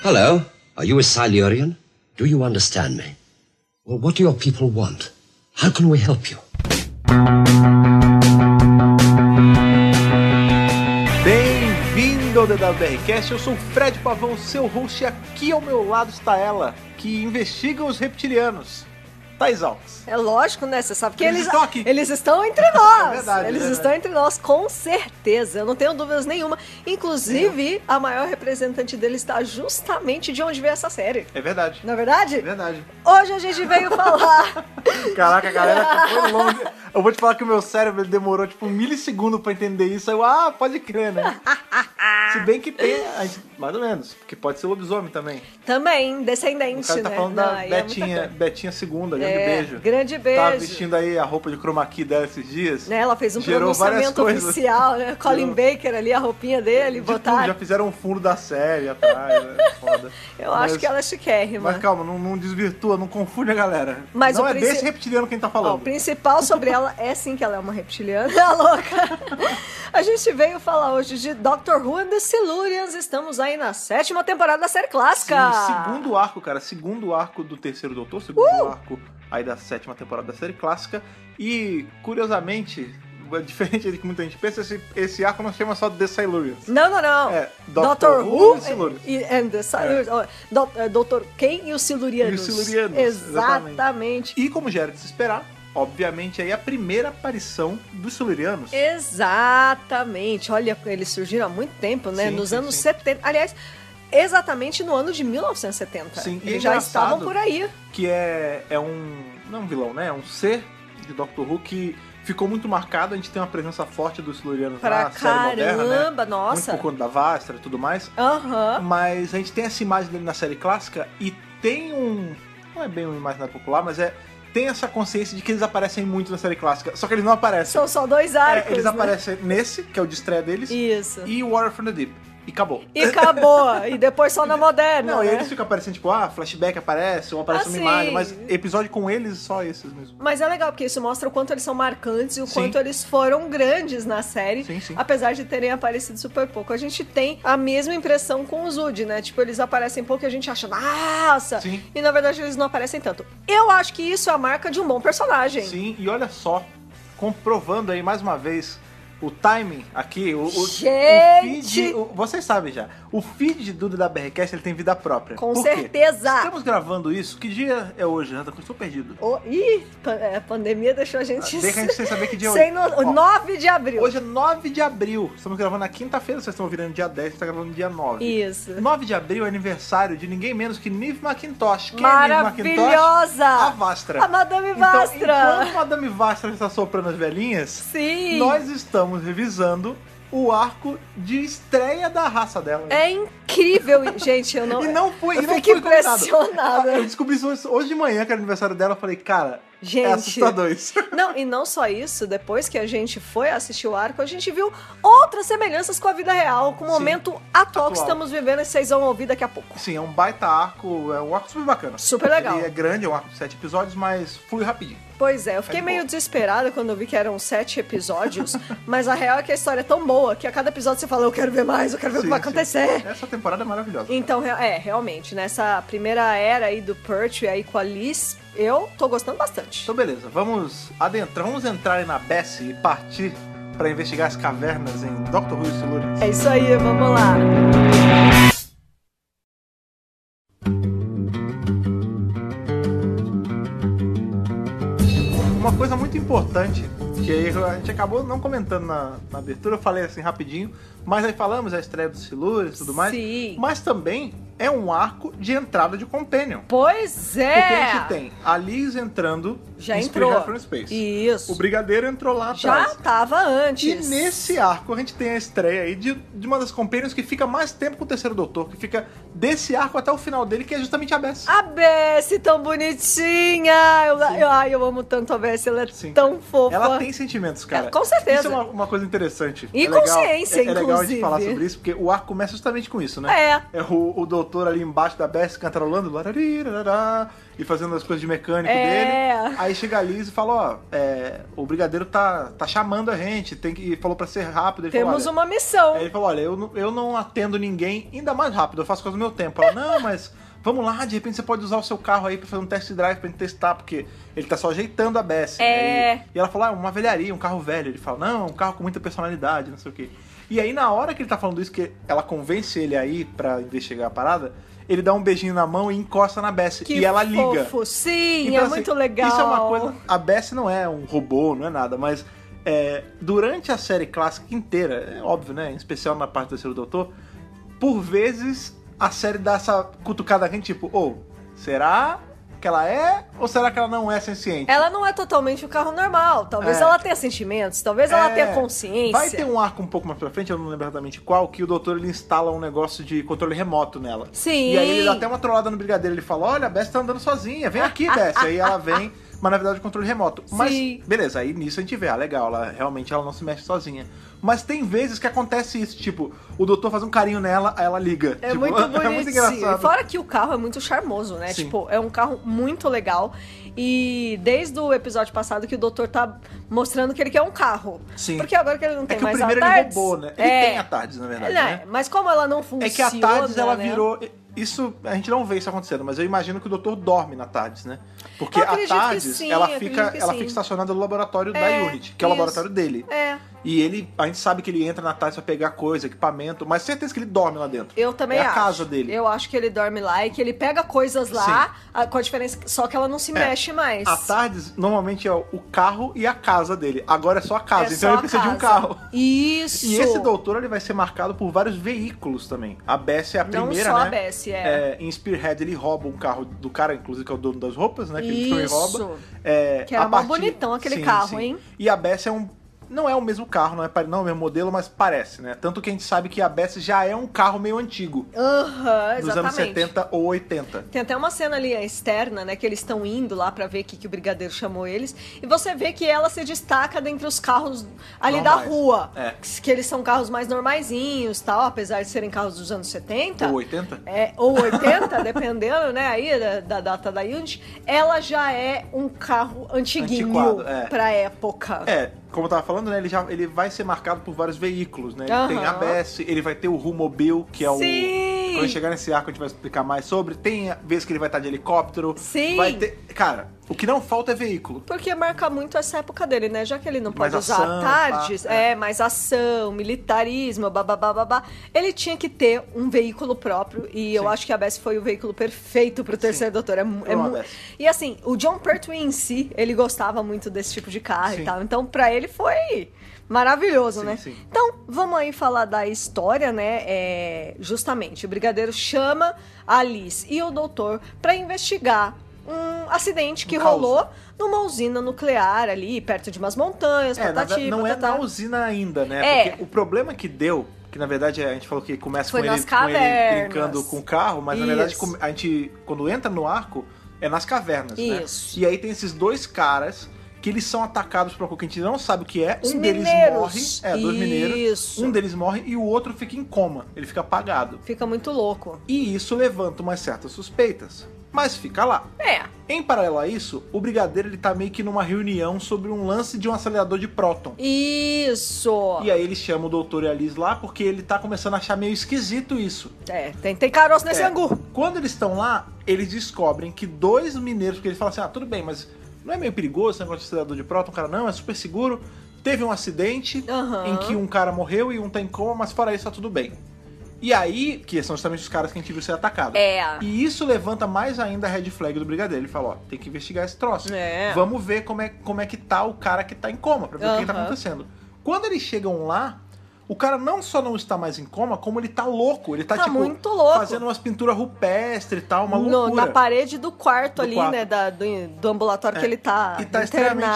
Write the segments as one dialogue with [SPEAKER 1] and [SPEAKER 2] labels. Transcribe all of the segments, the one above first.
[SPEAKER 1] Hello. Are you a Silurian? Do you understand me? Well, what do your people want? How can we help you?
[SPEAKER 2] Bem-vindo ao DWRcast, eu sou o Fred Pavão, seu host, e aqui ao meu lado está ela, que investiga os reptilianos, Thais Alves.
[SPEAKER 3] É lógico, né? Você sabe que
[SPEAKER 2] Eles
[SPEAKER 3] eles,
[SPEAKER 2] estão aqui.
[SPEAKER 3] eles estão entre nós.
[SPEAKER 2] É verdade,
[SPEAKER 3] eles
[SPEAKER 2] é verdade.
[SPEAKER 3] estão entre nós, com certeza. Eu não tenho dúvidas nenhuma. Inclusive, a maior representante deles está justamente de onde veio essa série.
[SPEAKER 2] É verdade.
[SPEAKER 3] Não é verdade?
[SPEAKER 2] É verdade.
[SPEAKER 3] Hoje a gente veio falar.
[SPEAKER 2] Caraca, a galera foi longe. Eu vou te falar que o meu cérebro ele demorou tipo um milissegundo pra entender isso. Aí eu, ah, pode crer, né? Se bem que tem, a gente- mais ou menos, porque pode ser lobisomem também.
[SPEAKER 3] Também,
[SPEAKER 2] O
[SPEAKER 3] descendente,
[SPEAKER 2] cara tá
[SPEAKER 3] né?
[SPEAKER 2] falando
[SPEAKER 3] Não,
[SPEAKER 2] da
[SPEAKER 3] aí é muita
[SPEAKER 2] Betinha,
[SPEAKER 3] coisa.
[SPEAKER 2] Betinha Segunda, grande
[SPEAKER 3] É,
[SPEAKER 2] beijo.
[SPEAKER 3] grande beijo.
[SPEAKER 2] Tava vestindo aí a roupa de chroma key dela esses dias.
[SPEAKER 3] Né, ela fez um
[SPEAKER 2] Gerou várias
[SPEAKER 3] pronunciamento
[SPEAKER 2] coisas.
[SPEAKER 3] oficial, né? Colin
[SPEAKER 2] Gerou.
[SPEAKER 3] Baker ali, a roupinha dele,
[SPEAKER 2] De tudo,
[SPEAKER 3] botar.
[SPEAKER 2] já fizeram um fundo da série atrás, né? Foda.
[SPEAKER 3] Eu
[SPEAKER 2] Mas-
[SPEAKER 3] acho que ela é chiquérrima.
[SPEAKER 2] Mas calma, não, não desvirtua, não confunde a galera.
[SPEAKER 3] Mas
[SPEAKER 2] não
[SPEAKER 3] o
[SPEAKER 2] é
[SPEAKER 3] princi-
[SPEAKER 2] desse reptiliano quem tá
[SPEAKER 3] Ó,
[SPEAKER 2] falando.
[SPEAKER 3] o principal sobre ela é sim que ela é uma reptiliana, é louca. A gente veio falar hoje de Doctor Who and the Silurians. Estamos aí na sétima temporada da série clássica.
[SPEAKER 2] Sim, segundo arco, cara. Segundo arco do terceiro doutor, segundo
[SPEAKER 3] Uh!
[SPEAKER 2] arco aí da sétima temporada da série clássica. E, curiosamente, é diferente do que muita gente pensa, esse, esse arco não chama só The Silurians.
[SPEAKER 3] Não, não, não.
[SPEAKER 2] É, Doctor
[SPEAKER 3] Doctor
[SPEAKER 2] Who
[SPEAKER 3] Who
[SPEAKER 2] e Silurians.
[SPEAKER 3] e- and the Silurians. Ó, Do- é, Doutor Quem e os Silurianos.
[SPEAKER 2] E os Silurianos,
[SPEAKER 3] Exatamente.
[SPEAKER 2] E como já era de se esperar, obviamente aí é a primeira aparição dos Silurianos.
[SPEAKER 3] Exatamente. Olha, eles surgiram há muito tempo, né?
[SPEAKER 2] Sim,
[SPEAKER 3] Nos
[SPEAKER 2] sim,
[SPEAKER 3] anos
[SPEAKER 2] sim.
[SPEAKER 3] 70. Aliás, exatamente no ano de 1970.
[SPEAKER 2] Sim, e é
[SPEAKER 3] eles já estavam
[SPEAKER 2] engraçado
[SPEAKER 3] por aí.
[SPEAKER 2] que é, é um. Não é um vilão, né? É um ser de Doctor Who que ficou muito marcado. A gente tem uma presença forte dos Silurianos
[SPEAKER 3] Pra
[SPEAKER 2] na série moderna, né?
[SPEAKER 3] caramba, nossa.
[SPEAKER 2] Muito por conta da Vastra e tudo mais.
[SPEAKER 3] Aham.
[SPEAKER 2] Mas a gente tem essa imagem dele na série clássica e tem um. Não é bem um imaginário popular, mas é. Tem essa consciência de que eles aparecem muito na série clássica. Só que eles não aparecem.
[SPEAKER 3] São só dois
[SPEAKER 2] É,
[SPEAKER 3] arcos.
[SPEAKER 2] eles
[SPEAKER 3] né?
[SPEAKER 2] aparecem nesse, que é o de estreia deles, e,
[SPEAKER 3] Isso.
[SPEAKER 2] Water from the Deep. E acabou.
[SPEAKER 3] E acabou. e depois só na moderna.
[SPEAKER 2] Não, e
[SPEAKER 3] né?
[SPEAKER 2] eles ficam aparecendo, tipo, ah, flashback aparece, ou aparece
[SPEAKER 3] Ah,
[SPEAKER 2] uma
[SPEAKER 3] sim.
[SPEAKER 2] imagem, mas episódio com eles, só esses mesmo.
[SPEAKER 3] Mas é legal, porque isso mostra o quanto eles são marcantes e o
[SPEAKER 2] Sim.
[SPEAKER 3] quanto eles foram grandes na série.
[SPEAKER 2] Sim, sim.
[SPEAKER 3] Apesar de terem aparecido super pouco. A gente tem a mesma impressão com os Ud, né? Tipo, eles aparecem pouco e a gente acha, nossa!
[SPEAKER 2] Sim.
[SPEAKER 3] E na verdade eles não aparecem tanto. Eu acho que isso é a marca de um bom personagem.
[SPEAKER 2] Sim, e olha só, comprovando aí mais uma vez o timing aqui, o, o, o
[SPEAKER 3] Gente!
[SPEAKER 2] feed, o- vocês sabem já, o feed do DWRcast ele tem vida própria.
[SPEAKER 3] Com
[SPEAKER 2] Por quê?
[SPEAKER 3] certeza!
[SPEAKER 2] Estamos gravando isso, que dia é hoje, Renata? Eu Estou perdido.
[SPEAKER 3] Oh, ih, pa- é, a pandemia deixou a gente.
[SPEAKER 2] Ah, Deixa a gente sem saber que dia é
[SPEAKER 3] sem
[SPEAKER 2] hoje.
[SPEAKER 3] no...
[SPEAKER 2] Ó,
[SPEAKER 3] 9 de abril.
[SPEAKER 2] Hoje é 9 de abril, estamos gravando na quinta-feira, vocês estão virando dia 10, a gente tá gravando dia 9.
[SPEAKER 3] Isso.
[SPEAKER 2] 9 de abril é aniversário de ninguém menos que Nive McIntosh. Quem é Nive McIntosh?
[SPEAKER 3] Maravilhosa!
[SPEAKER 2] A Vastra.
[SPEAKER 3] A Madame
[SPEAKER 2] Então,
[SPEAKER 3] Vastra!
[SPEAKER 2] enquanto Madame Vastra está soprando as velhinhas,
[SPEAKER 3] Sim!
[SPEAKER 2] nós estamos revisando o arco de estreia da raça dela.
[SPEAKER 3] É incrível, gente, eu não... é,
[SPEAKER 2] E não foi,
[SPEAKER 3] eu
[SPEAKER 2] e não
[SPEAKER 3] fico
[SPEAKER 2] foi combinado.
[SPEAKER 3] impressionada.
[SPEAKER 2] Eu descobri isso hoje- hoje de manhã, que era aniversário dela, eu falei, cara,
[SPEAKER 3] Gente.
[SPEAKER 2] é assustador isso.
[SPEAKER 3] Não, e não só isso, depois que a gente foi assistir o arco, a gente viu outras semelhanças com a vida real, com o
[SPEAKER 2] Sim.
[SPEAKER 3] momento atual, que
[SPEAKER 2] Atual.
[SPEAKER 3] estamos vivendo e vocês vão ouvir daqui a pouco.
[SPEAKER 2] Sim, é um baita arco, é um arco super bacana.
[SPEAKER 3] Super legal.
[SPEAKER 2] Ele é grande, é um arco de sete episódios, mas flui rapidinho.
[SPEAKER 3] Pois é, eu fiquei
[SPEAKER 2] É de
[SPEAKER 3] meio
[SPEAKER 2] boa.
[SPEAKER 3] desesperada quando eu vi que eram sete episódios, mas a real é que a história é tão boa que a cada episódio você fala, eu quero ver mais, eu quero ver o
[SPEAKER 2] Sim,
[SPEAKER 3] que vai
[SPEAKER 2] sim.
[SPEAKER 3] acontecer.
[SPEAKER 2] Essa temporada é maravilhosa.
[SPEAKER 3] Então, re- é, realmente, nessa primeira era aí do Perch aí com a Liz, eu tô gostando bastante.
[SPEAKER 2] Então beleza, vamos adentrar, vamos entrar aí na Bessie e partir pra investigar as cavernas em Doctor Who e Silurians.
[SPEAKER 3] É isso aí, vamos lá.
[SPEAKER 2] Uma coisa muito importante, que aí a gente acabou não comentando na, na abertura, eu falei assim rapidinho, mas aí falamos a estreia dos Silurians e tudo mais.
[SPEAKER 3] Sim.
[SPEAKER 2] Mas também é um arco de entrada de Companion.
[SPEAKER 3] Pois é!
[SPEAKER 2] Porque a gente tem a Liz entrando
[SPEAKER 3] Já
[SPEAKER 2] em
[SPEAKER 3] entrou.
[SPEAKER 2] Spear from Space.
[SPEAKER 3] Isso.
[SPEAKER 2] O Brigadeiro entrou lá
[SPEAKER 3] Já
[SPEAKER 2] atrás.
[SPEAKER 3] tava
[SPEAKER 2] E
[SPEAKER 3] antes.
[SPEAKER 2] nesse arco a gente tem a estreia aí de, de uma das companions que fica mais tempo com o terceiro doutor, que fica desse arco até o final dele, que é justamente a Bess.
[SPEAKER 3] A Bessie tão bonitinha! Eu, eu- ai, eu amo tanto a Bessie, ela é
[SPEAKER 2] Sim,
[SPEAKER 3] tão fofa.
[SPEAKER 2] Ela tem sentimentos, cara.
[SPEAKER 3] É, com certeza.
[SPEAKER 2] Isso é uma, uma coisa interessante.
[SPEAKER 3] E
[SPEAKER 2] é legal-
[SPEAKER 3] consciência,
[SPEAKER 2] é, é legal a gente
[SPEAKER 3] inclusive.
[SPEAKER 2] falar sobre isso, porque o arco começa justamente com isso, né?
[SPEAKER 3] É.
[SPEAKER 2] o, o doutor ali embaixo da Bess cantarolando. larari, rarará, e fazendo as coisas de mecânico
[SPEAKER 3] É.
[SPEAKER 2] dele. Aí chega a Liz e fala, ó, é, o brigadeiro tá, tá chamando a gente, tem que, e falou pra ser rápido. Ele
[SPEAKER 3] Temos
[SPEAKER 2] falou, "Olha", É,
[SPEAKER 3] uma missão.
[SPEAKER 2] Aí ele falou, olha, eu, não- eu não atendo ninguém ainda mais rápido, eu faço coisa do meu tempo. Ela, não, mas vamos lá, de repente você pode usar o seu carro aí pra fazer um test drive, pra gente testar, porque ele tá só ajeitando a BS. né?
[SPEAKER 3] É.
[SPEAKER 2] E, e ela fala, ah, uma velharia, um carro velho. Ele fala, não, é um carro com muita personalidade, não sei o quê. E aí, na hora que ele tá falando isso, que ela convence ele aí pra investigar a parada, ele dá um beijinho na mão e encosta na Bessie.
[SPEAKER 3] que
[SPEAKER 2] e ela liga.
[SPEAKER 3] fofo. Sim,
[SPEAKER 2] Então,
[SPEAKER 3] é
[SPEAKER 2] assim,
[SPEAKER 3] muito legal.
[SPEAKER 2] Isso é uma coisa. A Bess não é um robô, não é nada, mas é, durante a série clássica inteira, é óbvio, né? Em especial na parte do terceiro doutor, por vezes a série dá essa cutucada aqui, tipo, ou será que ela é ou será que ela não é senciente?
[SPEAKER 3] Ela não é totalmente um carro normal. Talvez
[SPEAKER 2] É.
[SPEAKER 3] ela tenha sentimentos, talvez ela
[SPEAKER 2] É,
[SPEAKER 3] tenha consciência.
[SPEAKER 2] Vai ter um arco um pouco mais pra frente, eu não lembro exatamente qual, que o doutor ele instala um negócio de controle remoto nela.
[SPEAKER 3] Sim.
[SPEAKER 2] E aí ele dá até uma trollada no brigadeiro, ele fala: Olha, a Bess tá andando sozinha, vem aqui, Bess. aí ela vem, mas na verdade o controle remoto. Mas,
[SPEAKER 3] Sim.
[SPEAKER 2] beleza, aí nisso a gente vê, ah, legal, ela realmente ela não se mexe sozinha. Mas tem vezes que acontece isso, tipo, o doutor faz um carinho nela, aí ela liga.
[SPEAKER 3] É
[SPEAKER 2] Tipo,
[SPEAKER 3] muito bonitinho.
[SPEAKER 2] é muito engraçado.
[SPEAKER 3] Fora que o carro é muito charmoso, né?
[SPEAKER 2] Sim.
[SPEAKER 3] Tipo, é um carro muito legal. E desde o episódio passado que o doutor tá mostrando que ele quer um carro.
[SPEAKER 2] Sim.
[SPEAKER 3] Porque agora que ele não
[SPEAKER 2] É
[SPEAKER 3] tem
[SPEAKER 2] que o
[SPEAKER 3] mais
[SPEAKER 2] primeiro ele
[SPEAKER 3] atardes,
[SPEAKER 2] roubou, né? Ele
[SPEAKER 3] é.
[SPEAKER 2] tem a tardes, na verdade.
[SPEAKER 3] Né?
[SPEAKER 2] né?
[SPEAKER 3] Mas como ela não funciona.
[SPEAKER 2] É que a Tardes ela
[SPEAKER 3] né?
[SPEAKER 2] virou. Isso a gente não vê isso acontecendo, mas eu imagino que o doutor dorme na Tardes, né? Porque
[SPEAKER 3] Eu
[SPEAKER 2] a
[SPEAKER 3] acredito que
[SPEAKER 2] Tardes
[SPEAKER 3] sim,
[SPEAKER 2] ela
[SPEAKER 3] eu
[SPEAKER 2] fica
[SPEAKER 3] acredito que
[SPEAKER 2] ela
[SPEAKER 3] sim.
[SPEAKER 2] fica estacionada no laboratório
[SPEAKER 3] É,
[SPEAKER 2] da Unity, que é o
[SPEAKER 3] isso.
[SPEAKER 2] laboratório dele.
[SPEAKER 3] É.
[SPEAKER 2] E ele, a gente sabe que ele entra na Tardes pra pegar coisa, equipamento, mas certeza que ele dorme lá dentro.
[SPEAKER 3] Eu também
[SPEAKER 2] É a
[SPEAKER 3] acho.
[SPEAKER 2] casa dele.
[SPEAKER 3] Eu acho que ele dorme lá e que ele pega coisas lá, a- com a diferença só que ela não se
[SPEAKER 2] É.
[SPEAKER 3] mexe mais.
[SPEAKER 2] A Tardes normalmente é o carro e a casa dele. Agora é só a casa,
[SPEAKER 3] É
[SPEAKER 2] então ele
[SPEAKER 3] só a
[SPEAKER 2] precisa de um
[SPEAKER 3] casa.
[SPEAKER 2] carro.
[SPEAKER 3] Isso.
[SPEAKER 2] E esse doutor ele vai ser marcado por vários veículos também. A Bessie é a
[SPEAKER 3] Não
[SPEAKER 2] primeira,
[SPEAKER 3] só a
[SPEAKER 2] né?
[SPEAKER 3] Bessie, é.
[SPEAKER 2] É, Em Spearhead ele rouba um carro do cara, inclusive que é o dono das roupas, né? Que ele também
[SPEAKER 3] Isso.
[SPEAKER 2] rouba. É,
[SPEAKER 3] Que era
[SPEAKER 2] a
[SPEAKER 3] mó bonitão aquele carro, hein?
[SPEAKER 2] E a Bessie é um não é o mesmo carro, não é, pare- não é o mesmo modelo, mas parece, né? Tanto que a gente sabe que a Bessie já é um carro meio antigo,
[SPEAKER 3] Aham,
[SPEAKER 2] dos anos
[SPEAKER 3] exatamente.
[SPEAKER 2] 70 ou 80.
[SPEAKER 3] Tem até uma cena ali é, externa, né? Que eles estão indo lá pra ver o que, que o brigadeiro chamou eles. E você vê que ela se destaca dentre os carros ali
[SPEAKER 2] Normais.
[SPEAKER 3] da rua.
[SPEAKER 2] É.
[SPEAKER 3] Que, que eles são carros mais normaisinhos tal, apesar de serem carros dos anos 70.
[SPEAKER 2] Ou 80?
[SPEAKER 3] É, ou 80, dependendo, né, aí da, da data da Unity, ela já é um carro antiguinho
[SPEAKER 2] Antiquado, é.
[SPEAKER 3] pra época.
[SPEAKER 2] É, como eu tava falando, né? Ele, já, ele vai ser marcado por vários veículos, né? Ele
[SPEAKER 3] Aham.
[SPEAKER 2] tem a ABS, ele vai ter o Rumobil, que é o.
[SPEAKER 3] Sim!
[SPEAKER 2] Quando chegar nesse arco a gente vai explicar mais sobre. Tem a vez que ele vai estar de helicóptero.
[SPEAKER 3] Sim!
[SPEAKER 2] Vai ter. Cara, o que não falta é veículo.
[SPEAKER 3] Porque marca muito essa época dele, né? Já que ele não
[SPEAKER 2] Mais
[SPEAKER 3] pode usar
[SPEAKER 2] ação,
[SPEAKER 3] tardes,
[SPEAKER 2] pá, é.
[SPEAKER 3] é. mais ação, militarismo, babá, babá. Ele tinha que ter um veículo próprio e eu
[SPEAKER 2] Sim.
[SPEAKER 3] acho que a Bess foi o veículo perfeito pro terceiro doutor. É, mu- é
[SPEAKER 2] Eu amo
[SPEAKER 3] mu-
[SPEAKER 2] a Bess.
[SPEAKER 3] E assim, o John Pertwee em si, ele gostava muito desse tipo de carro
[SPEAKER 2] Sim.
[SPEAKER 3] e tal. Então, pra ele foi maravilhoso,
[SPEAKER 2] Sim,
[SPEAKER 3] né?
[SPEAKER 2] sim.
[SPEAKER 3] Então, vamos aí falar da história, né? É, justamente, o brigadeiro chama a Alice e o doutor pra investigar um acidente que
[SPEAKER 2] Um caos.
[SPEAKER 3] rolou numa usina nuclear ali, perto de umas montanhas,
[SPEAKER 2] É, na
[SPEAKER 3] patati,
[SPEAKER 2] verdade, não é
[SPEAKER 3] patatá.
[SPEAKER 2] na usina ainda, né?
[SPEAKER 3] É.
[SPEAKER 2] Porque o problema que deu, que na verdade é, a gente falou que começa
[SPEAKER 3] Foi
[SPEAKER 2] com
[SPEAKER 3] nas
[SPEAKER 2] ele, com ele
[SPEAKER 3] cavernas.
[SPEAKER 2] brincando com o carro, mas na verdade
[SPEAKER 3] Isso.
[SPEAKER 2] a gente, quando entra no arco, é nas cavernas,
[SPEAKER 3] Isso.
[SPEAKER 2] né? E aí tem esses dois caras que eles são atacados por algo que a gente não sabe o que é.
[SPEAKER 3] Os
[SPEAKER 2] um deles
[SPEAKER 3] mineiros.
[SPEAKER 2] morre, é, dois mineiros.
[SPEAKER 3] Isso.
[SPEAKER 2] Um deles morre e o outro fica em coma, ele fica apagado.
[SPEAKER 3] Fica muito louco.
[SPEAKER 2] E isso levanta umas certas suspeitas, mas fica lá.
[SPEAKER 3] É,
[SPEAKER 2] Em paralelo a isso, o brigadeiro ele tá meio que numa reunião sobre um lance de um acelerador de próton.
[SPEAKER 3] isso.
[SPEAKER 2] E aí ele chama o doutor e a Liz lá porque ele tá começando a achar meio esquisito isso.
[SPEAKER 3] É, tem, tem caroço nesse
[SPEAKER 2] É,
[SPEAKER 3] angu.
[SPEAKER 2] Quando eles estão lá, eles descobrem que dois mineiros, porque ele fala assim, ah, tudo bem, mas não é meio perigoso esse negócio de acelerador de próton, cara, não, é super seguro. Teve um acidente
[SPEAKER 3] Aham.
[SPEAKER 2] em que um cara morreu e um tá em coma, mas fora isso tá tudo bem. E aí, que são justamente os caras que a gente viu ser atacado.
[SPEAKER 3] É.
[SPEAKER 2] E isso levanta mais ainda a red flag do brigadeiro. Ele fala, ó, tem que investigar esse troço.
[SPEAKER 3] É.
[SPEAKER 2] Vamos ver como é, como é que tá o cara que tá em coma, pra ver o que, que tá
[SPEAKER 3] Aham.
[SPEAKER 2] acontecendo. Quando eles chegam lá, o cara não só não está mais em coma, como ele tá louco. Ele tá,
[SPEAKER 3] Tá
[SPEAKER 2] tipo,
[SPEAKER 3] muito louco.
[SPEAKER 2] fazendo umas pinturas rupestres e tal, uma
[SPEAKER 3] No-
[SPEAKER 2] loucura.
[SPEAKER 3] na parede do quarto
[SPEAKER 2] Do
[SPEAKER 3] ali,
[SPEAKER 2] quarto.
[SPEAKER 3] né? da- do, do ambulatório que ele tá,
[SPEAKER 2] e tá
[SPEAKER 3] internado.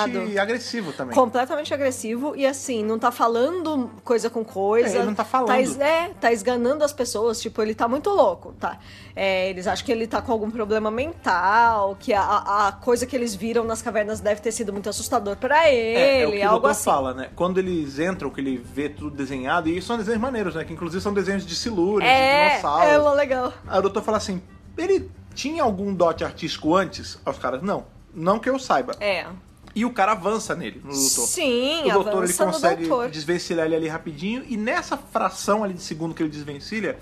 [SPEAKER 2] extremamente agressivo também.
[SPEAKER 3] Completamente agressivo e assim, não tá falando coisa com coisa.
[SPEAKER 2] É, ele não tá falando.
[SPEAKER 3] es- é, tá esganando as pessoas, tipo, ele tá muito louco, tá? É, eles acham que ele tá com algum problema mental, que a- a, a coisa que eles viram nas cavernas deve ter sido muito assustador pra ele,
[SPEAKER 2] É, é o que o
[SPEAKER 3] algo
[SPEAKER 2] doutor
[SPEAKER 3] assim.
[SPEAKER 2] fala, né? Quando eles entram, que ele vê tudo desenhado, e são desenhos maneiros, né? Que inclusive são desenhos de silures, de
[SPEAKER 3] É,
[SPEAKER 2] dinossauros.
[SPEAKER 3] é mó legal.
[SPEAKER 2] Aí o doutor fala assim: ele Tinha algum dote artístico antes? Aí Os caras, não. Não que eu saiba.
[SPEAKER 3] É.
[SPEAKER 2] E o cara avança nele, no doutor.
[SPEAKER 3] Sim,
[SPEAKER 2] o doutor ele
[SPEAKER 3] avança no
[SPEAKER 2] consegue
[SPEAKER 3] doutor.
[SPEAKER 2] desvencilhar ele ali rapidinho. E nessa fração ali de segundo que ele desvencilha,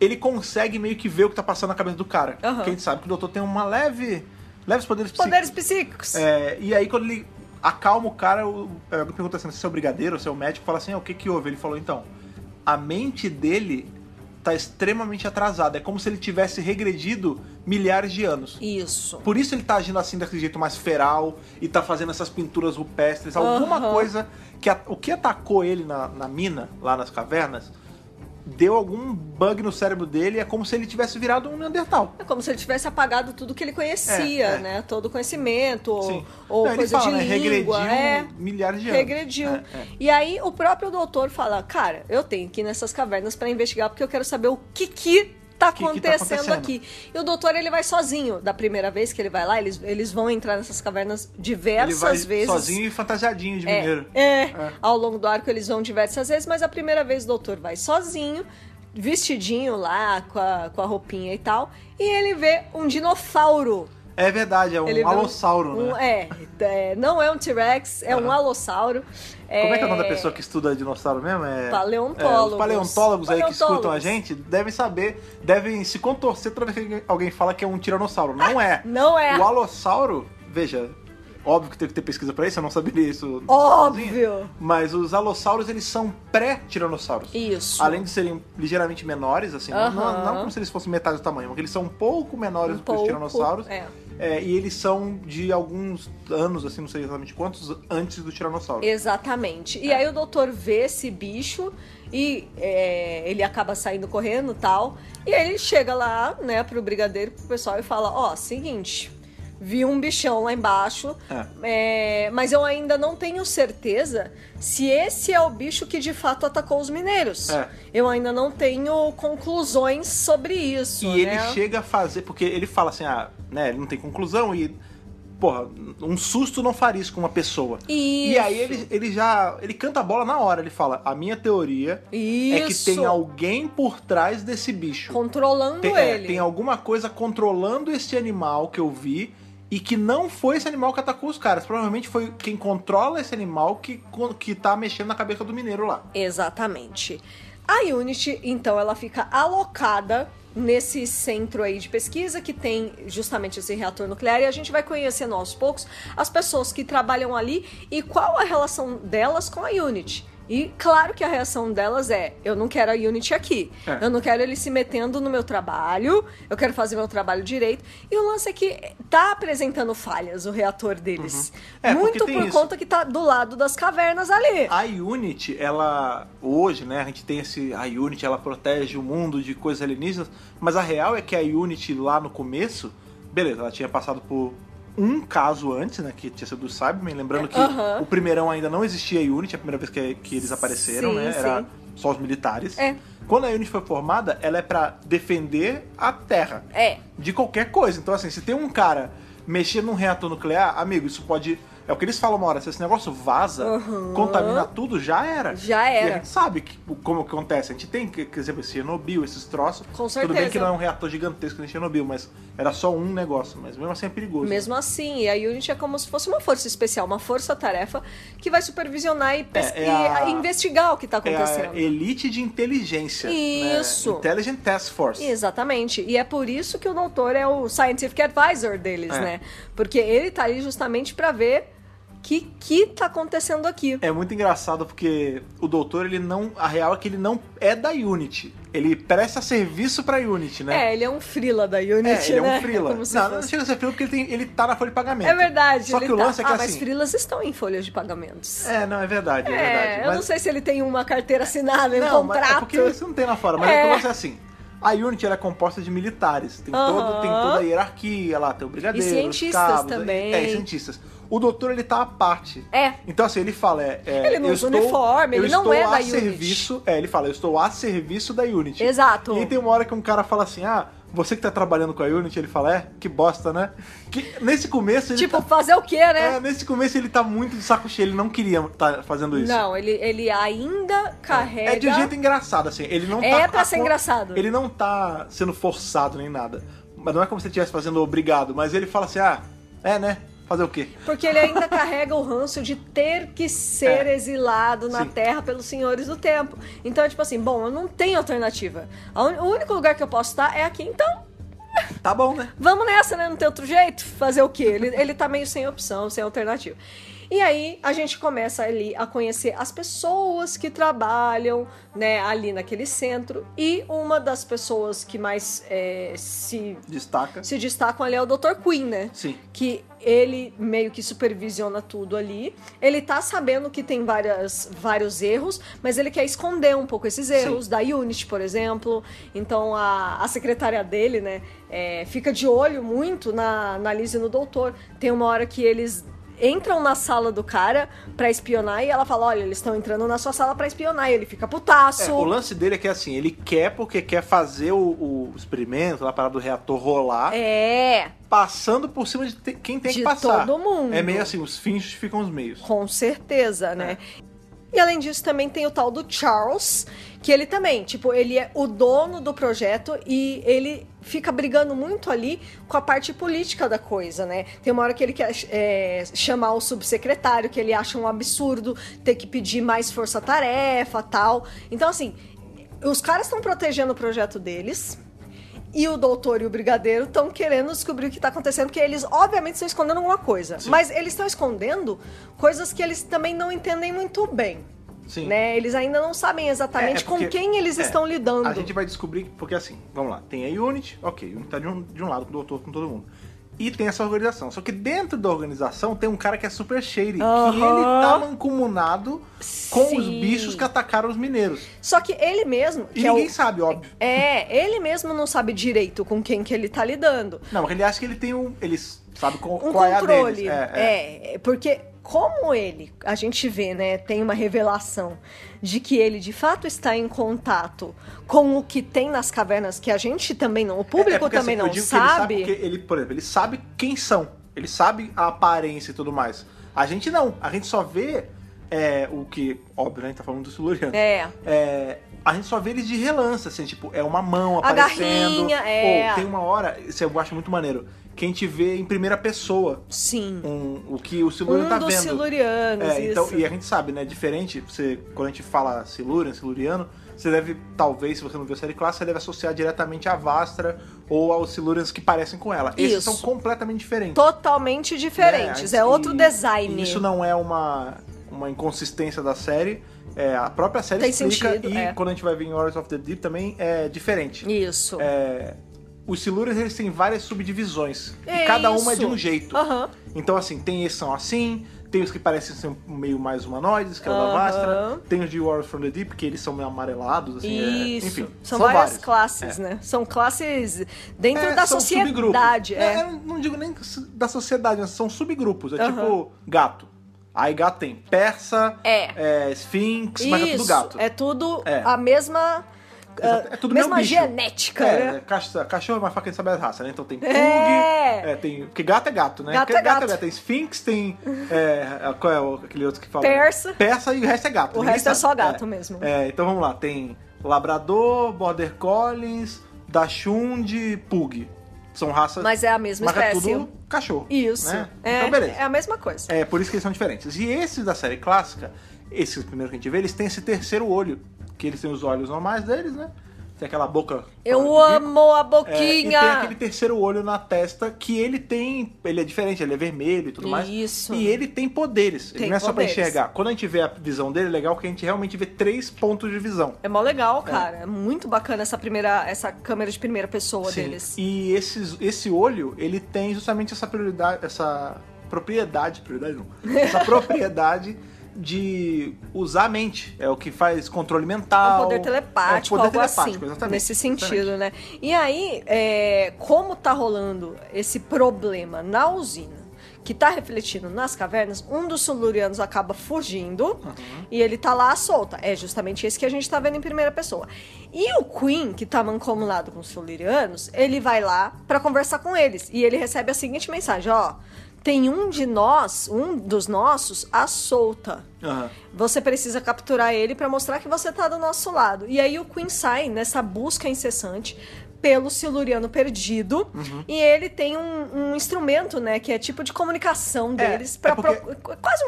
[SPEAKER 2] ele consegue meio que ver o que tá passando na cabeça do cara.
[SPEAKER 3] Aham.
[SPEAKER 2] Porque a gente sabe que o doutor tem uma leve. leves poderes psíquicos.
[SPEAKER 3] Poderes psíquicos.
[SPEAKER 2] É, e aí quando ele acalma o cara, o, é, alguém pergunta assim, se é o brigadeiro, se é o médico, fala assim, "Ah, o que que houve? Ele falou, então, a mente dele tá extremamente atrasada, é como se ele tivesse regredido milhares de anos.
[SPEAKER 3] Isso.
[SPEAKER 2] Por isso ele tá agindo assim daquele jeito mais feral e tá fazendo essas pinturas rupestres, alguma
[SPEAKER 3] Aham.
[SPEAKER 2] coisa que a- o que atacou ele na, na mina, lá nas cavernas, deu algum bug no cérebro dele, é como se ele tivesse virado um Neandertal.
[SPEAKER 3] É como se ele tivesse apagado tudo que ele conhecia,
[SPEAKER 2] É, é.
[SPEAKER 3] né? Todo o conhecimento, ou,
[SPEAKER 2] Sim.
[SPEAKER 3] ou
[SPEAKER 2] Não, ele
[SPEAKER 3] coisa
[SPEAKER 2] fala,
[SPEAKER 3] de
[SPEAKER 2] né,
[SPEAKER 3] língua.
[SPEAKER 2] regrediu
[SPEAKER 3] é.
[SPEAKER 2] milhares de anos.
[SPEAKER 3] Regrediu.
[SPEAKER 2] É, é.
[SPEAKER 3] E aí o próprio doutor fala: Cara, eu tenho que ir nessas cavernas pra investigar porque eu quero saber o que que tá
[SPEAKER 2] O que que tá acontecendo?
[SPEAKER 3] acontecendo aqui. E o doutor ele vai sozinho. Da primeira vez que ele vai lá, eles, eles vão entrar nessas cavernas
[SPEAKER 2] Ele
[SPEAKER 3] diversas
[SPEAKER 2] vai
[SPEAKER 3] vezes.
[SPEAKER 2] sozinho e fantasiadinho de
[SPEAKER 3] É,
[SPEAKER 2] mineiro.
[SPEAKER 3] é.
[SPEAKER 2] É.
[SPEAKER 3] ao longo do arco eles vão diversas vezes, mas a primeira vez o doutor vai sozinho, vestidinho lá, com a, com a roupinha e tal, e ele vê um dinossauro.
[SPEAKER 2] É verdade, é um
[SPEAKER 3] Ele vê
[SPEAKER 2] alossauro,
[SPEAKER 3] um-
[SPEAKER 2] né?
[SPEAKER 3] é, é, não é um T-Rex, é um
[SPEAKER 2] Aham.
[SPEAKER 3] alossauro.
[SPEAKER 2] Como é que é o nome da pessoa que estuda dinossauro mesmo? É, é,
[SPEAKER 3] Paleontólogos.
[SPEAKER 2] os paleontólogos aí que
[SPEAKER 3] Paleontólogos.
[SPEAKER 2] escutam a gente devem saber, devem se contorcer toda vez que alguém fala que é um tiranossauro. Não é.
[SPEAKER 3] Não é.
[SPEAKER 2] O alossauro, veja, óbvio que teve que ter pesquisa pra isso, eu não saberia isso.
[SPEAKER 3] Óbvio.
[SPEAKER 2] Mas os alossauros, eles são pré-tiranossauros.
[SPEAKER 3] Isso.
[SPEAKER 2] Além de serem ligeiramente menores, assim, não- não,
[SPEAKER 3] Aham.
[SPEAKER 2] não como se eles fossem metade do tamanho, porque eles são um pouco menores
[SPEAKER 3] Um
[SPEAKER 2] do que os
[SPEAKER 3] pouco,
[SPEAKER 2] tiranossauros.
[SPEAKER 3] é.
[SPEAKER 2] É, e eles são de alguns anos, assim, não sei exatamente quantos, antes do tiranossauro.
[SPEAKER 3] Exatamente.
[SPEAKER 2] É.
[SPEAKER 3] E aí o doutor vê esse bicho e é, ele acaba saindo correndo e tal. E aí ele chega lá, né, pro brigadeiro, pro pessoal e fala: Ó, seguinte, vi um bichão lá embaixo, é, mas eu ainda não tenho certeza se esse é o bicho que de fato atacou os mineiros.
[SPEAKER 2] É.
[SPEAKER 3] Eu ainda não tenho conclusões sobre isso.
[SPEAKER 2] E ele
[SPEAKER 3] né?
[SPEAKER 2] chega a fazer, porque ele fala assim, ah, né, ele não tem conclusão e, porra, um susto não faria isso com uma pessoa. E
[SPEAKER 3] Isso.
[SPEAKER 2] aí ele, ele já, ele canta a bola na hora, ele fala, a minha teoria é que
[SPEAKER 3] Isso.
[SPEAKER 2] tem alguém por trás desse bicho.
[SPEAKER 3] Controlando
[SPEAKER 2] Tem, é,
[SPEAKER 3] ele.
[SPEAKER 2] tem alguma coisa controlando esse animal que eu vi e que não foi esse animal que atacou os caras. Provavelmente foi quem controla esse animal que, con- que tá mexendo na cabeça do mineiro lá.
[SPEAKER 3] Exatamente. A Unity, então, ela fica alocada nesse centro aí de pesquisa que tem justamente esse reator nuclear e a gente vai conhecendo aos poucos as pessoas que trabalham ali e qual a relação delas com a Unity. E claro que a reação delas é: eu não quero a Unity aqui.
[SPEAKER 2] É.
[SPEAKER 3] Eu não quero ele se metendo no meu trabalho. Eu quero fazer meu trabalho direito. E o lance é que tá apresentando falhas o reator deles.
[SPEAKER 2] É, porque
[SPEAKER 3] Muito
[SPEAKER 2] tem
[SPEAKER 3] por
[SPEAKER 2] isso. Ah.
[SPEAKER 3] conta que tá do lado das cavernas ali.
[SPEAKER 2] A Unity, ela hoje, né, a gente tem esse a Unity, ela protege o mundo de coisas alienígenas, mas a real é que a Unity lá no começo, beleza, ela tinha passado por um caso antes, né, que tinha sido do Cyberman, lembrando que
[SPEAKER 3] Aham.
[SPEAKER 2] o primeirão ainda não existia a Unity, a primeira vez que, que eles apareceram,
[SPEAKER 3] Sim,
[SPEAKER 2] né, era
[SPEAKER 3] sim.
[SPEAKER 2] só os militares.
[SPEAKER 3] É.
[SPEAKER 2] Quando a Unity foi formada, ela é pra defender a Terra
[SPEAKER 3] É.
[SPEAKER 2] de qualquer coisa. Então, assim, se tem um cara mexendo num reator nuclear, amigo, isso pode. É o que eles falam uma hora, se esse negócio vaza,
[SPEAKER 3] Aham.
[SPEAKER 2] contamina tudo, já era.
[SPEAKER 3] Já
[SPEAKER 2] E
[SPEAKER 3] era.
[SPEAKER 2] a gente sabe que, como que acontece. A gente tem, que- por exemplo, Chernobyl, esses troços.
[SPEAKER 3] Com
[SPEAKER 2] Tudo
[SPEAKER 3] certeza.
[SPEAKER 2] bem que não é um reator gigantesco em Chernobyl, mas era só um negócio. Mas mesmo assim é perigoso.
[SPEAKER 3] Mesmo assim, e a Unity é como se fosse uma força especial, uma força-tarefa que vai supervisionar e, pes-
[SPEAKER 2] É, é a-
[SPEAKER 3] e investigar o que está
[SPEAKER 2] É a
[SPEAKER 3] acontecendo.
[SPEAKER 2] elite de inteligência. né?
[SPEAKER 3] Isso.
[SPEAKER 2] Intelligent Task Force.
[SPEAKER 3] Exatamente. E é por isso que o doutor é o scientific advisor deles,
[SPEAKER 2] É.
[SPEAKER 3] né? Porque ele tá ali justamente para ver que que tá acontecendo aqui.
[SPEAKER 2] É muito engraçado porque o doutor, ele não. A real é que ele não é da Unity. Ele presta serviço pra Unity, né?
[SPEAKER 3] É, ele é um frila da
[SPEAKER 2] É,
[SPEAKER 3] Unity,
[SPEAKER 2] ele
[SPEAKER 3] né?
[SPEAKER 2] é um frila.
[SPEAKER 3] como se
[SPEAKER 2] não, não
[SPEAKER 3] fosse.
[SPEAKER 2] chega a ser frila porque ele, tem, ele tá na folha de pagamento.
[SPEAKER 3] É verdade.
[SPEAKER 2] Só
[SPEAKER 3] ele
[SPEAKER 2] que o
[SPEAKER 3] tá-
[SPEAKER 2] lance é que
[SPEAKER 3] ah, mas
[SPEAKER 2] assim...
[SPEAKER 3] frilas estão em folhas de pagamentos.
[SPEAKER 2] É, não, é verdade, é,
[SPEAKER 3] É,
[SPEAKER 2] verdade.
[SPEAKER 3] eu
[SPEAKER 2] mas...
[SPEAKER 3] não sei se ele tem uma carteira assinada, um
[SPEAKER 2] Não, mas
[SPEAKER 3] contrato.
[SPEAKER 2] é porque isso não tem lá fora. Mas é.
[SPEAKER 3] É.
[SPEAKER 2] o lance é assim... A Unity ela é composta de militares. Tem, todo,
[SPEAKER 3] Aham.
[SPEAKER 2] tem toda a hierarquia lá. Tem o brigadeiro,
[SPEAKER 3] E cientistas
[SPEAKER 2] os cabos,
[SPEAKER 3] também.
[SPEAKER 2] É, e cientistas. O doutor, ele tá à parte.
[SPEAKER 3] É.
[SPEAKER 2] Então, assim, ele fala... É, é,
[SPEAKER 3] Ele não
[SPEAKER 2] eu
[SPEAKER 3] usa
[SPEAKER 2] estou-
[SPEAKER 3] uniforme,
[SPEAKER 2] eu
[SPEAKER 3] ele não
[SPEAKER 2] estou
[SPEAKER 3] é
[SPEAKER 2] a
[SPEAKER 3] da Unity.
[SPEAKER 2] Serviço, é, ele fala, eu estou a serviço da Unity.
[SPEAKER 3] Exato.
[SPEAKER 2] E aí tem uma hora que um cara fala assim, ah... Você que tá trabalhando com a Unity, ele fala, é, que bosta, né? Que, nesse começo ele tá,
[SPEAKER 3] Tipo, fazer o quê, né?
[SPEAKER 2] É, nesse começo ele tá muito de saco cheio, ele não queria estar fazendo isso.
[SPEAKER 3] Não, ele, ele ainda carrega.
[SPEAKER 2] É de um jeito engraçado, assim. Ele não
[SPEAKER 3] É
[SPEAKER 2] tá
[SPEAKER 3] pra ser engraçado.
[SPEAKER 2] Ele não tá sendo forçado nem nada. Mas não é como se ele estivesse fazendo obrigado, mas ele fala assim: ah, é, né? Fazer o quê?
[SPEAKER 3] Porque ele ainda carrega o ranço de ter que ser
[SPEAKER 2] É.
[SPEAKER 3] exilado na
[SPEAKER 2] Sim.
[SPEAKER 3] Terra pelos senhores do tempo. Então é tipo assim, bom, eu não tenho alternativa. A un- O único lugar que eu posso estar é aqui, então
[SPEAKER 2] Tá bom, né?
[SPEAKER 3] vamos nessa, né? Não tem outro jeito? Fazer o quê? Ele, ele tá meio sem opção, sem alternativa. E aí a gente começa ali a conhecer as pessoas que trabalham, né, ali naquele centro. E uma das pessoas que mais eh, se,
[SPEAKER 2] Destaca.
[SPEAKER 3] se destacam ali é o Dr. Queen, né?
[SPEAKER 2] Sim.
[SPEAKER 3] que ele meio que supervisiona tudo ali. Ele tá sabendo que tem várias, vários erros, mas ele quer esconder um pouco esses erros, da Unity, por exemplo. Então a, a secretária dele, né, é, fica de olho muito na, na Liz e no doutor. Tem uma hora que eles entram na sala do cara pra espionar e ela fala: olha, eles estão entrando na sua sala pra espionar. E ele fica putaço.
[SPEAKER 2] É, o lance dele é que assim, ele quer porque quer fazer o, o experimento, lá, a parada do reator rolar,
[SPEAKER 3] é,
[SPEAKER 2] passando por cima de te- quem tem
[SPEAKER 3] De
[SPEAKER 2] que passar.
[SPEAKER 3] todo mundo.
[SPEAKER 2] É meio assim, os fins ficam os meios.
[SPEAKER 3] Com certeza, né? E além disso, também tem o tal do Charles, que ele também, tipo, ele é o dono do projeto e ele fica brigando muito ali com a parte política da coisa, né? Tem uma hora que ele quer é, chamar o subsecretário, que ele acha um absurdo ter que pedir mais força-tarefa tal. Então, assim, os caras estão protegendo o projeto deles. E o doutor e o brigadeiro estão querendo descobrir o que está acontecendo, porque eles, obviamente, estão escondendo alguma coisa. Mas eles estão escondendo coisas que eles também não entendem muito bem.
[SPEAKER 2] Sim.
[SPEAKER 3] Né? Eles ainda não sabem exatamente
[SPEAKER 2] É, é porque-
[SPEAKER 3] com quem eles
[SPEAKER 2] é,
[SPEAKER 3] estão lidando.
[SPEAKER 2] A gente vai descobrir, porque assim, vamos lá, tem a Unity, ok, Unity tá de um, de um lado com o doutor, com todo mundo. E tem essa organização. Só que dentro da organização tem um cara que é super shady, que
[SPEAKER 3] Aham.
[SPEAKER 2] ele tá mancomunado com os
[SPEAKER 3] Sim.
[SPEAKER 2] bichos que atacaram os mineiros.
[SPEAKER 3] Só que ele mesmo.
[SPEAKER 2] E
[SPEAKER 3] que é o-
[SPEAKER 2] ninguém sabe, óbvio.
[SPEAKER 3] É, ele mesmo não sabe direito com quem que ele tá lidando.
[SPEAKER 2] Não, mas ele acha que ele tem um. Ele sabe qual,
[SPEAKER 3] um
[SPEAKER 2] qual é a deles.
[SPEAKER 3] controle. é. é, porque como ele, a gente vê, né, tem uma revelação de que ele de fato está em contato com o que tem nas cavernas, que a gente também não, o público
[SPEAKER 2] É porque,
[SPEAKER 3] também
[SPEAKER 2] assim, eu
[SPEAKER 3] não
[SPEAKER 2] digo que ele
[SPEAKER 3] sabe.
[SPEAKER 2] porque ele, por exemplo, ele sabe quem são. Ele sabe a aparência e tudo mais. A gente não. A gente só vê é, o que. Óbvio, né? A gente tá falando do Siluriano.
[SPEAKER 3] É.
[SPEAKER 2] É, a gente só vê eles de relance, assim, tipo, é uma mão
[SPEAKER 3] A
[SPEAKER 2] aparecendo.
[SPEAKER 3] garrinha, é.
[SPEAKER 2] Ou tem uma hora, isso eu acho muito maneiro, que a gente vê em primeira pessoa
[SPEAKER 3] Sim.
[SPEAKER 2] um- o que o Siluriano
[SPEAKER 3] Um
[SPEAKER 2] tá
[SPEAKER 3] dos
[SPEAKER 2] vendo.
[SPEAKER 3] silurianos,
[SPEAKER 2] É, então,
[SPEAKER 3] isso.
[SPEAKER 2] e a gente sabe, né? Diferente, você, quando a gente fala Silurian, Siluriano, você deve, talvez, se você não viu a série clássica, você deve associar diretamente a Vastra ou aos Silurians que parecem com ela. Esses
[SPEAKER 3] Isso.
[SPEAKER 2] são completamente diferentes.
[SPEAKER 3] Totalmente diferentes, é, outro
[SPEAKER 2] e-
[SPEAKER 3] design.
[SPEAKER 2] e Isso não é uma, uma inconsistência da série. É, a própria série
[SPEAKER 3] Tem
[SPEAKER 2] explica
[SPEAKER 3] sentido,
[SPEAKER 2] e
[SPEAKER 3] é.
[SPEAKER 2] quando a gente vai ver em Horrors of the Deep também é diferente.
[SPEAKER 3] Isso.
[SPEAKER 2] É, os Silurians eles têm várias subdivisões.
[SPEAKER 3] É
[SPEAKER 2] e cada uma é
[SPEAKER 3] isso.
[SPEAKER 2] de um jeito.
[SPEAKER 3] Aham.
[SPEAKER 2] Então, assim, tem esses que são assim, tem os que parecem ser meio mais humanoides, que é o da
[SPEAKER 3] Aham.
[SPEAKER 2] Vastra, tem os de War from the Deep, que eles são meio amarelados, assim, é-
[SPEAKER 3] Isso.
[SPEAKER 2] enfim.
[SPEAKER 3] são, várias
[SPEAKER 2] vários.
[SPEAKER 3] classes, né? São classes dentro
[SPEAKER 2] É,
[SPEAKER 3] da
[SPEAKER 2] são
[SPEAKER 3] sociedade.
[SPEAKER 2] subgrupos.
[SPEAKER 3] É.
[SPEAKER 2] É, eu não digo nem s- da sociedade, mas são subgrupos. É
[SPEAKER 3] Aham.
[SPEAKER 2] tipo gato. Aí gato tem persa,
[SPEAKER 3] É.
[SPEAKER 2] é, esfinx, mas é tudo gato.
[SPEAKER 3] é tudo
[SPEAKER 2] É.
[SPEAKER 3] a mesma.
[SPEAKER 2] Exato,
[SPEAKER 3] ah,
[SPEAKER 2] é tudo
[SPEAKER 3] mesma
[SPEAKER 2] mesmo bicho.
[SPEAKER 3] genética,
[SPEAKER 2] É,
[SPEAKER 3] né?
[SPEAKER 2] né, cachorro, cachorro é mais faca de saber a raça, né? Então tem pug,
[SPEAKER 3] É.
[SPEAKER 2] é, tem, porque gato é gato, né?
[SPEAKER 3] Gato
[SPEAKER 2] Porque
[SPEAKER 3] é gato.
[SPEAKER 2] Tem esfinx, tem... é, qual é o- aquele outro que fala?
[SPEAKER 3] Persa.
[SPEAKER 2] Persa e o resto é gato.
[SPEAKER 3] O
[SPEAKER 2] ninguém
[SPEAKER 3] resto é
[SPEAKER 2] sabe.
[SPEAKER 3] só gato mesmo.
[SPEAKER 2] É, então vamos lá. Tem Labrador, Border Collins, Dachshund, Pug. São raças...
[SPEAKER 3] Mas é a mesma
[SPEAKER 2] mas é
[SPEAKER 3] espécie.
[SPEAKER 2] tudo cachorro.
[SPEAKER 3] Isso.
[SPEAKER 2] né?
[SPEAKER 3] É,
[SPEAKER 2] Então beleza.
[SPEAKER 3] é a mesma coisa.
[SPEAKER 2] É, por isso que eles são diferentes. E esses da série clássica, esses primeiros que a gente vê, eles têm esse terceiro olho. Que eles têm os olhos normais deles, né? Tem aquela boca.
[SPEAKER 3] Eu
[SPEAKER 2] fora de bico.
[SPEAKER 3] amo a
[SPEAKER 2] É, e tem aquele
[SPEAKER 3] boquinha!
[SPEAKER 2] terceiro olho na testa que ele tem. Ele é diferente, ele é vermelho e tudo mais.
[SPEAKER 3] Isso.
[SPEAKER 2] E ele tem poderes.
[SPEAKER 3] Tem
[SPEAKER 2] ele não é só pra
[SPEAKER 3] poderes.
[SPEAKER 2] enxergar. Quando a gente vê a visão dele, é legal que a gente realmente vê três pontos de visão.
[SPEAKER 3] É mó legal, cara. É muito bacana essa primeira, essa câmera de primeira pessoa
[SPEAKER 2] Sim.
[SPEAKER 3] deles.
[SPEAKER 2] E esses, esse olho, ele tem justamente essa prioridade, essa propriedade, prioridade não, essa propriedade de usar a mente. É o que faz controle mental.
[SPEAKER 3] É um poder telepático,
[SPEAKER 2] É um poder
[SPEAKER 3] algo
[SPEAKER 2] telepático,
[SPEAKER 3] assim,
[SPEAKER 2] exatamente.
[SPEAKER 3] nesse
[SPEAKER 2] exatamente.
[SPEAKER 3] sentido, né? E aí, é, como tá rolando esse problema na usina, que tá refletindo nas cavernas, um dos silurianos acaba fugindo
[SPEAKER 2] Uhum.
[SPEAKER 3] e ele tá lá à solta. É justamente isso que a gente tá vendo em primeira pessoa. E o Queen, que tá mancomunado com os silurianos, ele vai lá pra conversar com eles e ele recebe a seguinte mensagem, ó... Tem um de nós, um dos nossos, à solta.
[SPEAKER 2] Aham.
[SPEAKER 3] Você precisa capturar ele pra mostrar que você tá do nosso lado. E aí o Queen sai nessa busca incessante pelo Siluriano perdido.
[SPEAKER 2] Uhum.
[SPEAKER 3] E ele tem um, um instrumento, né? Que é tipo de comunicação deles.
[SPEAKER 2] é
[SPEAKER 3] pra
[SPEAKER 2] porque-
[SPEAKER 3] pro- Quase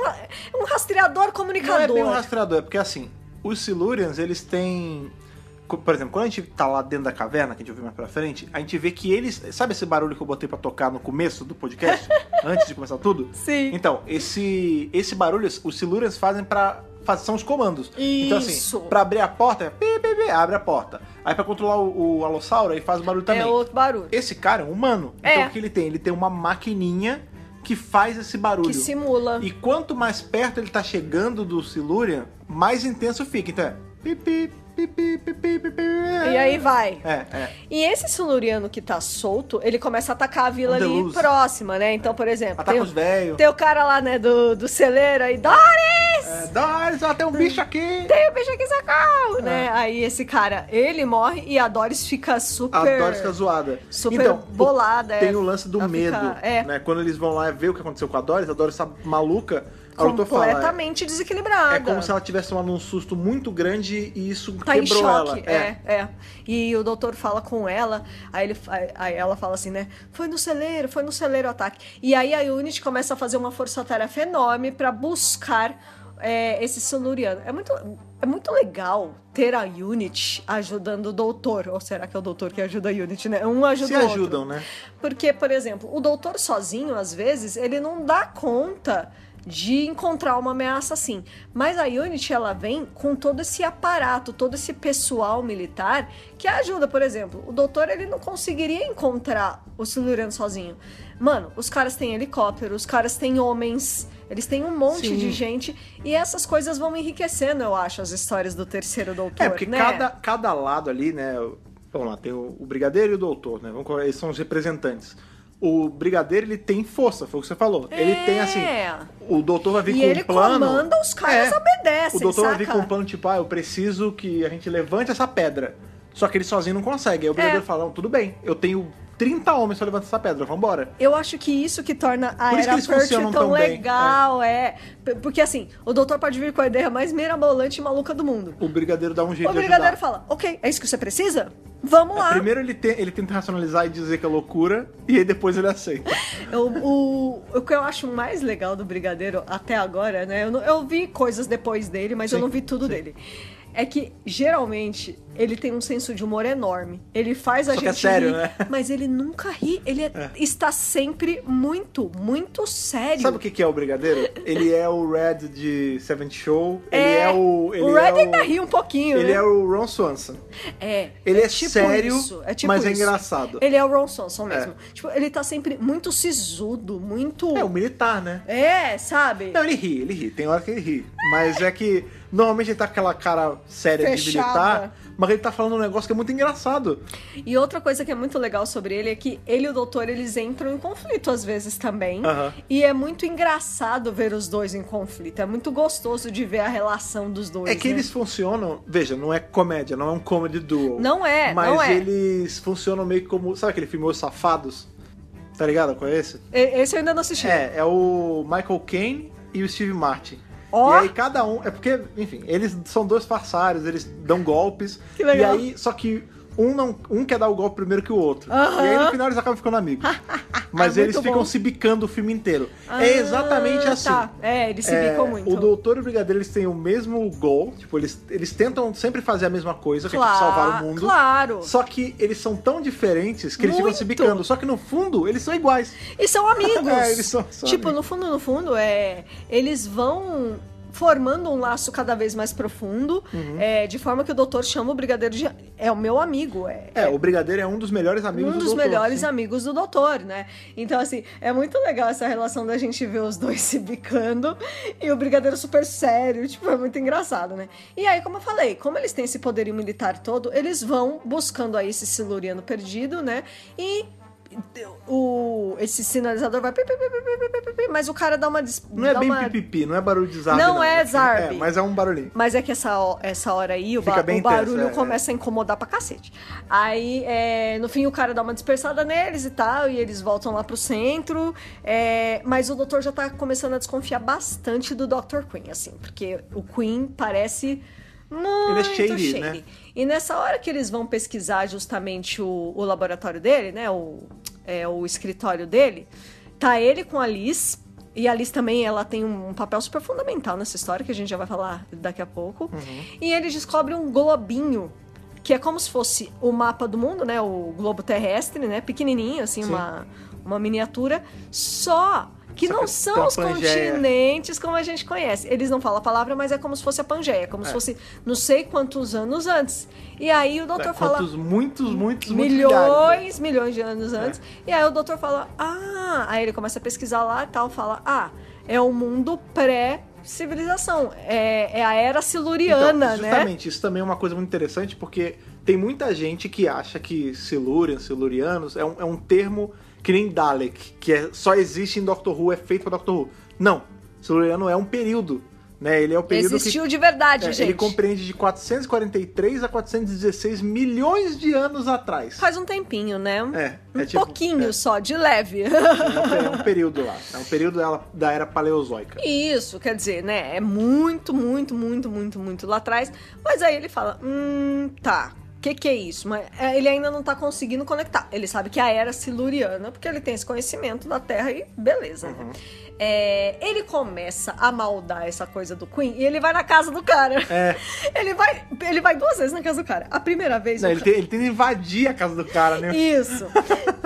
[SPEAKER 3] um, um rastreador
[SPEAKER 2] Não é
[SPEAKER 3] comunicador.
[SPEAKER 2] bem um rastreador, é porque assim, os Silurians, eles têm. co- Por exemplo, quando a gente tá lá dentro da caverna, que a gente ouviu mais pra frente, a gente vê que eles. Sabe esse barulho que eu botei pra tocar no começo do podcast? antes de começar tudo?
[SPEAKER 3] Sim.
[SPEAKER 2] Então, esse, esse barulho, os Silurians fazem pra. faz- São os comandos. Então,
[SPEAKER 3] Isso.
[SPEAKER 2] assim, pra abrir a porta, é pi, pi, pi, abre a porta. Aí pra controlar o, o Alossauro, aí faz o barulho também.
[SPEAKER 3] É outro barulho.
[SPEAKER 2] Esse cara é um humano.
[SPEAKER 3] É.
[SPEAKER 2] Então o que ele tem? Ele tem uma maquininha que faz esse um barulho.
[SPEAKER 3] Que simula.
[SPEAKER 2] E quanto mais perto ele tá chegando do Silurian, mais intenso fica. Então é. pi, pi, pi, pi, pi, pi, pi, pi.
[SPEAKER 3] E aí vai.
[SPEAKER 2] É, é.
[SPEAKER 3] E esse siluriano que tá solto, ele começa a atacar a vila
[SPEAKER 2] On the
[SPEAKER 3] ali
[SPEAKER 2] loose.
[SPEAKER 3] próxima, né? Então, por exemplo,
[SPEAKER 2] Ataca
[SPEAKER 3] tem,
[SPEAKER 2] os velhos.
[SPEAKER 3] tem o cara lá, né, do, do celeiro aí, Doris!
[SPEAKER 2] É, Doris, ó, tem um bicho aqui.
[SPEAKER 3] Tem o bicho aqui, socorro! Né? Aí esse cara, ele morre e a Doris fica
[SPEAKER 2] É. A
[SPEAKER 3] super...
[SPEAKER 2] Doris fica zoada.
[SPEAKER 3] super
[SPEAKER 2] então,
[SPEAKER 3] bolada, é.
[SPEAKER 2] Tem o lance do
[SPEAKER 3] Ela
[SPEAKER 2] medo.
[SPEAKER 3] fica- é.
[SPEAKER 2] né? Quando eles vão lá ver o que aconteceu com a Doris, a Doris tá maluca. A Luthor fala, é,
[SPEAKER 3] completamente desequilibrada.
[SPEAKER 2] É como se ela tivesse tomado um susto muito grande e isso
[SPEAKER 3] Tá em
[SPEAKER 2] quebrou
[SPEAKER 3] choque,
[SPEAKER 2] ela.
[SPEAKER 3] é. é, E o doutor fala com ela, aí, ele, fa- aí ela fala assim, né? Foi no celeiro, foi no celeiro o ataque. E aí a Unity começa a fazer uma força-tarefa enorme pra buscar é, esse siluriano. É muito, é muito legal ter a Unity ajudando o doutor. Ou será que é o doutor que ajuda a Unity, né? Um ajuda
[SPEAKER 2] Se
[SPEAKER 3] o outro.
[SPEAKER 2] ajudam, né?
[SPEAKER 3] Porque, por exemplo, o doutor sozinho, às vezes, ele não dá conta de encontrar uma ameaça assim. Mas a Unity, ela vem com todo esse aparato, todo esse pessoal militar que ajuda, por exemplo. O doutor, ele não conseguiria encontrar o Siluriano sozinho. Mano, os caras têm helicóptero, os caras têm homens, eles têm um monte
[SPEAKER 2] Sim.
[SPEAKER 3] de gente. E essas coisas vão enriquecendo, eu acho, as histórias do terceiro doutor,
[SPEAKER 2] É, porque
[SPEAKER 3] né?
[SPEAKER 2] cada, cada lado ali, né? Vamos lá, tem o, o brigadeiro e o doutor, né? Vamos, colocar- eles são os representantes. O brigadeiro, ele tem força, foi o que você falou. Ele
[SPEAKER 3] É.
[SPEAKER 2] tem, assim, o doutor vai vir
[SPEAKER 3] E
[SPEAKER 2] com
[SPEAKER 3] ele
[SPEAKER 2] um plano... É.
[SPEAKER 3] comanda, os caras obedecem,
[SPEAKER 2] O doutor vai vir
[SPEAKER 3] saca?
[SPEAKER 2] com um plano, tipo, ah, eu preciso que a gente levante essa pedra. Só que ele sozinho não consegue. Aí o
[SPEAKER 3] É.
[SPEAKER 2] brigadeiro fala, não, tudo bem, eu tenho 30 homens pra levantar essa pedra, vambora.
[SPEAKER 3] Eu acho que isso que torna a
[SPEAKER 2] Por isso que
[SPEAKER 3] Era
[SPEAKER 2] eles
[SPEAKER 3] Perth
[SPEAKER 2] funcionam
[SPEAKER 3] tão,
[SPEAKER 2] tão bem,
[SPEAKER 3] legal, é. P- Porque assim, o doutor pode vir com a ideia mais mirabolante e maluca do mundo.
[SPEAKER 2] O brigadeiro dá um jeito
[SPEAKER 3] O
[SPEAKER 2] de ajudar.
[SPEAKER 3] brigadeiro
[SPEAKER 2] É,
[SPEAKER 3] fala, ok, é isso que você precisa? Vamos lá.
[SPEAKER 2] Primeiro ele, tem, ele tenta racionalizar e dizer que é loucura, e aí depois ele aceita.
[SPEAKER 3] Eu- o, o que eu acho mais legal do Brigadeiro até agora, né? Eu, não- eu vi coisas depois dele, mas eu
[SPEAKER 2] Sim,
[SPEAKER 3] não vi tudo dele. É que, geralmente, ele tem um senso de humor enorme. Ele faz a
[SPEAKER 2] Só que
[SPEAKER 3] gente
[SPEAKER 2] é sério,
[SPEAKER 3] rir,
[SPEAKER 2] né?
[SPEAKER 3] mas ele nunca ri. Ele é- está sempre muito, muito sério.
[SPEAKER 2] Sabe o que, que é o Brigadeiro? Ele é o Red de Seventh Show. Ele é,
[SPEAKER 3] É,
[SPEAKER 2] o. Ele
[SPEAKER 3] o Red
[SPEAKER 2] é
[SPEAKER 3] ainda ri um pouquinho,
[SPEAKER 2] Ele
[SPEAKER 3] né?
[SPEAKER 2] é o Ron Swanson.
[SPEAKER 3] É.
[SPEAKER 2] Ele é
[SPEAKER 3] tipo
[SPEAKER 2] sério,
[SPEAKER 3] isso, é tipo
[SPEAKER 2] mas é
[SPEAKER 3] isso.
[SPEAKER 2] engraçado.
[SPEAKER 3] Ele é o Ron Swanson mesmo. Tipo, ele tá sempre muito sisudo, muito.
[SPEAKER 2] É o militar, né?
[SPEAKER 3] É, sabe?
[SPEAKER 2] Não, ele ri, ele ri. Tem hora que ele ri. Mas é que normalmente ele tá com aquela cara séria de
[SPEAKER 3] Fechada.
[SPEAKER 2] militar, mas ele tá falando um negócio que é muito engraçado.
[SPEAKER 3] E outra coisa que é muito legal sobre ele é que ele e o doutor eles entram em conflito às vezes também.
[SPEAKER 2] Aham.
[SPEAKER 3] E é muito engraçado ver os dois em conflito. É muito gostoso de ver a relação dos dois.
[SPEAKER 2] é que
[SPEAKER 3] né?
[SPEAKER 2] eles funcionam. Veja, não é comédia, não é um comedy duo.
[SPEAKER 3] Não é,
[SPEAKER 2] Mas
[SPEAKER 3] não é.
[SPEAKER 2] eles funcionam meio como. Sabe aquele filme Os Safados? Tá ligado? Qual é esse?
[SPEAKER 3] E- Esse eu ainda não assisti.
[SPEAKER 2] É, é o Michael Caine e o Steve Martin.
[SPEAKER 3] Ó!
[SPEAKER 2] E aí cada um. É porque, enfim, eles são dois farsários, eles dão golpes.
[SPEAKER 3] Que legal.
[SPEAKER 2] E aí, só que um, não, um quer dar o golpe primeiro que o outro.
[SPEAKER 3] Aham. Ah,
[SPEAKER 2] E aí no final eles acabam ficando amigos. Mas
[SPEAKER 3] Muito
[SPEAKER 2] eles ficam
[SPEAKER 3] bom.
[SPEAKER 2] se bicando o filme inteiro.
[SPEAKER 3] Ah,
[SPEAKER 2] é exatamente assim.
[SPEAKER 3] Tá. É, eles se
[SPEAKER 2] É,
[SPEAKER 3] bicam muito.
[SPEAKER 2] O Doutor e o Brigadeiro eles têm o mesmo gol, tipo, eles, eles tentam sempre fazer a mesma coisa, que é
[SPEAKER 3] Cla-
[SPEAKER 2] tipo, salvar o mundo.
[SPEAKER 3] Claro.
[SPEAKER 2] Só que eles são tão diferentes que eles ficam se
[SPEAKER 3] Muito.
[SPEAKER 2] bicando. Só que no fundo, eles são iguais.
[SPEAKER 3] E são amigos.
[SPEAKER 2] É, eles são- são
[SPEAKER 3] tipo,
[SPEAKER 2] amigos.
[SPEAKER 3] no fundo, no fundo, é, eles vão formando um laço cada vez mais profundo,
[SPEAKER 2] Uhum.
[SPEAKER 3] é, de forma que o doutor chama o brigadeiro de é o meu amigo, é,
[SPEAKER 2] É, o Brigadeiro é um dos melhores amigos
[SPEAKER 3] um
[SPEAKER 2] do
[SPEAKER 3] dos
[SPEAKER 2] doutor,
[SPEAKER 3] melhores
[SPEAKER 2] sim.
[SPEAKER 3] amigos do doutor, né? Então assim, é muito legal essa relação da gente ver os dois se bicando e o brigadeiro super sério, tipo, é muito engraçado, né? E aí, como eu falei, como eles têm esse poderio militar todo, eles vão buscando aí esse siluriano perdido, né? E o esse sinalizador vai pi, pi, pi, pi, pi, pi, pi, pi, mas o cara dá uma dis-
[SPEAKER 2] Não é
[SPEAKER 3] dá
[SPEAKER 2] bem
[SPEAKER 3] uma-
[SPEAKER 2] pipipi, não é barulho de zarbe.
[SPEAKER 3] Não é zarbe.
[SPEAKER 2] É, mas é um barulhinho.
[SPEAKER 3] Mas é que essa, ho- essa hora aí, o,
[SPEAKER 2] Fica
[SPEAKER 3] ba-
[SPEAKER 2] bem
[SPEAKER 3] o barulho
[SPEAKER 2] intenso, é,
[SPEAKER 3] começa a incomodar pra cacete. Aí, é, no fim, o cara dá uma dispersada neles e tal, e eles voltam lá pro centro. é, mas o doutor já tá começando a desconfiar bastante do Dr. Queen, assim, porque o Queen parece Muito
[SPEAKER 2] Ele é shady,
[SPEAKER 3] shady.
[SPEAKER 2] né?
[SPEAKER 3] E nessa hora que eles vão pesquisar justamente o, o laboratório dele, né? O, é, o escritório dele, tá ele com a Liz. E a Liz também, ela tem um papel super fundamental nessa história, que a gente já vai falar daqui a pouco.
[SPEAKER 2] Uhum.
[SPEAKER 3] E ele descobre um globinho, que é como se fosse o mapa do mundo, né? O globo terrestre, né? Pequenininho, assim,
[SPEAKER 2] Sim.
[SPEAKER 3] uma, uma miniatura. Só que
[SPEAKER 2] Só
[SPEAKER 3] não
[SPEAKER 2] que tem
[SPEAKER 3] são
[SPEAKER 2] uma
[SPEAKER 3] os
[SPEAKER 2] Pangeia.
[SPEAKER 3] continentes como a gente conhece. Eles não falam a palavra, mas é como se fosse a Pangeia, como se
[SPEAKER 2] É.
[SPEAKER 3] fosse não sei quantos anos antes. E aí o doutor
[SPEAKER 2] É,
[SPEAKER 3] fala
[SPEAKER 2] Quantos, muitos, muitos, muitos milhares, né?
[SPEAKER 3] milhões, milhões de anos antes. E aí o doutor fala, ah, aí ele começa a pesquisar lá e tal, fala, ah, é o mundo pré-civilização, é, é a era siluriana,
[SPEAKER 2] então,
[SPEAKER 3] né?
[SPEAKER 2] Justamente, isso também é uma coisa muito interessante, porque tem muita gente que acha que Silurians, Silurianos, é um, é um termo que nem Dalek, que é, só existe em Doctor Who, é feito pra Doctor Who. Não, Siluriano é um período, né? Ele é o período
[SPEAKER 3] Existiu
[SPEAKER 2] que...
[SPEAKER 3] de verdade,
[SPEAKER 2] é,
[SPEAKER 3] gente.
[SPEAKER 2] Ele compreende de 443 a 416 milhões de anos atrás.
[SPEAKER 3] Faz um tempinho, né?
[SPEAKER 2] É,
[SPEAKER 3] um
[SPEAKER 2] é tipo-
[SPEAKER 3] pouquinho
[SPEAKER 2] é.
[SPEAKER 3] só, de leve.
[SPEAKER 2] É um, é um período lá. É um período dela- da era paleozoica.
[SPEAKER 3] Isso, quer dizer, né? É muito, muito, muito, muito, muito lá atrás. Mas aí ele fala: hum, tá. O que, que é isso? Mas é, ele ainda não tá conseguindo conectar. Ele sabe que a era siluriana, porque ele tem esse conhecimento da Terra e beleza,
[SPEAKER 2] Uhum.
[SPEAKER 3] né? É, ele começa a maldar essa coisa do Queen e ele vai na casa do cara.
[SPEAKER 2] É.
[SPEAKER 3] Ele vai, ele vai duas vezes na casa do cara. A primeira vez.
[SPEAKER 2] Não,
[SPEAKER 3] o
[SPEAKER 2] ele, tem, ele tenta invadir a casa do cara, né?
[SPEAKER 3] isso.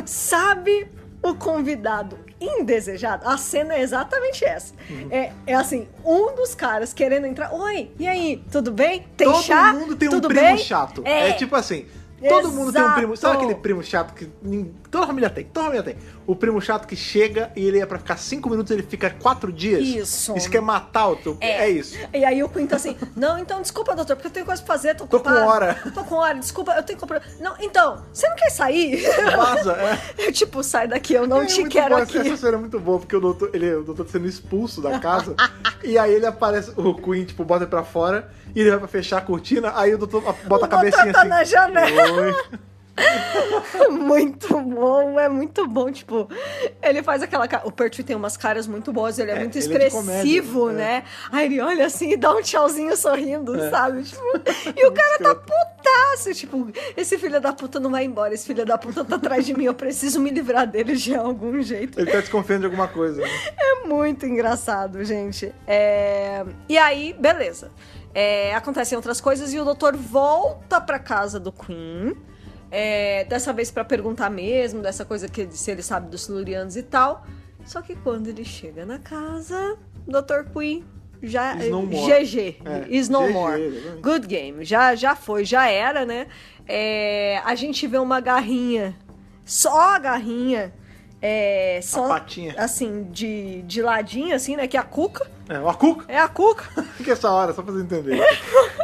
[SPEAKER 3] Sabe o convidado indesejado? A cena é exatamente essa.
[SPEAKER 2] Uhum.
[SPEAKER 3] É, é assim, um dos caras querendo entrar. Oi, e aí, tudo bem? Tem
[SPEAKER 2] todo
[SPEAKER 3] chá?
[SPEAKER 2] mundo tem um
[SPEAKER 3] tudo
[SPEAKER 2] primo
[SPEAKER 3] bem?
[SPEAKER 2] chato.
[SPEAKER 3] É.
[SPEAKER 2] É, tipo assim, todo mundo tem um primo. Sabe
[SPEAKER 3] Exato.
[SPEAKER 2] aquele primo chato que nin- toda família tem? Toda família tem. O primo chato que chega e ele é pra ficar cinco minutos, ele fica quatro dias.
[SPEAKER 3] Isso.
[SPEAKER 2] Isso quer matar o teu. É, isso.
[SPEAKER 3] E aí o Queen tá assim, não, então desculpa, doutor, porque eu tenho coisa pra fazer, tô
[SPEAKER 2] Tô
[SPEAKER 3] ocupado.
[SPEAKER 2] com hora."
[SPEAKER 3] Tô com hora, desculpa, eu tenho compro... Não, então, você não quer sair?
[SPEAKER 2] Vaza, é.
[SPEAKER 3] Eu, tipo, sai daqui, eu não
[SPEAKER 2] É
[SPEAKER 3] te
[SPEAKER 2] muito
[SPEAKER 3] quero
[SPEAKER 2] boa,
[SPEAKER 3] aqui.
[SPEAKER 2] Essa cena é muito boa, porque o doutor, ele, o doutor tá sendo expulso da casa. e aí ele aparece, o Queen, tipo, bota ele pra fora e ele vai pra fechar a cortina. Aí o doutor bota
[SPEAKER 3] O doutor
[SPEAKER 2] a cabecinha
[SPEAKER 3] tá
[SPEAKER 2] assim.
[SPEAKER 3] na janela.
[SPEAKER 2] Oi.
[SPEAKER 3] muito bom, é muito bom. Tipo, ele faz aquela. ca- O Pertwee tem umas caras muito boas, ele é,
[SPEAKER 2] É,
[SPEAKER 3] muito
[SPEAKER 2] ele é É. de
[SPEAKER 3] expressivo,
[SPEAKER 2] comédia,
[SPEAKER 3] né? Aí ele olha assim e dá um tchauzinho sorrindo, sabe? Tipo, e o cara tá
[SPEAKER 2] escroto.
[SPEAKER 3] putaço. Tipo, esse filho da puta não vai embora, esse filho da puta tá atrás de mim, eu preciso me livrar dele de algum jeito.
[SPEAKER 2] Ele tá desconfiando de alguma coisa. né?
[SPEAKER 3] É muito engraçado, gente. É, E aí, beleza. É, Acontecem outras coisas e o doutor volta pra casa do Queen. é, Dessa vez pra perguntar mesmo, dessa coisa que ele- se ele sabe dos Silurianos e tal. Só que quando ele chega na casa, Dr. Queen já.
[SPEAKER 2] Is no more.
[SPEAKER 3] GG.
[SPEAKER 2] É,
[SPEAKER 3] Is no
[SPEAKER 2] GG,
[SPEAKER 3] more.
[SPEAKER 2] exatamente.
[SPEAKER 3] Good game. Já, já foi, já era, né? É, A gente vê uma garrinha. Só a garrinha. É, só,
[SPEAKER 2] patinha.
[SPEAKER 3] assim, de, de ladinho, assim, né? Que é a cuca.
[SPEAKER 2] É, uma cuca.
[SPEAKER 3] É a cuca.
[SPEAKER 2] O que é essa hora? Só pra você entender.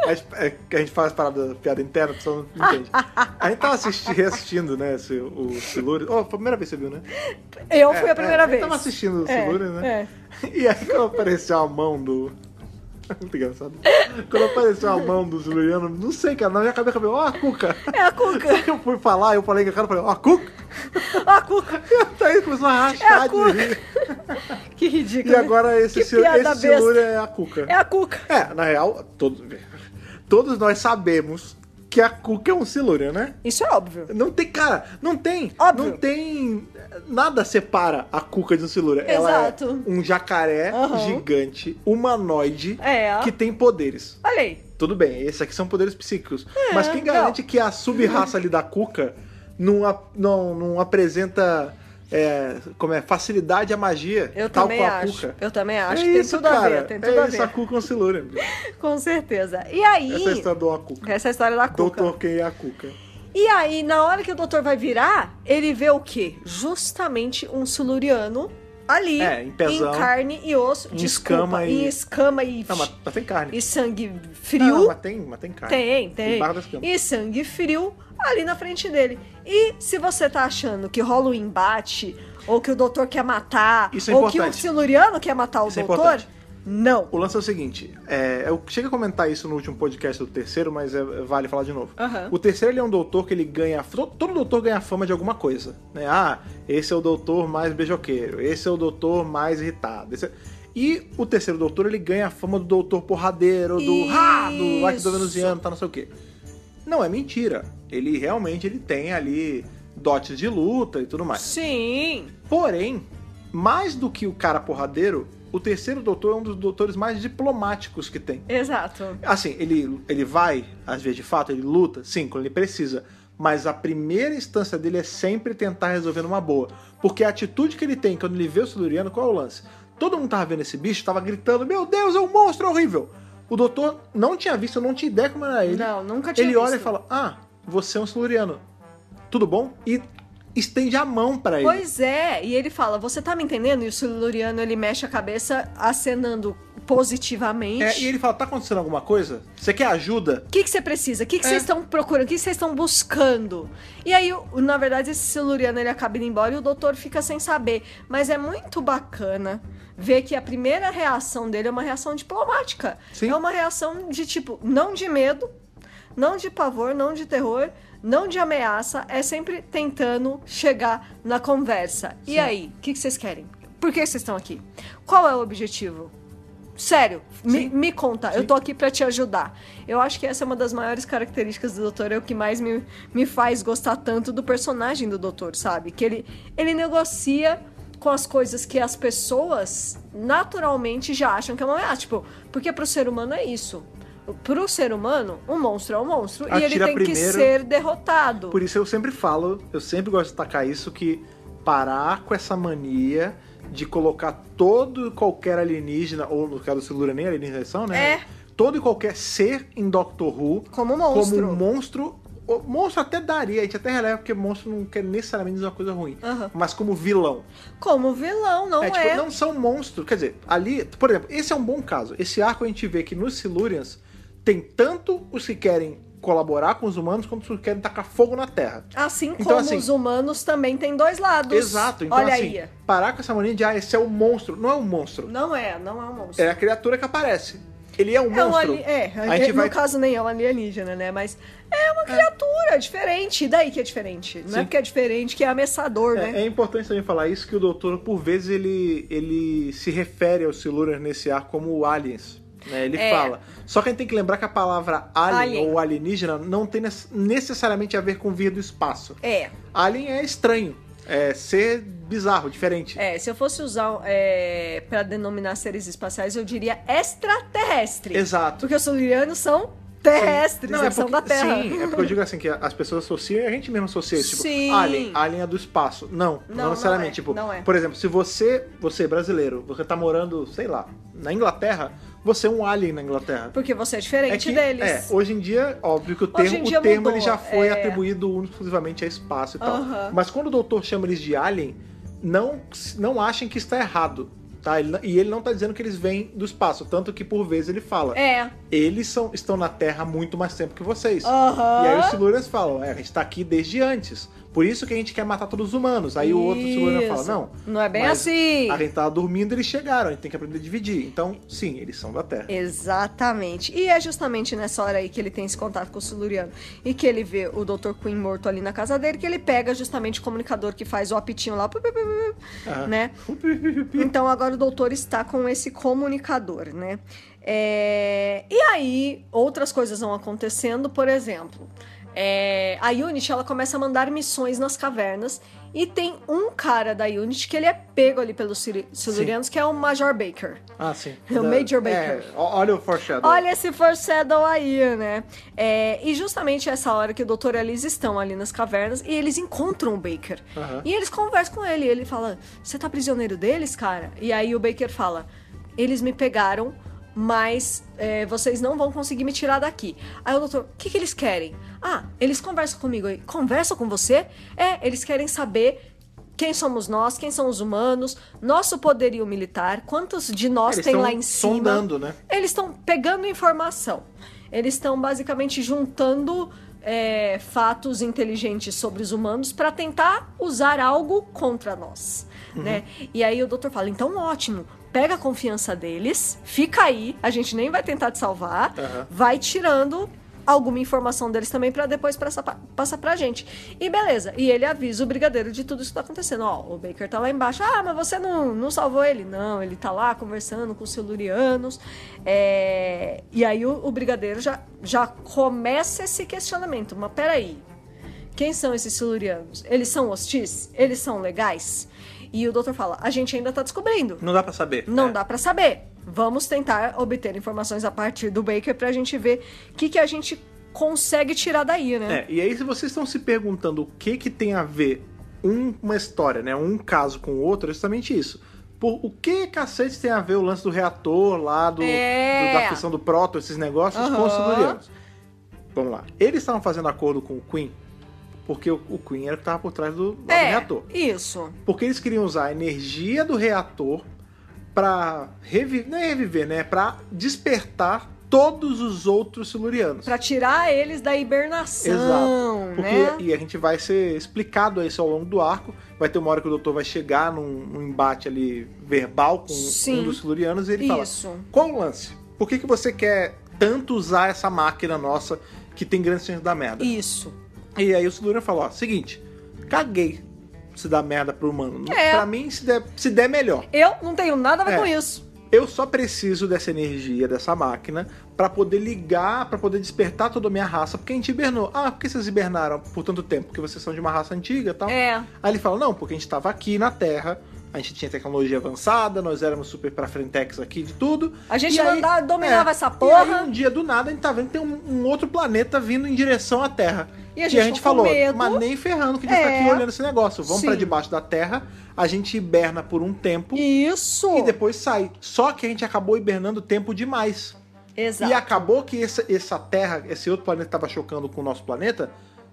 [SPEAKER 2] A gente, é que a gente faz parada, piada interna, a pessoa não entende. A gente tava assistindo, reassistindo, né, esse, o Silurian. Oh, foi a primeira vez que você viu, né?
[SPEAKER 3] Eu fui
[SPEAKER 2] É,
[SPEAKER 3] a primeira
[SPEAKER 2] é,
[SPEAKER 3] vez.
[SPEAKER 2] Eu tava assistindo o
[SPEAKER 3] É,
[SPEAKER 2] Silurian, né? E aí quando apareceu a mão do... Muito engraçado. Quando apareceu a mão do Siluriano, não sei, cara, na minha cabeça eu falei, ó, a cuca.
[SPEAKER 3] É a cuca.
[SPEAKER 2] Só que eu fui falar, eu falei com a cara, eu falei, ó, a cuca.
[SPEAKER 3] A cuca.
[SPEAKER 2] E a Thaís começou a rachar
[SPEAKER 3] É a
[SPEAKER 2] de
[SPEAKER 3] cuca.
[SPEAKER 2] rir.
[SPEAKER 3] Que ridículo. né?
[SPEAKER 2] E agora esse,
[SPEAKER 3] Que
[SPEAKER 2] Sil-
[SPEAKER 3] piada
[SPEAKER 2] esse
[SPEAKER 3] besta.
[SPEAKER 2] Silurian é a cuca.
[SPEAKER 3] É a cuca.
[SPEAKER 2] É, na real, todo- todos nós sabemos que a Cuca é um Silurian, né?
[SPEAKER 3] Isso é óbvio.
[SPEAKER 2] Não tem, cara, não tem.
[SPEAKER 3] Óbvio.
[SPEAKER 2] Não tem. Nada separa a Cuca de um Silurian. Ela é
[SPEAKER 3] Exato.
[SPEAKER 2] um jacaré
[SPEAKER 3] Aham.
[SPEAKER 2] gigante, humanoide,
[SPEAKER 3] É.
[SPEAKER 2] que tem poderes.
[SPEAKER 3] Olha aí.
[SPEAKER 2] Tudo bem, esses aqui são poderes psíquicos.
[SPEAKER 3] É,
[SPEAKER 2] mas quem garante que a sub-raça ali da Cuca não, a- não, não apresenta. é, como é? Facilidade à magia.
[SPEAKER 3] Eu
[SPEAKER 2] tal
[SPEAKER 3] também
[SPEAKER 2] com a
[SPEAKER 3] acho.
[SPEAKER 2] Cuca.
[SPEAKER 3] Eu também acho.
[SPEAKER 2] É
[SPEAKER 3] tem
[SPEAKER 2] isso,
[SPEAKER 3] tudo a
[SPEAKER 2] cara.
[SPEAKER 3] ver. Tem tudo
[SPEAKER 2] é
[SPEAKER 3] a
[SPEAKER 2] isso, a
[SPEAKER 3] ver.
[SPEAKER 2] Cuca é um Silurian. bicho.
[SPEAKER 3] Com certeza. E aí.
[SPEAKER 2] Essa é a história do Akuca.
[SPEAKER 3] Essa é a história da cuca.
[SPEAKER 2] Doutor quem é a Cuca?
[SPEAKER 3] E aí, na hora que o doutor vai virar, ele vê o quê? Justamente um siluriano ali.
[SPEAKER 2] É, em pezão.
[SPEAKER 3] carne e osso.
[SPEAKER 2] Em
[SPEAKER 3] desculpa,
[SPEAKER 2] escama e-
[SPEAKER 3] Em escama e.
[SPEAKER 2] Não, mas, mas tem carne.
[SPEAKER 3] e sangue
[SPEAKER 2] Não,
[SPEAKER 3] frio.
[SPEAKER 2] mas tem, mas tem carne.
[SPEAKER 3] Tem, tem.
[SPEAKER 2] barra das camas.
[SPEAKER 3] E sangue frio ali na frente dele. E se você tá achando que rola um embate, ou que o doutor quer matar,
[SPEAKER 2] Isso é
[SPEAKER 3] ou que o
[SPEAKER 2] importante.
[SPEAKER 3] siluriano quer matar o
[SPEAKER 2] Isso é
[SPEAKER 3] doutor,
[SPEAKER 2] importante.
[SPEAKER 3] não.
[SPEAKER 2] O lance é o seguinte, é, eu cheguei a comentar isso no último podcast do terceiro, mas é- vale falar de novo.
[SPEAKER 3] Aham.
[SPEAKER 2] O terceiro ele é um doutor que ele ganha, to- todo doutor ganha fama de alguma coisa, né? Ah, esse é o doutor mais beijoqueiro, esse é o doutor mais irritado. esse é- E o terceiro doutor, ele ganha a fama do doutor porradeiro, do ah, do arco do
[SPEAKER 3] Isso.
[SPEAKER 2] venusiano, tá não sei o quê. Não é mentira. Ele realmente ele tem ali dotes de luta e tudo mais.
[SPEAKER 3] Sim.
[SPEAKER 2] Porém, mais do que o cara porradeiro, o terceiro doutor é um dos doutores mais diplomáticos que tem.
[SPEAKER 3] Exato.
[SPEAKER 2] Assim, ele, ele vai, às vezes de fato, ele luta, sim, quando ele precisa. Mas a primeira instância dele é sempre tentar resolver numa boa. Porque a atitude que ele tem quando ele vê o Siluriano, qual é o lance? Todo mundo tava vendo esse bicho, tava gritando: Meu Deus, é um monstro horrível! O doutor não tinha visto, não tinha ideia como era ele.
[SPEAKER 3] Não, nunca tinha
[SPEAKER 2] Ele olha e
[SPEAKER 3] visto.
[SPEAKER 2] fala: Ah, você é um Siluriano. Tudo bom? E estende a mão pra ele.
[SPEAKER 3] Pois é, e ele fala, você tá me entendendo? E o Siluriano, ele mexe a cabeça acenando positivamente.
[SPEAKER 2] É, e ele fala: Tá acontecendo alguma coisa? Você quer ajuda?
[SPEAKER 3] O que que você precisa? O que que
[SPEAKER 2] É.
[SPEAKER 3] vocês estão procurando? O que que vocês estão buscando? E aí, o- na verdade, esse Siluriano ele acaba indo embora e o doutor fica sem saber. Mas é muito bacana ver que a primeira reação dele é uma reação diplomática.
[SPEAKER 2] Sim.
[SPEAKER 3] É uma reação de tipo, não de medo, não de pavor, não de terror, não de ameaça. É sempre tentando chegar na conversa. E aí, o que que vocês querem? Por que vocês estão aqui? Qual é o objetivo? Sério, me,
[SPEAKER 2] Sim.
[SPEAKER 3] me conta, eu tô aqui pra te ajudar. Eu acho que essa é uma das maiores características do Doutor, é o que mais me, me faz gostar tanto do personagem do Doutor, sabe? Que ele, ele negocia com as coisas que as pessoas naturalmente já acham que é uma ameaça. Tipo, porque pro ser humano é isso. Pro ser humano, um monstro é um monstro e ele
[SPEAKER 2] Atira
[SPEAKER 3] tem que
[SPEAKER 2] primeiro.
[SPEAKER 3] ser derrotado.
[SPEAKER 2] Por isso eu sempre falo, eu sempre gosto de destacar isso, que parar com essa mania de colocar todo e qualquer alienígena, ou no caso do Silura nem alienígenas são, né?
[SPEAKER 3] É.
[SPEAKER 2] Todo e qualquer ser em Doctor Who
[SPEAKER 3] Como monstro.
[SPEAKER 2] Como um monstro. o Monstro até daria, a gente até releva, porque monstro não quer necessariamente dizer uma coisa ruim.
[SPEAKER 3] Aham.
[SPEAKER 2] Mas como vilão.
[SPEAKER 3] Como vilão, não é?
[SPEAKER 2] é, tipo, não são monstros. Quer dizer, ali, por exemplo, esse é um bom caso. Esse arco a gente vê que nos Silurians tem tanto os que querem colaborar com os humanos quanto os que querem tacar fogo na Terra.
[SPEAKER 3] Assim
[SPEAKER 2] Então,
[SPEAKER 3] como
[SPEAKER 2] assim-
[SPEAKER 3] os humanos também tem dois lados.
[SPEAKER 2] Exato, então
[SPEAKER 3] Olha
[SPEAKER 2] assim,
[SPEAKER 3] aí.
[SPEAKER 2] parar com essa mania de ah, esse é um monstro. Não é um monstro.
[SPEAKER 3] Não é, não é um monstro.
[SPEAKER 2] É a criatura que aparece. Ele é um
[SPEAKER 3] É um
[SPEAKER 2] monstro.
[SPEAKER 3] ali- é,
[SPEAKER 2] a gente
[SPEAKER 3] no
[SPEAKER 2] vai.
[SPEAKER 3] caso nem é um alienígena, né? Mas é uma criatura diferente. E daí que é diferente. Não é
[SPEAKER 2] Sim.
[SPEAKER 3] porque é diferente que é ameaçador,
[SPEAKER 2] É,
[SPEAKER 3] né?
[SPEAKER 2] é importante também falar isso que o doutor, por vezes, ele, ele se refere aos Silurians nesse ar como aliens. Né? Ele
[SPEAKER 3] É.
[SPEAKER 2] fala. Só que a gente tem que lembrar que a palavra alien,
[SPEAKER 3] Alien.
[SPEAKER 2] ou alienígena não tem nes- necessariamente a ver com vir do espaço.
[SPEAKER 3] É.
[SPEAKER 2] Alien é estranho. É ser bizarro, diferente.
[SPEAKER 3] é, se eu fosse usar é, para denominar seres espaciais, eu diria extraterrestre.
[SPEAKER 2] Exato.
[SPEAKER 3] Porque os solirianos são terrestres,
[SPEAKER 2] Não,
[SPEAKER 3] eles são da Terra.
[SPEAKER 2] Sim, é porque eu digo assim, que as pessoas associam e a gente mesmo associa. Tipo,
[SPEAKER 3] Sim.
[SPEAKER 2] alien, alien é do espaço. Não, não,
[SPEAKER 3] Não, não
[SPEAKER 2] necessariamente.
[SPEAKER 3] é,
[SPEAKER 2] tipo,
[SPEAKER 3] não é.
[SPEAKER 2] por exemplo, se você, você brasileiro, você tá morando, sei lá, na Inglaterra, você é um alien na Inglaterra.
[SPEAKER 3] Porque você é
[SPEAKER 2] É
[SPEAKER 3] diferente
[SPEAKER 2] que, é,
[SPEAKER 3] deles.
[SPEAKER 2] hoje em dia, óbvio que o
[SPEAKER 3] Hoje em
[SPEAKER 2] termo,
[SPEAKER 3] dia
[SPEAKER 2] o termo
[SPEAKER 3] mudou,
[SPEAKER 2] ele já foi
[SPEAKER 3] é.
[SPEAKER 2] atribuído exclusivamente a espaço e tal.
[SPEAKER 3] Aham.
[SPEAKER 2] Mas quando o doutor chama eles de alien, não, não achem que está errado. Tá? Ele- e ele não tá dizendo que eles vêm do espaço, tanto que por vezes ele fala
[SPEAKER 3] É.
[SPEAKER 2] eles são- estão na Terra há muito mais tempo que vocês.
[SPEAKER 3] Aham.
[SPEAKER 2] E aí os Silurians falam, é, a gente tá aqui desde antes. Por isso que a gente quer matar todos os humanos. Aí o outro Silurian fala,
[SPEAKER 3] Isso.
[SPEAKER 2] não.
[SPEAKER 3] Não é bem
[SPEAKER 2] mas
[SPEAKER 3] assim.
[SPEAKER 2] A gente tava dormindo, eles chegaram, a gente tem que aprender a dividir. Então, sim, eles são da Terra.
[SPEAKER 3] Exatamente. E é justamente nessa hora aí que ele tem esse contato com o Siluriano e que ele vê o Dr. Queen morto ali na casa dele, que ele pega justamente o comunicador que faz o apitinho lá, pu, pu, pu, pu,
[SPEAKER 2] Aham.
[SPEAKER 3] né? Então agora o doutor está com esse comunicador, né? É, E aí, outras coisas vão acontecendo, por exemplo. é, A Unity ela começa a mandar missões nas cavernas e tem um cara da Unity que ele é pego ali pelos Siri- Silurianos, que é o Major Baker.
[SPEAKER 2] Ah, sim.
[SPEAKER 3] É o
[SPEAKER 2] Da-
[SPEAKER 3] Major
[SPEAKER 2] é,
[SPEAKER 3] Baker.
[SPEAKER 2] ó- olha o foreshadow.
[SPEAKER 3] Olha esse foreshadow aí, né? É, e justamente essa hora que o doutor e a Liz estão ali nas cavernas e eles encontram o Baker.
[SPEAKER 2] Aham.
[SPEAKER 3] E eles conversam com ele. E ele fala: Você tá prisioneiro deles, cara? E aí o Baker fala: Eles me pegaram, mas é, vocês não vão conseguir me tirar daqui. Aí o doutor: O que, que eles querem? Ah, eles conversam comigo aí. Conversam com você? É, eles querem saber. Quem somos nós? Quem são os humanos? Nosso poderio militar? Quantos de nós
[SPEAKER 2] Eles
[SPEAKER 3] tem
[SPEAKER 2] tão
[SPEAKER 3] lá em cima?
[SPEAKER 2] sondando, né?
[SPEAKER 3] Eles estão pegando informação. Eles estão basicamente juntando é, fatos inteligentes sobre os humanos para tentar usar algo contra nós, né? E aí o doutor fala: então ótimo, pega a confiança deles, fica aí, a gente nem vai tentar te salvar,
[SPEAKER 2] Aham.
[SPEAKER 3] vai tirando alguma informação deles também pra depois passar pra, passar pra gente. E beleza, e ele avisa o brigadeiro de tudo isso que tá acontecendo. Ó, o Baker tá lá embaixo. Ah, mas você não, não salvou ele. Não, ele tá lá conversando com os silurianos. É, E aí o, o brigadeiro já, já começa esse questionamento. Mas peraí, quem são esses silurianos? Eles são hostis? Eles são legais? E o doutor fala, a gente ainda tá descobrindo.
[SPEAKER 2] Não dá pra saber.
[SPEAKER 3] Não
[SPEAKER 2] É.
[SPEAKER 3] dá pra saber. Vamos tentar obter informações a partir do Baker pra gente ver o que, que a gente consegue tirar daí, né?
[SPEAKER 2] É, e aí se vocês estão se perguntando o que que tem a ver um- uma história, né, um caso com o outro, é justamente isso. Por, o que cacete tem a ver o lance do reator lá, do,
[SPEAKER 3] É.
[SPEAKER 2] do- da fissão do próton, esses negócios com os
[SPEAKER 3] Aham.
[SPEAKER 2] silurianos? Vamos lá. Eles estavam fazendo acordo com o Queen, porque o, o Queen era o que estava por trás do, lá
[SPEAKER 3] É.
[SPEAKER 2] do reator.
[SPEAKER 3] isso.
[SPEAKER 2] Porque eles queriam usar a energia do reator pra reviver, não é reviver, né, Pra despertar todos os outros silurianos.
[SPEAKER 3] Pra tirar eles da hibernação,
[SPEAKER 2] Exato. Porque,
[SPEAKER 3] né?
[SPEAKER 2] E a gente vai ser explicado isso ao longo do arco. Vai ter uma hora que o doutor vai chegar num, num embate ali verbal com
[SPEAKER 3] Sim.
[SPEAKER 2] um dos silurianos e ele fala:
[SPEAKER 3] Isso.
[SPEAKER 2] Qual o lance? Por que, que você quer tanto usar essa máquina nossa que tem grandes chances da merda?
[SPEAKER 3] Isso.
[SPEAKER 2] E aí o Silurian falou: Ó, seguinte, caguei se dá merda pro humano.
[SPEAKER 3] É.
[SPEAKER 2] Pra mim, se der, se der melhor.
[SPEAKER 3] Eu não tenho nada a ver
[SPEAKER 2] É.
[SPEAKER 3] com isso.
[SPEAKER 2] Eu só preciso dessa energia, dessa máquina, pra poder ligar, pra poder despertar toda a minha raça, porque a gente hibernou. Ah, por que vocês hibernaram por tanto tempo? Porque vocês são de uma raça antiga e tal.
[SPEAKER 3] É.
[SPEAKER 2] Aí ele fala, não, porque a gente tava aqui na Terra, a gente tinha tecnologia avançada, nós éramos super pra frentex aqui de tudo.
[SPEAKER 3] A gente
[SPEAKER 2] E aí-
[SPEAKER 3] mandava- dominava
[SPEAKER 2] é.
[SPEAKER 3] essa porra.
[SPEAKER 2] E aí, um dia do nada, a gente tá vendo que tem um, um outro planeta vindo em direção à Terra.
[SPEAKER 3] E a gente ficou com
[SPEAKER 2] falou,
[SPEAKER 3] medo.
[SPEAKER 2] mas nem ferrando que a gente
[SPEAKER 3] É.
[SPEAKER 2] tá aqui olhando esse negócio. Vamos
[SPEAKER 3] Sim.
[SPEAKER 2] pra debaixo da Terra, a gente hiberna por um tempo
[SPEAKER 3] Isso.
[SPEAKER 2] e depois sai. Só que a gente acabou hibernando tempo demais.
[SPEAKER 3] Exato.
[SPEAKER 2] E acabou que essa, essa Terra, esse outro planeta que tava chocando com o nosso planeta,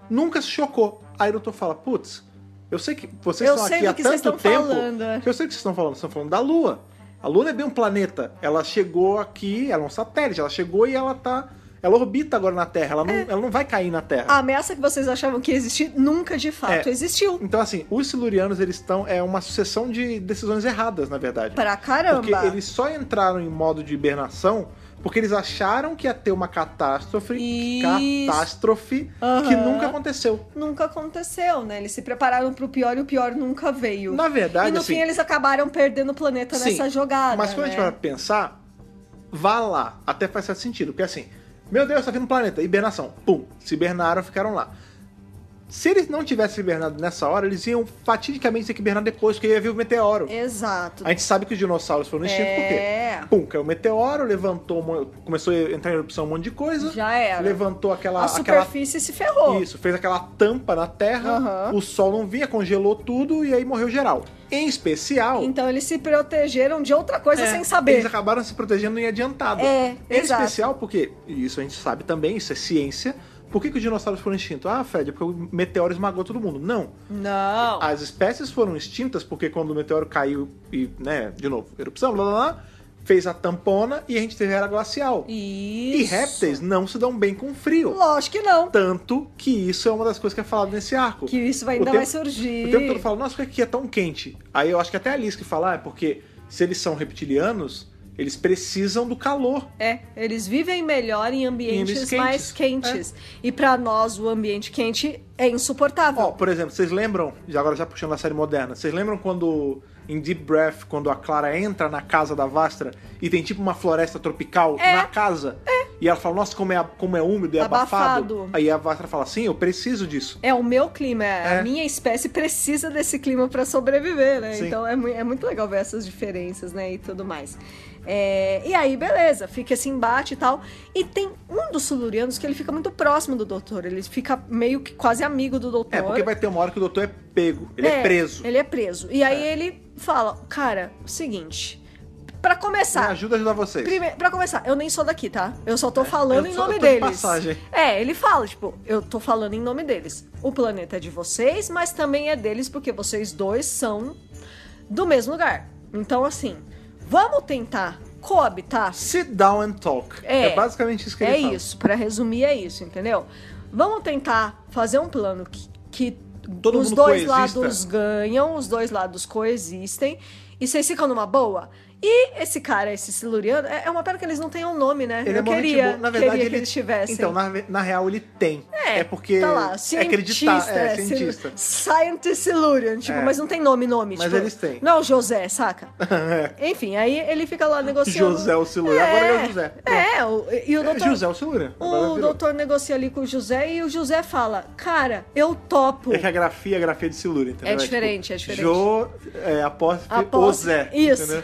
[SPEAKER 2] nunca se chocou. Aí o doutor fala, putz, eu sei que vocês
[SPEAKER 3] Eu
[SPEAKER 2] estão
[SPEAKER 3] sei
[SPEAKER 2] aqui
[SPEAKER 3] do
[SPEAKER 2] há
[SPEAKER 3] que vocês
[SPEAKER 2] tanto
[SPEAKER 3] estão
[SPEAKER 2] tempo.
[SPEAKER 3] falando, é."
[SPEAKER 2] Que eu sei o que vocês estão falando, vocês estão falando da Lua. A Lua não é bem um planeta. Ela chegou aqui, ela é um satélite, ela chegou e ela tá. Ela orbita agora na Terra, ela não,
[SPEAKER 3] É.
[SPEAKER 2] ela não vai cair na Terra.
[SPEAKER 3] A ameaça que vocês achavam que ia existir nunca de fato
[SPEAKER 2] É.
[SPEAKER 3] existiu.
[SPEAKER 2] Então, assim, os silurianos, eles estão. É uma sucessão de decisões erradas, na verdade.
[SPEAKER 3] Pra caramba.
[SPEAKER 2] Porque eles só entraram em modo de hibernação porque eles acharam que ia ter uma catástrofe,
[SPEAKER 3] Isso.
[SPEAKER 2] catástrofe
[SPEAKER 3] Aham.
[SPEAKER 2] que nunca aconteceu.
[SPEAKER 3] Nunca aconteceu, né? Eles se prepararam pro pior e o pior nunca veio.
[SPEAKER 2] Na verdade,
[SPEAKER 3] e no
[SPEAKER 2] assim,
[SPEAKER 3] fim eles acabaram perdendo o planeta
[SPEAKER 2] Sim,
[SPEAKER 3] nessa jogada.
[SPEAKER 2] mas quando a
[SPEAKER 3] né?
[SPEAKER 2] gente vai pensar, vá lá, até faz certo sentido, porque assim, meu Deus, tá vindo um planeta, hibernação, pum, se hibernaram, ficaram lá. Se eles não tivessem hibernado nessa hora, eles iam fatidicamente ter que hibernar depois, porque ia vir o meteoro.
[SPEAKER 3] Exato.
[SPEAKER 2] A gente sabe que os dinossauros foram extintos
[SPEAKER 3] É.
[SPEAKER 2] por quê? Pum, caiu um meteoro, levantou, um mon- começou a entrar em erupção um monte de coisa.
[SPEAKER 3] Já era.
[SPEAKER 2] Levantou aquela.
[SPEAKER 3] a
[SPEAKER 2] aquela
[SPEAKER 3] superfície se ferrou.
[SPEAKER 2] isso, fez aquela tampa na terra,
[SPEAKER 3] Aham.
[SPEAKER 2] o sol não vinha, congelou tudo e aí morreu geral. Em especial.
[SPEAKER 3] Então eles se protegeram de outra coisa
[SPEAKER 2] é,
[SPEAKER 3] sem saber.
[SPEAKER 2] Eles acabaram se protegendo em adiantado.
[SPEAKER 3] É,
[SPEAKER 2] Em
[SPEAKER 3] exato.
[SPEAKER 2] especial porque, e isso a gente sabe também, isso é ciência. Por que, que os dinossauros foram extintos? Ah, Fred, é porque o meteoro esmagou todo mundo. Não.
[SPEAKER 3] Não.
[SPEAKER 2] As espécies foram extintas porque quando o meteoro caiu e, né, de novo, erupção, blá blá blá, fez a tampona e a gente teve a era glacial.
[SPEAKER 3] Isso.
[SPEAKER 2] E répteis não se dão bem com frio.
[SPEAKER 3] Lógico que não.
[SPEAKER 2] Tanto que isso é uma das coisas que é falado nesse arco.
[SPEAKER 3] Que isso vai-
[SPEAKER 2] O
[SPEAKER 3] ainda
[SPEAKER 2] tempo-
[SPEAKER 3] vai surgir.
[SPEAKER 2] O tempo todo fala, nossa, por que aqui é tão quente? Aí eu acho que até a Alice que fala, ah, é porque se eles são reptilianos, eles precisam do calor.
[SPEAKER 3] É, eles vivem melhor em ambientes
[SPEAKER 2] ambientes quentes, É.
[SPEAKER 3] mais quentes. E pra nós o ambiente quente é insuportável.
[SPEAKER 2] Ó, por exemplo, vocês lembram, já agora já puxando a série moderna, vocês lembram quando em Deep Breath, quando a Clara entra na casa da Vastra e tem tipo uma floresta tropical
[SPEAKER 3] É.
[SPEAKER 2] na casa? E ela fala, nossa, como é, como é úmido e abafado.
[SPEAKER 3] Abafado.
[SPEAKER 2] Aí a Vastra fala, sim, eu preciso disso.
[SPEAKER 3] É o meu clima, é. a
[SPEAKER 2] É.
[SPEAKER 3] minha espécie precisa desse clima pra sobreviver, né?
[SPEAKER 2] Sim.
[SPEAKER 3] Então é, mui- é muito legal ver essas diferenças, né? E tudo mais. É, e aí, beleza, fica esse embate e tal. E tem um dos Silurianos que ele fica muito próximo do doutor. Ele fica meio que quase amigo do doutor.
[SPEAKER 2] É, porque vai ter uma hora que o doutor é pego, ele é, preso.
[SPEAKER 3] Ele é preso. E aí ele fala: Cara, o seguinte. Pra
[SPEAKER 2] Me
[SPEAKER 3] começar,
[SPEAKER 2] ajuda a ajudar vocês. É,
[SPEAKER 3] Primeiro, pra começar, eu nem sou daqui, tá? Eu só tô falando
[SPEAKER 2] eu
[SPEAKER 3] em
[SPEAKER 2] só-
[SPEAKER 3] nome
[SPEAKER 2] eu tô de
[SPEAKER 3] deles.
[SPEAKER 2] passagem.
[SPEAKER 3] É, ele fala, tipo, eu tô falando em nome deles. O planeta é de vocês, mas também é deles porque vocês dois são do mesmo lugar. Então, assim, vamos tentar coabitar
[SPEAKER 2] Sit down and talk.
[SPEAKER 3] É.
[SPEAKER 2] basicamente isso que
[SPEAKER 3] é
[SPEAKER 2] ele fala.
[SPEAKER 3] isso, pra resumir é isso, entendeu? Vamos tentar fazer um plano que, que
[SPEAKER 2] Todo
[SPEAKER 3] os
[SPEAKER 2] mundo
[SPEAKER 3] dois
[SPEAKER 2] coexista.
[SPEAKER 3] lados ganham, os dois lados coexistem e vocês ficam numa boa. E esse cara, esse Siluriano, é é uma pena que eles não tenham nome, né?
[SPEAKER 2] Ele
[SPEAKER 3] Eu
[SPEAKER 2] é bom, gente
[SPEAKER 3] queria,
[SPEAKER 2] boa. Na verdade,
[SPEAKER 3] queria
[SPEAKER 2] ele
[SPEAKER 3] que eles tivessem.
[SPEAKER 2] Então, na, na real, ele tem.
[SPEAKER 3] É,
[SPEAKER 2] porque
[SPEAKER 3] tá lá,
[SPEAKER 2] é acreditar,
[SPEAKER 3] cientista,
[SPEAKER 2] é,
[SPEAKER 3] sil-
[SPEAKER 2] cientista.
[SPEAKER 3] Scientist Silurian, tipo,
[SPEAKER 2] É.
[SPEAKER 3] mas não tem nome, nome.
[SPEAKER 2] Mas
[SPEAKER 3] tipo,
[SPEAKER 2] eles têm.
[SPEAKER 3] Não, é o José, saca? Enfim, aí ele fica lá negociando.
[SPEAKER 2] José o Silurian. Agora ele é o José.
[SPEAKER 3] É, o- e o doutor...
[SPEAKER 2] José é o Silurian. Agora
[SPEAKER 3] O
[SPEAKER 2] virou.
[SPEAKER 3] doutor negocia ali com o José e o José fala, cara, eu topo.
[SPEAKER 2] É que a grafia é a grafia de Silurian, entendeu?
[SPEAKER 3] É diferente, é diferente.
[SPEAKER 2] Jo, é, apóstrofe, o
[SPEAKER 3] Após-
[SPEAKER 2] Zé.
[SPEAKER 3] Isso.
[SPEAKER 2] entendeu?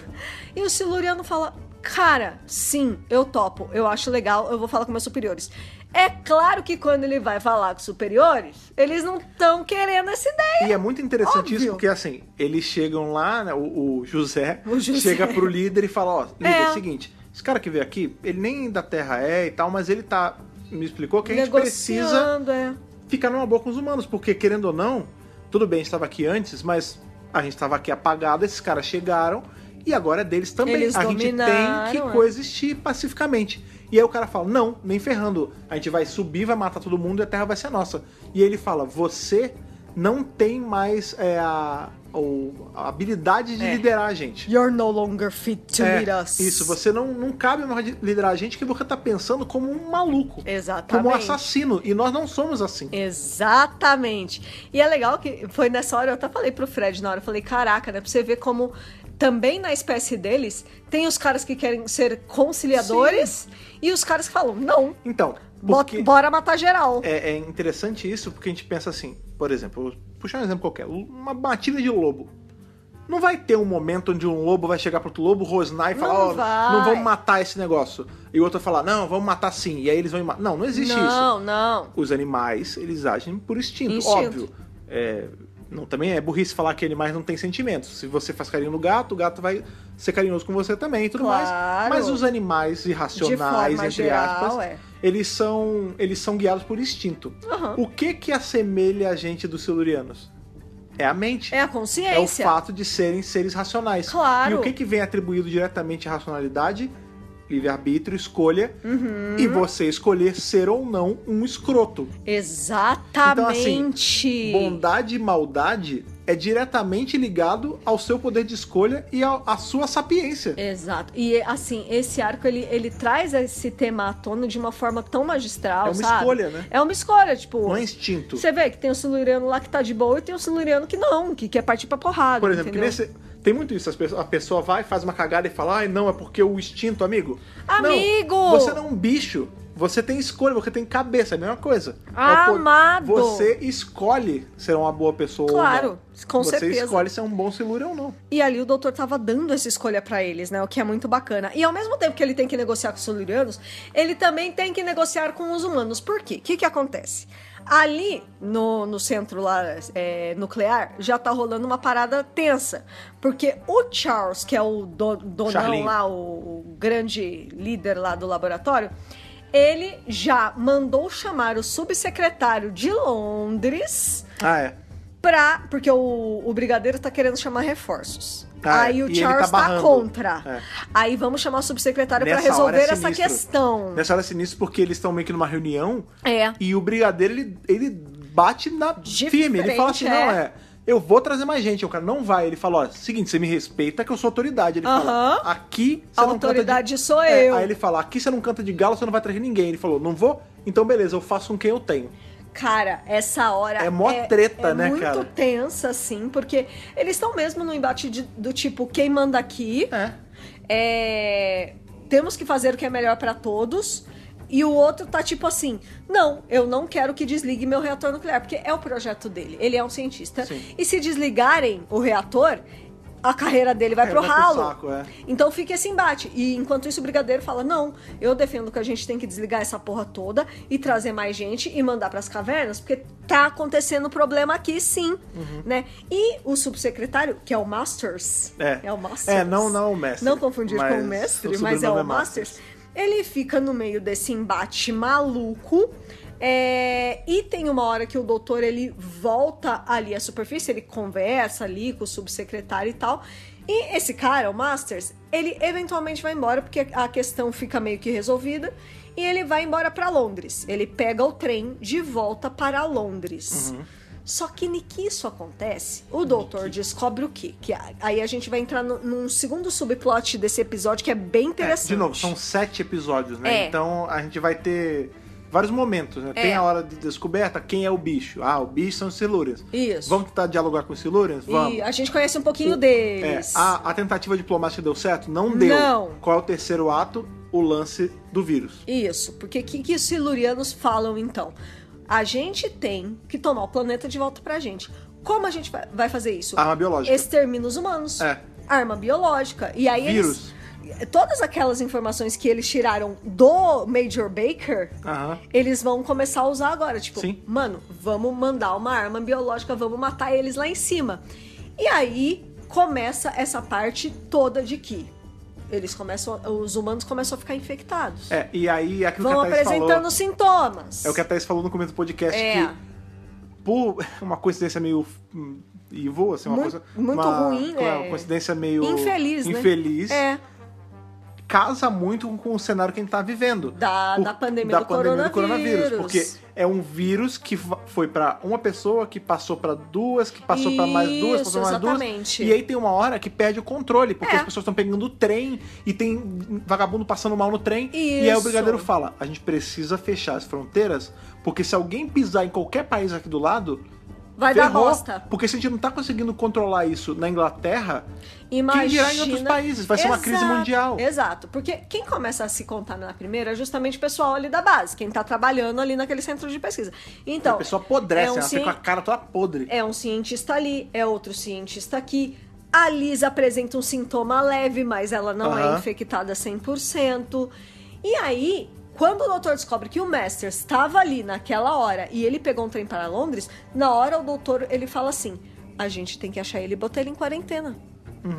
[SPEAKER 3] E o Siluriano fala: Cara, sim, eu topo, eu acho legal, eu vou falar com meus superiores. É claro que quando ele vai falar com os superiores, eles não estão querendo essa ideia.
[SPEAKER 2] E é muito interessante isso,
[SPEAKER 3] Óbvio.
[SPEAKER 2] porque assim, eles chegam lá, né, o, o José,
[SPEAKER 3] O José.
[SPEAKER 2] chega pro líder e fala, ó, líder, é.
[SPEAKER 3] É.
[SPEAKER 2] o seguinte, esse cara que veio aqui, ele nem da Terra é e tal, mas ele tá, me explicou que a gente precisa
[SPEAKER 3] Negociando, é.
[SPEAKER 2] ficar numa boa com os humanos, porque querendo ou não, tudo bem, a gente tava aqui antes, mas a gente tava aqui apagado, esses caras chegaram e agora é deles também.
[SPEAKER 3] Eles
[SPEAKER 2] a gente tem que
[SPEAKER 3] dominaram, é.
[SPEAKER 2] coexistir pacificamente. E aí o cara fala: "Não, nem ferrando. A gente vai subir, vai matar todo mundo e a terra vai ser nossa". E ele fala: "Você não tem mais é, a, o- a habilidade de
[SPEAKER 3] É.
[SPEAKER 2] liderar a gente".
[SPEAKER 3] You're no longer fit to
[SPEAKER 2] É,
[SPEAKER 3] lead us.
[SPEAKER 2] isso, você não, não cabe mais de- liderar a gente que você tá pensando como um maluco. Como um
[SPEAKER 3] Exatamente.
[SPEAKER 2] assassino. E nós não somos assim.
[SPEAKER 3] Exatamente. E é legal que foi nessa hora, eu até falei pro Fred na hora, eu falei, caraca, né? Pra você ver como também na espécie deles tem os caras que querem ser conciliadores e os caras que falam, não,
[SPEAKER 2] Então,
[SPEAKER 3] bota-
[SPEAKER 2] porque-
[SPEAKER 3] bora matar geral.
[SPEAKER 2] É, é interessante isso porque a gente pensa assim, por exemplo, vou puxar um exemplo qualquer, uma batida de lobo. Não vai ter um momento onde um lobo vai chegar pro outro lobo, rosnar e falar,
[SPEAKER 3] Não
[SPEAKER 2] ó,
[SPEAKER 3] vai.
[SPEAKER 2] não vamos matar esse negócio. E o outro vai falar, não, vamos matar sim. E aí eles vão e matam. Não, não existe isso.
[SPEAKER 3] não, não.
[SPEAKER 2] Os animais, eles agem por instinto,
[SPEAKER 3] Instinto.
[SPEAKER 2] óbvio. É, não, também é burrice falar que animais não têm sentimentos. Se você faz carinho no gato, o gato vai ser carinhoso com você também e tudo mais.
[SPEAKER 3] Claro.
[SPEAKER 2] Mas os animais
[SPEAKER 3] De
[SPEAKER 2] irracionais,
[SPEAKER 3] forma
[SPEAKER 2] entre
[SPEAKER 3] geral,
[SPEAKER 2] aspas,
[SPEAKER 3] é.
[SPEAKER 2] eles são, eles são guiados por instinto.
[SPEAKER 3] Aham.
[SPEAKER 2] O que que assemelha a gente dos silurianos? É a mente.
[SPEAKER 3] É a
[SPEAKER 2] É o
[SPEAKER 3] consciência.
[SPEAKER 2] fato de serem seres racionais.
[SPEAKER 3] Claro.
[SPEAKER 2] E o que que vem atribuído diretamente à racionalidade? Livre-arbítrio, escolha.
[SPEAKER 3] Uhum.
[SPEAKER 2] E você escolher ser ou não um escroto. Então,
[SPEAKER 3] Exatamente.
[SPEAKER 2] assim, Bondade e maldade é diretamente ligado ao seu poder de escolha e ao- à sua
[SPEAKER 3] É.
[SPEAKER 2] sapiência.
[SPEAKER 3] Exato. E assim, esse arco ele, ele traz esse tema à tona de uma forma tão magistral,
[SPEAKER 2] É uma
[SPEAKER 3] sabe?
[SPEAKER 2] escolha, né?
[SPEAKER 3] É uma escolha, tipo,
[SPEAKER 2] Não é instinto.
[SPEAKER 3] você vê que tem o siluriano lá que tá de boa e tem o siluriano que não, que quer partir pra porrada,
[SPEAKER 2] Por exemplo, que
[SPEAKER 3] entendeu?
[SPEAKER 2] nesse- tem muito isso. as pessoas- a pessoa vai, faz uma cagada e fala, ai, não, é porque o instinto, amigo. Não,
[SPEAKER 3] Amigo!
[SPEAKER 2] você não é um bicho. Você tem escolha, você tem cabeça, é a mesma coisa. É o po-
[SPEAKER 3] Amado!
[SPEAKER 2] Você escolhe ser uma boa pessoa ou não.
[SPEAKER 3] Claro, com
[SPEAKER 2] você
[SPEAKER 3] certeza.
[SPEAKER 2] escolhe ser um bom silúrio ou não.
[SPEAKER 3] E ali o doutor tava dando essa escolha pra eles, né? O que é muito bacana. E ao mesmo tempo que ele tem que negociar com os solurianos, ele também tem que negociar com os humanos. Por quê? O que, que acontece? Ali no, no centro lá é, nuclear já tá rolando uma parada tensa. Porque o Charles, que é o do, donão
[SPEAKER 2] Charlinho.
[SPEAKER 3] lá, o, o grande líder lá do laboratório, ele já mandou chamar o subsecretário de Londres
[SPEAKER 2] Ah, é.
[SPEAKER 3] pra. Porque o, o Brigadeiro tá querendo chamar reforços.
[SPEAKER 2] Ah,
[SPEAKER 3] Aí
[SPEAKER 2] e
[SPEAKER 3] o
[SPEAKER 2] ele
[SPEAKER 3] Charles
[SPEAKER 2] tá
[SPEAKER 3] tá,
[SPEAKER 2] barrando.
[SPEAKER 3] contra.
[SPEAKER 2] É.
[SPEAKER 3] Aí vamos chamar o subsecretário pra
[SPEAKER 2] Nessa hora
[SPEAKER 3] resolver
[SPEAKER 2] é
[SPEAKER 3] essa
[SPEAKER 2] sinistro.
[SPEAKER 3] questão.
[SPEAKER 2] Nessa hora é sinistro porque eles estão meio que numa reunião
[SPEAKER 3] É.
[SPEAKER 2] e o brigadeiro ele, ele bate na
[SPEAKER 3] De
[SPEAKER 2] firme. Ele
[SPEAKER 3] frente,
[SPEAKER 2] fala assim:
[SPEAKER 3] é.
[SPEAKER 2] não, é. Eu vou trazer mais gente. O cara não vai. Ele fala: ó, seguinte, você me respeita que eu sou autoridade. Ele fala:
[SPEAKER 3] Aham.
[SPEAKER 2] aqui você
[SPEAKER 3] A
[SPEAKER 2] não canta de-
[SPEAKER 3] autoridade sou
[SPEAKER 2] É,
[SPEAKER 3] eu.
[SPEAKER 2] Aí ele fala: aqui você não canta de galo, você não vai trazer ninguém. Ele falou: não vou? Então beleza, eu faço com quem eu tenho.
[SPEAKER 3] Cara, essa hora.
[SPEAKER 2] É mó treta, né,
[SPEAKER 3] muito
[SPEAKER 2] cara?
[SPEAKER 3] tensa, assim, porque eles estão mesmo no embate de- do tipo: quem manda aqui? É, temos que fazer o que é melhor pra todos. E o outro tá tipo assim: não, eu não quero que desligue meu reator nuclear, porque é o projeto dele. Ele é um cientista.
[SPEAKER 2] Sim.
[SPEAKER 3] E se desligarem o reator, a carreira dele vai
[SPEAKER 2] É,
[SPEAKER 3] pro
[SPEAKER 2] vai pro
[SPEAKER 3] ralo.
[SPEAKER 2] saco, é.
[SPEAKER 3] Então fica esse embate. E enquanto isso, o brigadeiro fala: não, eu defendo que a gente tem que desligar essa porra toda e trazer mais gente e mandar pras cavernas, porque tá acontecendo problema aqui, sim.
[SPEAKER 2] Uhum.
[SPEAKER 3] Né? E o subsecretário, que é o Masters.
[SPEAKER 2] É.
[SPEAKER 3] o Masters.
[SPEAKER 2] É, não- não o mestre,
[SPEAKER 3] Não confundir com
[SPEAKER 2] mas
[SPEAKER 3] o mestre,
[SPEAKER 2] o
[SPEAKER 3] mas é o
[SPEAKER 2] sobrenome é Masters.
[SPEAKER 3] Masters. Ele fica no meio desse embate maluco. é, e tem uma hora que o doutor ele volta ali à superfície, ele conversa ali com o subsecretário e tal. E esse cara, o Masters, ele eventualmente vai embora porque a questão fica meio que resolvida e ele vai embora para Londres. Ele pega o trem de volta para Londres.
[SPEAKER 2] Uhum.
[SPEAKER 3] Só que ni que isso acontece, o doutor descobre o quê? Que a- aí a gente vai entrar no- num segundo subplot desse episódio que é bem
[SPEAKER 2] É,
[SPEAKER 3] interessante.
[SPEAKER 2] de novo, são sete episódios, né?
[SPEAKER 3] É.
[SPEAKER 2] Então a gente vai ter vários momentos, né? Tem
[SPEAKER 3] É.
[SPEAKER 2] a hora de descoberta, quem é o bicho? Ah, o bicho são os Silurians.
[SPEAKER 3] Isso.
[SPEAKER 2] Vamos tentar dialogar com os Silurians? Vamos.
[SPEAKER 3] E a gente conhece um pouquinho deles.
[SPEAKER 2] É, a, a tentativa diplomática deu certo? Não deu.
[SPEAKER 3] Não.
[SPEAKER 2] Qual é o terceiro ato? O lance do vírus.
[SPEAKER 3] Isso, porque o que, que os silurianos falam então? A gente tem que tomar o planeta de volta pra gente. Como a gente vai- vai fazer isso?
[SPEAKER 2] Arma biológica.
[SPEAKER 3] Extermina os humanos,
[SPEAKER 2] É.
[SPEAKER 3] arma biológica. E aí
[SPEAKER 2] Vírus.
[SPEAKER 3] eles. Todas aquelas informações que eles tiraram do Major Baker,
[SPEAKER 2] Aham.
[SPEAKER 3] eles vão começar a usar agora. Tipo,
[SPEAKER 2] Sim.
[SPEAKER 3] mano, vamos mandar uma arma biológica, vamos matar eles lá em cima. E aí começa essa parte toda de que eles começam. Os humanos começam a ficar infectados
[SPEAKER 2] É, e aí aquilo
[SPEAKER 3] vão
[SPEAKER 2] que a Thaís
[SPEAKER 3] apresentando
[SPEAKER 2] falou.
[SPEAKER 3] sintomas.
[SPEAKER 2] É o que a Thaís falou no começo do podcast
[SPEAKER 3] É.
[SPEAKER 2] que por uma coincidência meio hum, e voa, assim, uma
[SPEAKER 3] Muito-
[SPEAKER 2] coisa
[SPEAKER 3] muito
[SPEAKER 2] uma,
[SPEAKER 3] ruim,
[SPEAKER 2] uma
[SPEAKER 3] é.
[SPEAKER 2] coincidência meio
[SPEAKER 3] Infeliz, né?
[SPEAKER 2] infeliz
[SPEAKER 3] É,
[SPEAKER 2] casa muito com o cenário que a gente tá vivendo.
[SPEAKER 3] Da- da pandemia do coronavírus.
[SPEAKER 2] Porque é um vírus que fa- foi pra uma pessoa, que passou pra duas, que passou pra mais duas,
[SPEAKER 3] Isso,
[SPEAKER 2] passou pra mais duas.
[SPEAKER 3] exatamente.
[SPEAKER 2] E aí tem uma hora que perde o controle, porque
[SPEAKER 3] É.
[SPEAKER 2] as pessoas estão pegando o trem e tem vagabundo passando mal no trem. E aí o
[SPEAKER 3] Isso.
[SPEAKER 2] brigadeiro fala: a gente precisa fechar as fronteiras, porque se alguém pisar em qualquer país aqui do lado.
[SPEAKER 3] vai dar
[SPEAKER 2] ferrou,
[SPEAKER 3] bosta.
[SPEAKER 2] Porque se a gente não tá conseguindo controlar isso na Inglaterra,
[SPEAKER 3] Imagina...
[SPEAKER 2] dirá em outros países? Vai ser uma crise
[SPEAKER 3] Exato,
[SPEAKER 2] mundial.
[SPEAKER 3] Exato, porque quem começa a se contar na primeira é justamente o pessoal ali da base, quem tá trabalhando ali naquele centro de pesquisa. Então,
[SPEAKER 2] a pessoa apodrece,
[SPEAKER 3] é um
[SPEAKER 2] ela
[SPEAKER 3] cien-
[SPEAKER 2] fica com a cara toda podre.
[SPEAKER 3] é um cientista ali, é outro cientista aqui. A Liz apresenta um sintoma leve, mas ela não
[SPEAKER 2] Aham.
[SPEAKER 3] é infectada 100%. E aí, quando o doutor descobre que o Masters estava ali naquela hora e ele pegou um trem para Londres, na hora o doutor ele fala assim: a gente tem que achar ele e botar ele em quarentena.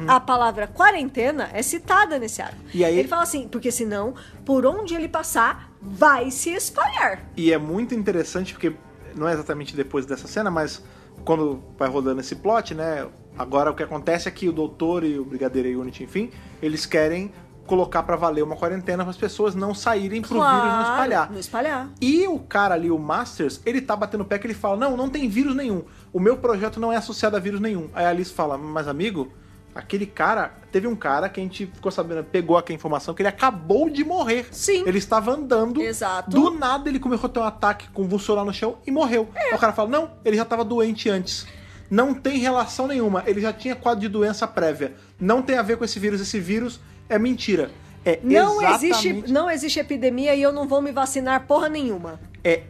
[SPEAKER 3] A palavra quarentena é citada nesse ato.
[SPEAKER 2] Uhum. E aí-
[SPEAKER 3] Ele fala assim, porque senão, por onde ele passar, vai se espalhar.
[SPEAKER 2] E é muito interessante porque não é exatamente depois dessa cena, mas quando vai rodando esse plot, né? Agora o que acontece é que o doutor e o brigadeiro e o Unity, enfim, eles querem colocar pra valer uma quarentena para as pessoas não saírem pro vírus não espalhar.
[SPEAKER 3] Não espalhar.
[SPEAKER 2] E o cara ali, o Masters, ele tá batendo o pé que ele fala: Não, não tem vírus nenhum. O meu projeto não é associado a vírus nenhum. Aí a Alice fala: Mas amigo, aquele cara, teve um cara que a gente ficou sabendo, pegou aqui a informação que ele acabou de morrer.
[SPEAKER 3] Sim.
[SPEAKER 2] Ele estava andando.
[SPEAKER 3] Exato.
[SPEAKER 2] Do nada ele começou a ter um ataque, convulsionar no chão e morreu.
[SPEAKER 3] É.
[SPEAKER 2] Aí o cara fala: Não, ele já estava doente antes. Não tem relação nenhuma. Ele já tinha quadro de doença prévia. Não tem a ver com esse vírus. Esse vírus é mentira. É
[SPEAKER 3] Não
[SPEAKER 2] exatamente...
[SPEAKER 3] existe, não existe epidemia e eu não vou me vacinar porra nenhuma.
[SPEAKER 2] É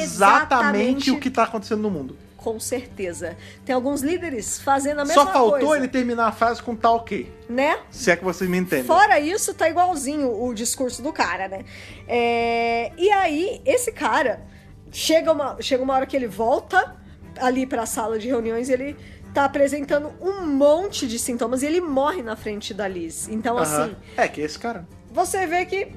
[SPEAKER 2] exatamente
[SPEAKER 3] Exatamente.
[SPEAKER 2] o que tá acontecendo no mundo.
[SPEAKER 3] Com certeza. Tem alguns líderes fazendo a mesma
[SPEAKER 2] Só
[SPEAKER 3] coisa.
[SPEAKER 2] faltou ele terminar a frase com tá ok.
[SPEAKER 3] Né?
[SPEAKER 2] Se é que vocês me entendem.
[SPEAKER 3] Fora isso, tá igualzinho o discurso do cara, né? É, E aí, esse cara, chega uma, chega uma hora que ele volta ali pra sala de reuniões, ele tá apresentando um monte de sintomas e ele morre na frente da Liz. Então,
[SPEAKER 2] Aham.
[SPEAKER 3] assim,
[SPEAKER 2] É que esse cara.
[SPEAKER 3] você vê que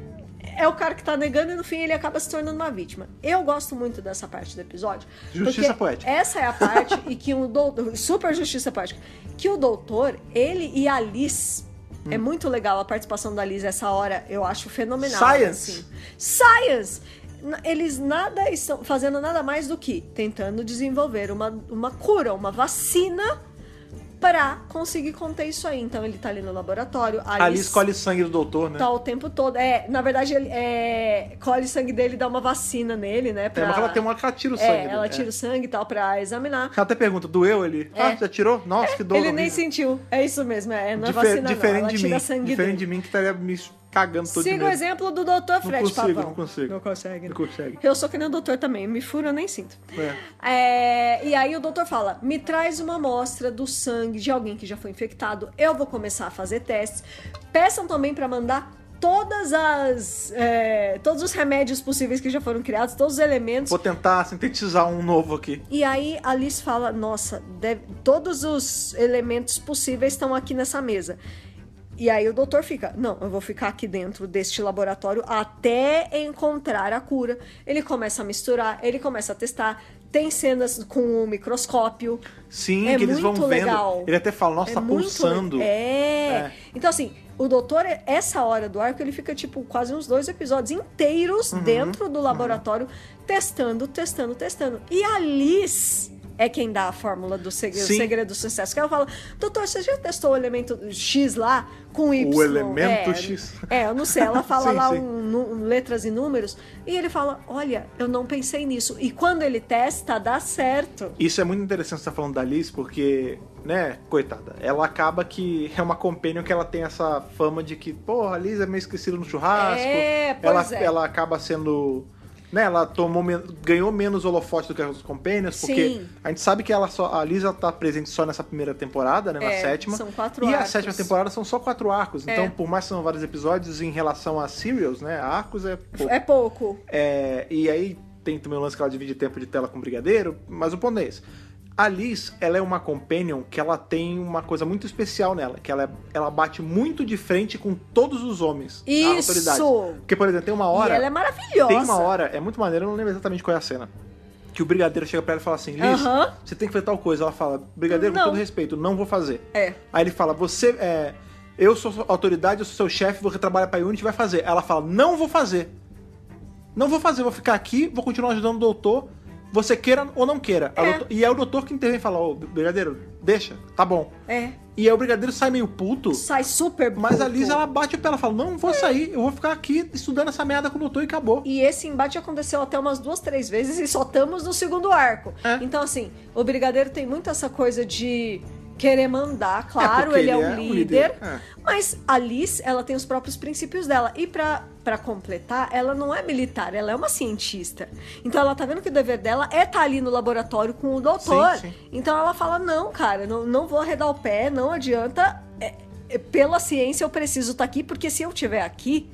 [SPEAKER 3] é o cara que tá negando e no fim ele acaba se tornando uma vítima. Eu gosto muito dessa parte do episódio.
[SPEAKER 2] Justiça
[SPEAKER 3] porque
[SPEAKER 2] poética.
[SPEAKER 3] Essa é a parte e que o doutor. Super justiça poética. Que o doutor, ele e a Liz.
[SPEAKER 2] Hum.
[SPEAKER 3] É muito legal a participação da Liz essa hora, eu acho fenomenal.
[SPEAKER 2] Science.
[SPEAKER 3] assim. Science! N- Eles nada estão fazendo nada mais do que tentando desenvolver uma, uma cura, uma vacina pra conseguir conter isso aí. Então ele tá ali no laboratório. A
[SPEAKER 2] Ali
[SPEAKER 3] Liz
[SPEAKER 2] escolhe sangue do doutor, né?
[SPEAKER 3] Tá o tempo todo. É, na verdade, ele é, colhe sangue dele, dá uma vacina nele, né?
[SPEAKER 2] É,
[SPEAKER 3] Pra...
[SPEAKER 2] mas ela tem uma que ela tira o
[SPEAKER 3] É,
[SPEAKER 2] sangue. dele,
[SPEAKER 3] ela
[SPEAKER 2] é.
[SPEAKER 3] tira o sangue e tal pra examinar.
[SPEAKER 2] Ela até pergunta, doeu ele? Ah, já tirou? Nossa, que dor.
[SPEAKER 3] ele nem
[SPEAKER 2] horrível.
[SPEAKER 3] sentiu. É isso mesmo, é. Não é
[SPEAKER 2] Difer-
[SPEAKER 3] vacina,
[SPEAKER 2] diferente
[SPEAKER 3] não. Ela
[SPEAKER 2] de
[SPEAKER 3] tira
[SPEAKER 2] mim.
[SPEAKER 3] sangue
[SPEAKER 2] diferente
[SPEAKER 3] dele.
[SPEAKER 2] de mim que estaria me cagando todo de
[SPEAKER 3] Siga o
[SPEAKER 2] medo.
[SPEAKER 3] exemplo do Dr. Fred
[SPEAKER 2] consigo,
[SPEAKER 3] Pavão.
[SPEAKER 2] não consigo.
[SPEAKER 3] Não consegue. né?
[SPEAKER 2] Não consegue.
[SPEAKER 3] Eu sou que nem o doutor também, me furo, eu nem sinto. É, e aí o doutor fala: me traz uma amostra do sangue de alguém que já foi infectado, eu vou começar a fazer testes. Peçam também pra mandar todas as. é, todos os remédios possíveis que já foram criados, todos os elementos.
[SPEAKER 2] Vou tentar sintetizar um novo aqui.
[SPEAKER 3] E aí a Liz fala: Nossa, deve- todos os elementos possíveis estão aqui nessa mesa. E aí o doutor fica: Não, eu vou ficar aqui dentro deste laboratório até encontrar a cura. Ele começa a misturar, ele começa a testar. Tem cenas com o microscópio.
[SPEAKER 2] Sim,
[SPEAKER 3] É
[SPEAKER 2] que eles vão
[SPEAKER 3] muito
[SPEAKER 2] vendo.
[SPEAKER 3] legal.
[SPEAKER 2] Ele até fala, nossa,
[SPEAKER 3] é
[SPEAKER 2] tá
[SPEAKER 3] muito-
[SPEAKER 2] pulsando.
[SPEAKER 3] É.
[SPEAKER 2] É.
[SPEAKER 3] Então, assim, o doutor, essa hora do arco, ele fica, tipo, quase uns dois episódios inteiros
[SPEAKER 2] Uhum.
[SPEAKER 3] dentro do laboratório, testando, testando, testando. E a Liz é quem dá a fórmula do segredo,
[SPEAKER 2] Sim.
[SPEAKER 3] segredo do sucesso. Que ela fala, doutor, você já testou o elemento X lá com Y?
[SPEAKER 2] O elemento
[SPEAKER 3] É,
[SPEAKER 2] X.
[SPEAKER 3] É, eu não sei. Ela fala
[SPEAKER 2] Sim,
[SPEAKER 3] lá
[SPEAKER 2] sim.
[SPEAKER 3] um nu- um letras e números. E ele fala, olha, eu não pensei nisso. E quando ele testa, dá certo.
[SPEAKER 2] Isso é muito interessante você estar falando da Liz, porque, né, coitada, ela acaba que é uma companion que ela tem essa fama de que, porra, a Liz é meio esquecida no churrasco.
[SPEAKER 3] É,
[SPEAKER 2] ela,
[SPEAKER 3] pois é.
[SPEAKER 2] ela acaba sendo. Né, ela tomou, men- ganhou menos holofote do que as companions, porque
[SPEAKER 3] Sim.
[SPEAKER 2] a gente sabe que ela só, a Liz ela tá presente só nessa primeira temporada, né, na
[SPEAKER 3] É,
[SPEAKER 2] sétima.
[SPEAKER 3] são quatro
[SPEAKER 2] e a
[SPEAKER 3] arcos.
[SPEAKER 2] sétima temporada são só quatro arcos.
[SPEAKER 3] É.
[SPEAKER 2] Então, por mais que são vários episódios, em relação a serials, né, arcos é pouco.
[SPEAKER 3] É pouco.
[SPEAKER 2] É, e aí tem também o lance que ela divide tempo de tela com o brigadeiro, mas o ponto é esse. A Liz, ela é uma companion que ela tem uma coisa muito especial nela, que ela, é- ela bate muito de frente com todos os homens. a
[SPEAKER 3] Isso!
[SPEAKER 2] autoridade. Porque, por exemplo, tem uma hora.
[SPEAKER 3] e ela é maravilhosa.
[SPEAKER 2] Tem uma hora, é muito maneiro, eu não lembro exatamente qual é a cena. Que o brigadeiro chega pra ela e fala assim: Liz,
[SPEAKER 3] Aham.
[SPEAKER 2] você tem que fazer tal coisa. Ela fala: Brigadeiro,
[SPEAKER 3] Não.
[SPEAKER 2] com todo respeito, não vou fazer.
[SPEAKER 3] É.
[SPEAKER 2] Aí ele fala: Você é. Eu sou sua autoridade, eu sou seu chefe, você trabalha pra Unity, vai fazer. Ela fala: Não vou fazer. Não vou fazer, vou ficar aqui, vou continuar ajudando o doutor, você queira ou não queira. A
[SPEAKER 3] É.
[SPEAKER 2] doutor- e é o doutor que intervém e fala: Ô, brigadeiro, deixa, tá bom.
[SPEAKER 3] É.
[SPEAKER 2] E aí o brigadeiro sai meio puto.
[SPEAKER 3] Sai super
[SPEAKER 2] Mas a
[SPEAKER 3] bruto.
[SPEAKER 2] Liz, ela bate o pé, ela fala, não vou sair, eu vou ficar aqui estudando essa merda com o doutor e acabou.
[SPEAKER 3] E esse embate aconteceu até umas duas, três vezes e só estamos no segundo arco.
[SPEAKER 2] É.
[SPEAKER 3] Então, assim, o Brigadeiro tem muito essa coisa de querer mandar, claro,
[SPEAKER 2] porque
[SPEAKER 3] ele, é
[SPEAKER 2] ele
[SPEAKER 3] um
[SPEAKER 2] é o
[SPEAKER 3] líder.
[SPEAKER 2] líder, é.
[SPEAKER 3] Mas a Liz, ela tem os próprios princípios dela. E pra, pra completar, ela não é militar, ela é uma cientista. Então ela tá vendo que o dever dela é estar ali no laboratório com o doutor.
[SPEAKER 2] Sim, sim.
[SPEAKER 3] Então ela fala: não, cara, não, não vou arredar o pé, não adianta. É, é, pela ciência eu preciso estar aqui, porque se eu estiver aqui,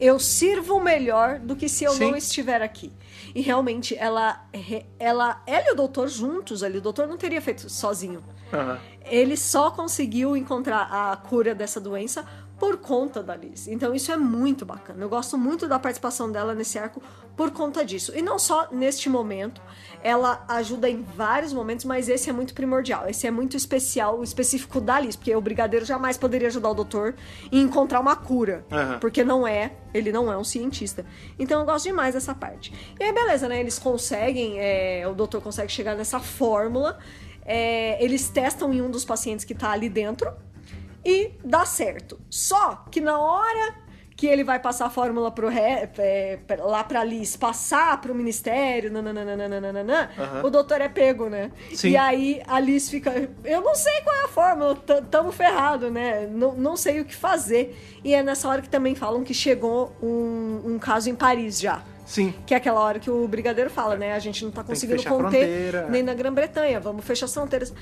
[SPEAKER 3] eu sirvo melhor do que se eu
[SPEAKER 2] Sim.
[SPEAKER 3] não estiver aqui. E realmente, ela, re- ela, ela e o doutor juntos ali, o doutor não teria feito sozinho.
[SPEAKER 2] Aham.
[SPEAKER 3] Ele só conseguiu encontrar a cura dessa doença por conta da Liz. Então isso é muito bacana. Eu gosto muito da participação dela nesse arco por conta disso. E não só neste momento, ela ajuda em vários momentos, mas esse é muito primordial. Esse é muito especial, específico da Liz, porque o brigadeiro jamais poderia ajudar o doutor em encontrar uma cura,
[SPEAKER 2] Aham.
[SPEAKER 3] porque não é, ele não é um cientista. Então eu gosto demais dessa parte. E aí beleza, né? Eles conseguem, é, o doutor consegue chegar nessa fórmula. É, eles testam em um dos pacientes que tá ali dentro e dá certo. Só que na hora que ele vai passar a fórmula pro ré, é, pra- lá pra Liz, passar pro ministério, nananana,
[SPEAKER 2] Aham.
[SPEAKER 3] o doutor é pego, né?
[SPEAKER 2] Sim.
[SPEAKER 3] E aí a Liz fica, eu não sei qual é a fórmula, t- tamo ferrado, né? Não, não sei o que fazer. E é nessa hora que também falam que chegou um, um caso em Paris já.
[SPEAKER 2] Sim.
[SPEAKER 3] Que é aquela hora que o brigadeiro fala, né? A gente não tá
[SPEAKER 2] que
[SPEAKER 3] conseguindo
[SPEAKER 2] fechar a
[SPEAKER 3] conter
[SPEAKER 2] fronteira.
[SPEAKER 3] nem na Grã-Bretanha, vamos fechar as fronteiras.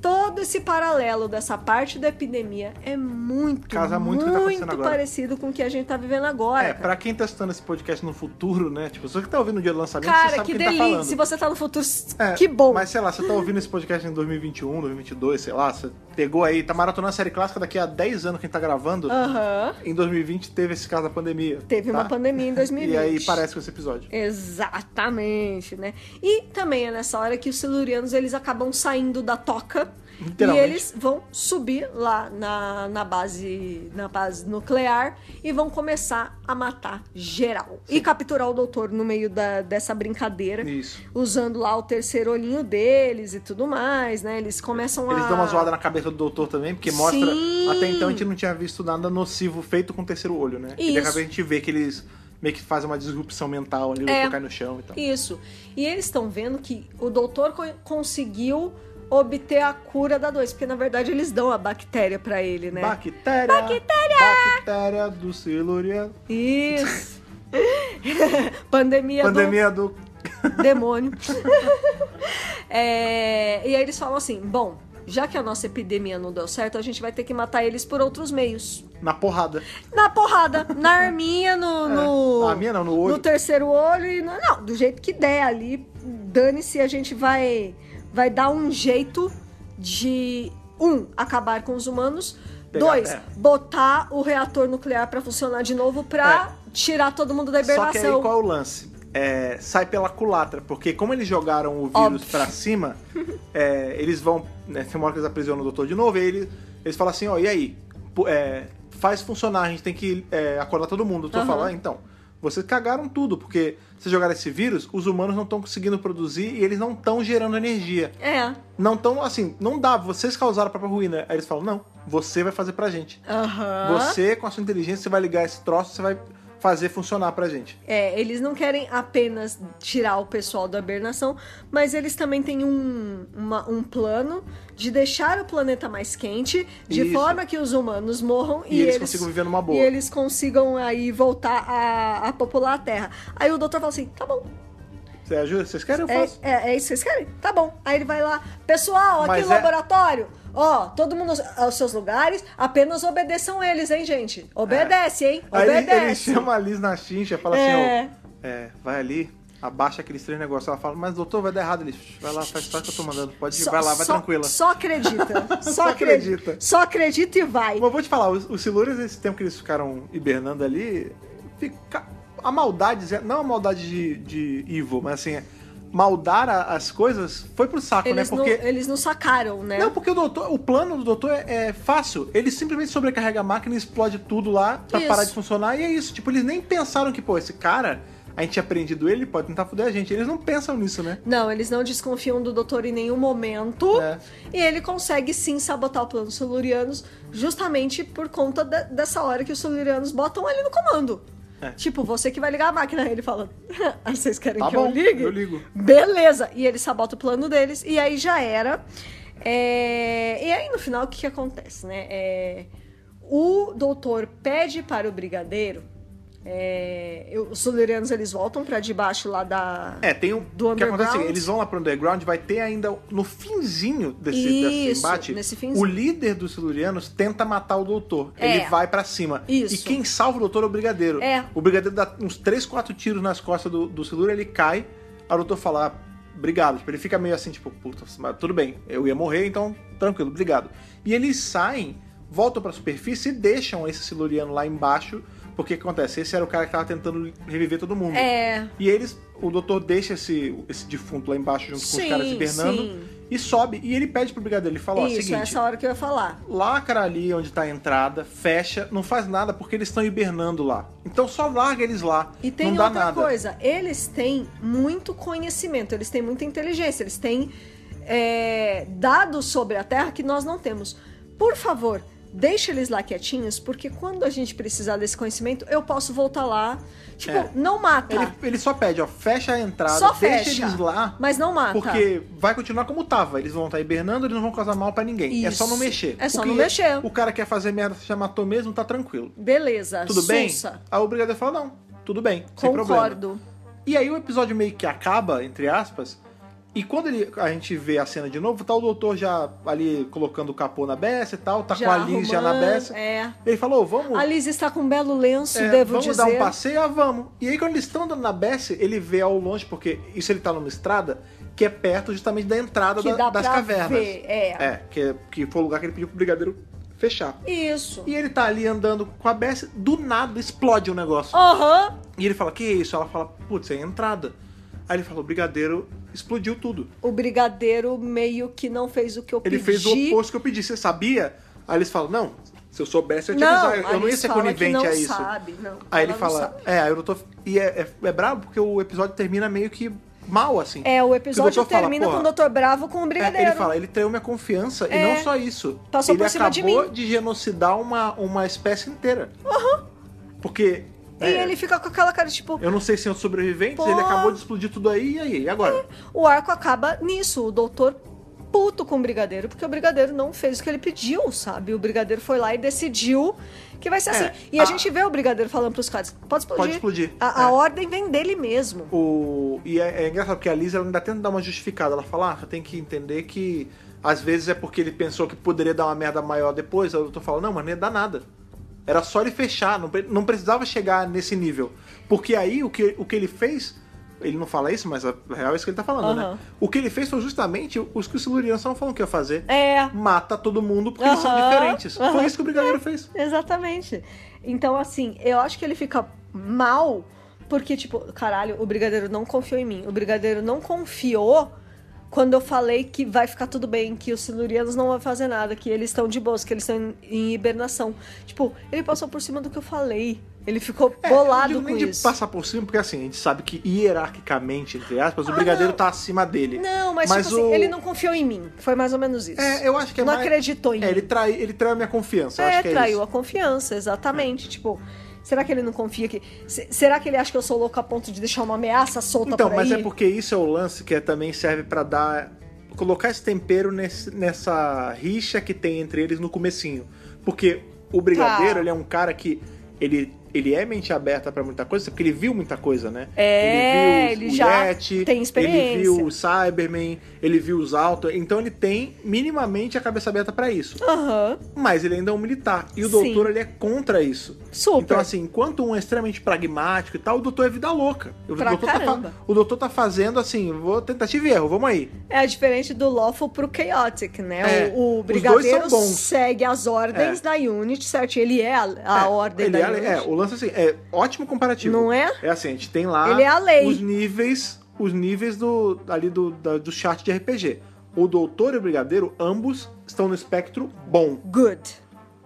[SPEAKER 3] Todo esse paralelo dessa parte da epidemia é muito,
[SPEAKER 2] Casa muito com o que tá
[SPEAKER 3] muito
[SPEAKER 2] acontecendo agora.
[SPEAKER 3] parecido com o que a gente tá vivendo agora.
[SPEAKER 2] É, pra quem tá assistindo esse podcast no futuro, né? Tipo, você que tá ouvindo no dia do lançamento, você
[SPEAKER 3] Cara,
[SPEAKER 2] sabe
[SPEAKER 3] que
[SPEAKER 2] quem tá
[SPEAKER 3] delícia!
[SPEAKER 2] falando.
[SPEAKER 3] Se você tá no futuro,
[SPEAKER 2] É,
[SPEAKER 3] que bom!
[SPEAKER 2] Mas sei lá, você tá ouvindo esse podcast em 2021, 2022, sei lá, você pegou aí, tá maratonando a série clássica daqui a 10 anos que a gente tá gravando.
[SPEAKER 3] Aham.
[SPEAKER 2] Em 2020 teve esse caso da pandemia.
[SPEAKER 3] Teve
[SPEAKER 2] tá?
[SPEAKER 3] uma pandemia em 2020.
[SPEAKER 2] E aí parece com esse episódio.
[SPEAKER 3] Exatamente, né? E também é nessa hora que os silurianos eles acabam saindo da toca e
[SPEAKER 2] Literalmente.
[SPEAKER 3] eles vão subir lá na, na base na base nuclear e vão começar a matar geral e capturar o doutor no meio da, dessa brincadeira.
[SPEAKER 2] Isso.
[SPEAKER 3] Usando lá o terceiro olhinho deles e tudo mais, né? Eles começam a.
[SPEAKER 2] Eles dão uma zoada na cabeça do doutor também, porque mostra.
[SPEAKER 3] Sim.
[SPEAKER 2] Até então a gente não tinha visto nada nocivo feito com o terceiro olho, né? E
[SPEAKER 3] Isso.
[SPEAKER 2] daqui a pouco a gente vê que eles meio que fazem uma disrupção mental ali,
[SPEAKER 3] É.
[SPEAKER 2] o cai no chão e tal.
[SPEAKER 3] Isso. E eles estão vendo que o doutor co- conseguiu obter a cura da doença, porque na verdade eles dão a bactéria pra ele, né?
[SPEAKER 2] Bactéria! Bactéria! Bactéria do Silurian.
[SPEAKER 3] Isso. Pandemia,
[SPEAKER 2] Pandemia do.
[SPEAKER 3] do demônio. É, e aí eles falam assim: bom, já que a nossa epidemia não deu certo, a gente vai ter que matar eles por outros meios.
[SPEAKER 2] Na porrada. né?
[SPEAKER 3] Na porrada, na arminha, no.
[SPEAKER 2] É.
[SPEAKER 3] no-
[SPEAKER 2] Na arminha Ah, não, no olho.
[SPEAKER 3] terceiro olho e. no- não, do jeito que der ali. Dane-se, a gente vai. Vai dar um jeito de. Um, acabar com os humanos.
[SPEAKER 2] Pegar
[SPEAKER 3] dois,
[SPEAKER 2] a terra.
[SPEAKER 3] botar o reator nuclear pra funcionar de novo pra tirar todo mundo da
[SPEAKER 2] É. Só que aí
[SPEAKER 3] hibernação.
[SPEAKER 2] qual é o lance? é, sai pela culatra, porque como eles jogaram o vírus
[SPEAKER 3] Óbvio.
[SPEAKER 2] pra cima, é, eles vão. Né, tem uma hora que eles aprisionam o doutor de novo, e ele, eles falam assim, ó, e aí? Pô, é, faz funcionar, a gente tem que é, acordar todo mundo. O doutor
[SPEAKER 3] Aham.
[SPEAKER 2] fala, "Ah, então, vocês cagaram tudo, porque se jogaram esse vírus, os humanos não estão conseguindo produzir e eles não estão gerando energia.
[SPEAKER 3] É.
[SPEAKER 2] Não estão, assim, não dá, vocês causaram a própria ruína. Aí eles falam, não, você vai fazer pra gente.
[SPEAKER 3] Aham.
[SPEAKER 2] Você, com a sua inteligência, você vai ligar esse troço, você vai fazer funcionar pra gente.
[SPEAKER 3] É, eles não querem apenas tirar o pessoal da abernação, mas eles também têm um, uma- um plano de deixar o planeta mais quente, de
[SPEAKER 2] Isso.
[SPEAKER 3] forma que os humanos morram
[SPEAKER 2] E,
[SPEAKER 3] e,
[SPEAKER 2] eles, consigam viver numa boa.
[SPEAKER 3] E eles consigam aí voltar a, a popular a Terra. Aí o doutor fala assim: tá bom,
[SPEAKER 2] Você ajuda? Vocês querem? Eu
[SPEAKER 3] é,
[SPEAKER 2] faço.
[SPEAKER 3] é, é isso que vocês querem? Tá bom. Aí ele vai lá, pessoal, aqui
[SPEAKER 2] Mas
[SPEAKER 3] no
[SPEAKER 2] é-
[SPEAKER 3] laboratório, ó, todo mundo aos- aos seus lugares, apenas obedeçam eles, hein, gente? Obedece, hein?
[SPEAKER 2] Aí ele, ele
[SPEAKER 3] Obedece.
[SPEAKER 2] chama a Liz na chincha e fala
[SPEAKER 3] É.
[SPEAKER 2] assim, ó, é, vai ali, abaixa aqueles três negócios. Ela fala, mas doutor, vai dar errado. Ele, vai lá, faz só o que eu tô mandando. Pode ir, vai lá, vai
[SPEAKER 3] só-
[SPEAKER 2] tranquila.
[SPEAKER 3] Só acredita. Só,
[SPEAKER 2] Só
[SPEAKER 3] acredita.
[SPEAKER 2] acredita.
[SPEAKER 3] Só acredita e vai.
[SPEAKER 2] Mas eu vou te falar, os, os Silures, esse tempo que eles ficaram hibernando ali, fica, a maldade, não a maldade de, de Ivo, mas assim, maldar a- as coisas foi pro saco,
[SPEAKER 3] Eles,
[SPEAKER 2] né? Porque...
[SPEAKER 3] não, eles não sacaram, né?
[SPEAKER 2] Não, porque o doutor, o plano do doutor é, é fácil. Ele simplesmente sobrecarrega a máquina, explode tudo lá pra
[SPEAKER 3] Isso.
[SPEAKER 2] parar de funcionar e é isso. Tipo, eles nem pensaram que, pô, esse cara, a gente tinha prendido ele, pode tentar foder a gente. Eles não pensam nisso, né?
[SPEAKER 3] Não, eles não desconfiam do doutor em nenhum momento.
[SPEAKER 2] É.
[SPEAKER 3] E ele consegue sim sabotar o plano dos Silurianos, justamente por conta de- dessa hora que os Silurianos botam ele no comando.
[SPEAKER 2] É.
[SPEAKER 3] Tipo, você que vai ligar a máquina. Aí ele fala: "Ah, vocês querem
[SPEAKER 2] Tá
[SPEAKER 3] que
[SPEAKER 2] bom,
[SPEAKER 3] eu ligue?
[SPEAKER 2] eu ligo.
[SPEAKER 3] Beleza! E ele sabota o plano deles, e aí já era. É, E aí no final, o que, que acontece, né? É, O doutor pede para o brigadeiro. é, eu- Os Silurianos eles voltam pra debaixo lá da.
[SPEAKER 2] É, tem um.
[SPEAKER 3] Do
[SPEAKER 2] o que acontece?
[SPEAKER 3] underground?
[SPEAKER 2] Eles vão lá pro underground, vai ter ainda no finzinho desse, desse
[SPEAKER 3] Isso,
[SPEAKER 2] embate.
[SPEAKER 3] nesse finzinho.
[SPEAKER 2] O líder dos silurianos tenta matar o doutor.
[SPEAKER 3] É.
[SPEAKER 2] Ele vai pra cima.
[SPEAKER 3] Isso.
[SPEAKER 2] E quem salva o doutor é o brigadeiro.
[SPEAKER 3] É.
[SPEAKER 2] O brigadeiro dá uns 3, 4 tiros nas costas do, do siluro, ele cai. Aí o doutor fala, "Ah, obrigado. Tipo, ele fica meio assim, tipo, puta, mas tudo bem, eu ia morrer, então tranquilo, obrigado. E eles saem, voltam pra superfície e deixam esse siluriano lá embaixo. Porque o que acontece? Esse era o cara que tava tentando reviver todo mundo.
[SPEAKER 3] É.
[SPEAKER 2] E eles, o doutor deixa esse, esse defunto lá embaixo junto com os
[SPEAKER 3] Sim,
[SPEAKER 2] caras hibernando
[SPEAKER 3] sim.
[SPEAKER 2] e sobe. E ele pede pro brigadeiro, ele fala, ó,
[SPEAKER 3] Isso, é
[SPEAKER 2] seguinte,
[SPEAKER 3] essa hora que eu ia falar.
[SPEAKER 2] lacra ali onde tá a entrada, fecha, não faz nada porque eles estão hibernando lá. Então só larga eles lá,
[SPEAKER 3] E tem
[SPEAKER 2] não dá
[SPEAKER 3] outra
[SPEAKER 2] nada.
[SPEAKER 3] coisa, eles têm muito conhecimento, eles têm muita inteligência, eles têm é, dados sobre a Terra que nós não temos. Por favor, deixa eles lá quietinhos, porque quando a gente precisar desse conhecimento, eu posso voltar lá. Tipo,
[SPEAKER 2] É.
[SPEAKER 3] não mata.
[SPEAKER 2] Ele, ele só pede, ó, fecha a entrada,
[SPEAKER 3] Só
[SPEAKER 2] deixa
[SPEAKER 3] fecha.
[SPEAKER 2] eles lá.
[SPEAKER 3] Mas ah, tá. não mata.
[SPEAKER 2] Porque vai continuar como tava. Eles vão estar hibernando, eles não vão causar mal pra ninguém. É só não
[SPEAKER 3] Isso.
[SPEAKER 2] mexer.
[SPEAKER 3] É só
[SPEAKER 2] Porque
[SPEAKER 3] não mexer.
[SPEAKER 2] O cara quer fazer merda, já matou mesmo, tá tranquilo.
[SPEAKER 3] Beleza,
[SPEAKER 2] Tudo bem?
[SPEAKER 3] sussa.
[SPEAKER 2] Aí o brigadeiro fala, não, tudo bem, sem problema.
[SPEAKER 3] Concordo.
[SPEAKER 2] E aí o episódio meio que acaba, entre aspas, e quando ele, a gente vê a cena de novo, tá o doutor já ali colocando o capô na beça e tal, tá
[SPEAKER 3] Já
[SPEAKER 2] com a Liz já na
[SPEAKER 3] arrumando,
[SPEAKER 2] beça.
[SPEAKER 3] é.
[SPEAKER 2] Ele falou, vamos,
[SPEAKER 3] A Liz está com um belo lenço,
[SPEAKER 2] é,
[SPEAKER 3] devo
[SPEAKER 2] vamos
[SPEAKER 3] dizer.
[SPEAKER 2] dar um passeio, ah, vamos. E aí quando eles estão andando na beça, ele vê ao longe, porque isso ele tá numa estrada que é perto justamente da entrada
[SPEAKER 3] Que
[SPEAKER 2] da-
[SPEAKER 3] dá
[SPEAKER 2] das
[SPEAKER 3] pra
[SPEAKER 2] cavernas.
[SPEAKER 3] ver, é.
[SPEAKER 2] que, é- que foi o lugar que ele pediu pro brigadeiro fechar.
[SPEAKER 3] Isso.
[SPEAKER 2] E ele tá ali andando com a beça, do nada explode o negócio.
[SPEAKER 3] Aham.
[SPEAKER 2] E ele fala, que isso? Ela fala, putz, é a entrada. Aí ele fala, o brigadeiro explodiu tudo.
[SPEAKER 3] o brigadeiro meio que não fez o que eu
[SPEAKER 2] Ele
[SPEAKER 3] pedi.
[SPEAKER 2] fez o oposto que eu pedi, você sabia? Aí eles falam, não, se eu soubesse eu te
[SPEAKER 3] Não,
[SPEAKER 2] avisar, eu- eu não ia
[SPEAKER 3] Alice
[SPEAKER 2] ser
[SPEAKER 3] fala que
[SPEAKER 2] conivente
[SPEAKER 3] não
[SPEAKER 2] a isso.
[SPEAKER 3] sabe, não.
[SPEAKER 2] Aí ele
[SPEAKER 3] Ela não
[SPEAKER 2] fala,
[SPEAKER 3] sabe.
[SPEAKER 2] é, aí eu não tô... E é, é, é brabo porque o episódio termina meio que mal, assim.
[SPEAKER 3] É, o
[SPEAKER 2] Porque
[SPEAKER 3] episódio
[SPEAKER 2] doutor fala,
[SPEAKER 3] termina
[SPEAKER 2] "Porra,
[SPEAKER 3] com o Dr. Bravo com o
[SPEAKER 2] é,
[SPEAKER 3] brigadeiro.
[SPEAKER 2] ele fala, ele traiu minha confiança, e
[SPEAKER 3] É.
[SPEAKER 2] não só isso.
[SPEAKER 3] Passou
[SPEAKER 2] ele
[SPEAKER 3] por cima de
[SPEAKER 2] acabou
[SPEAKER 3] mim.
[SPEAKER 2] de genocidar uma, uma espécie inteira. Aham. Porque...
[SPEAKER 3] e
[SPEAKER 2] é,
[SPEAKER 3] ele fica com aquela cara, tipo,
[SPEAKER 2] Eu não sei se é um sobrevivente,
[SPEAKER 3] Pô.
[SPEAKER 2] ele acabou de explodir tudo aí, e aí? E agora?
[SPEAKER 3] o arco acaba nisso, o doutor puto com o brigadeiro, porque o brigadeiro não fez o que ele pediu, sabe? O brigadeiro foi lá e decidiu que vai ser
[SPEAKER 2] É,
[SPEAKER 3] assim. E a,
[SPEAKER 2] a-
[SPEAKER 3] gente vê o brigadeiro falando pros caras, pode explodir.
[SPEAKER 2] Pode explodir,
[SPEAKER 3] A, a
[SPEAKER 2] é.
[SPEAKER 3] ordem vem dele mesmo.
[SPEAKER 2] O... E é, é engraçado, porque a Liz ela ainda tenta dar uma justificada. Ela fala, ah, tem que entender que às vezes é porque ele pensou que poderia dar uma merda maior depois. Aí o doutor fala, não, mas não ia dar nada. Era só ele fechar, não, pre- não precisava chegar nesse nível. Porque aí o que, o que ele fez, ele não fala isso, mas a real é isso que ele tá falando,
[SPEAKER 3] Aham.
[SPEAKER 2] né? O que ele fez foi justamente os que os Silurianos estavam falando que ia fazer.
[SPEAKER 3] É.
[SPEAKER 2] Mata todo mundo porque eles são
[SPEAKER 3] Aham,
[SPEAKER 2] diferentes.
[SPEAKER 3] aham.
[SPEAKER 2] Foi isso que o Brigadeiro fez.
[SPEAKER 3] Exatamente. Então, assim, eu acho que ele fica mal Porque, tipo, caralho, o brigadeiro não confiou em mim. O brigadeiro não confiou quando eu falei que vai ficar tudo bem, que os silurianos não vão fazer nada, que eles estão de boas, que eles estão em, em hibernação. Tipo, ele passou por cima do que eu falei. Ele ficou
[SPEAKER 2] É,
[SPEAKER 3] bolado
[SPEAKER 2] eu não digo
[SPEAKER 3] com
[SPEAKER 2] nem de
[SPEAKER 3] isso.
[SPEAKER 2] passar por cima, porque assim, a gente sabe que hierarquicamente, entre aspas, o brigadeiro tá acima dele.
[SPEAKER 3] Ah, Não, mas, tipo assim,
[SPEAKER 2] o-
[SPEAKER 3] ele não confiou em mim. Foi mais ou menos isso.
[SPEAKER 2] É, eu acho que é
[SPEAKER 3] Não
[SPEAKER 2] mais-
[SPEAKER 3] acreditou em
[SPEAKER 2] É,
[SPEAKER 3] mim.
[SPEAKER 2] ele trai, ele trai a minha confiança. eu acho que é
[SPEAKER 3] traiu
[SPEAKER 2] isso.
[SPEAKER 3] a confiança, exatamente. Tipo, será que ele não confia que. se- será que ele acha que eu sou louco a ponto de deixar uma ameaça solta
[SPEAKER 2] Então,
[SPEAKER 3] por
[SPEAKER 2] mas
[SPEAKER 3] aí?
[SPEAKER 2] é porque isso é o lance que é- também serve pra dar colocar esse tempero nesse- nessa rixa que tem entre eles no comecinho. Porque o brigadeiro,
[SPEAKER 3] Tá.
[SPEAKER 2] ele é um cara que ele ele é mente aberta pra muita coisa, porque ele viu muita coisa, né?
[SPEAKER 3] É,
[SPEAKER 2] ele viu
[SPEAKER 3] ele
[SPEAKER 2] o
[SPEAKER 3] já
[SPEAKER 2] Yeti,
[SPEAKER 3] tem experiência.
[SPEAKER 2] Ele viu o Cyberman, ele viu os Altos, então ele tem minimamente a cabeça aberta pra isso.
[SPEAKER 3] Aham,
[SPEAKER 2] Mas ele ainda é um militar e o
[SPEAKER 3] Sim.
[SPEAKER 2] doutor ele é contra isso.
[SPEAKER 3] super.
[SPEAKER 2] Então, assim, enquanto um é extremamente pragmático e tal, o doutor é vida louca. O,
[SPEAKER 3] Pra
[SPEAKER 2] doutor, tá,
[SPEAKER 3] caramba.
[SPEAKER 2] fa- o doutor tá fazendo assim, vou tentativa e erro, vamos aí.
[SPEAKER 3] É diferente do Lawful pro Chaotic, né?
[SPEAKER 2] É,
[SPEAKER 3] O, o
[SPEAKER 2] os dois
[SPEAKER 3] Brigadeiro
[SPEAKER 2] são bons.
[SPEAKER 3] segue as ordens
[SPEAKER 2] É.
[SPEAKER 3] da Unity, certo? Ele é a, a
[SPEAKER 2] É,
[SPEAKER 3] ordem
[SPEAKER 2] ele
[SPEAKER 3] da
[SPEAKER 2] é,
[SPEAKER 3] Unity.
[SPEAKER 2] é, o lance assim, é ótimo comparativo.
[SPEAKER 3] Não é?
[SPEAKER 2] É assim, a gente tem lá
[SPEAKER 3] Ele é a lei.
[SPEAKER 2] os níveis, os níveis do ali do, da- do chat de RPG. O doutor e o brigadeiro, ambos estão no espectro bom.
[SPEAKER 3] Good.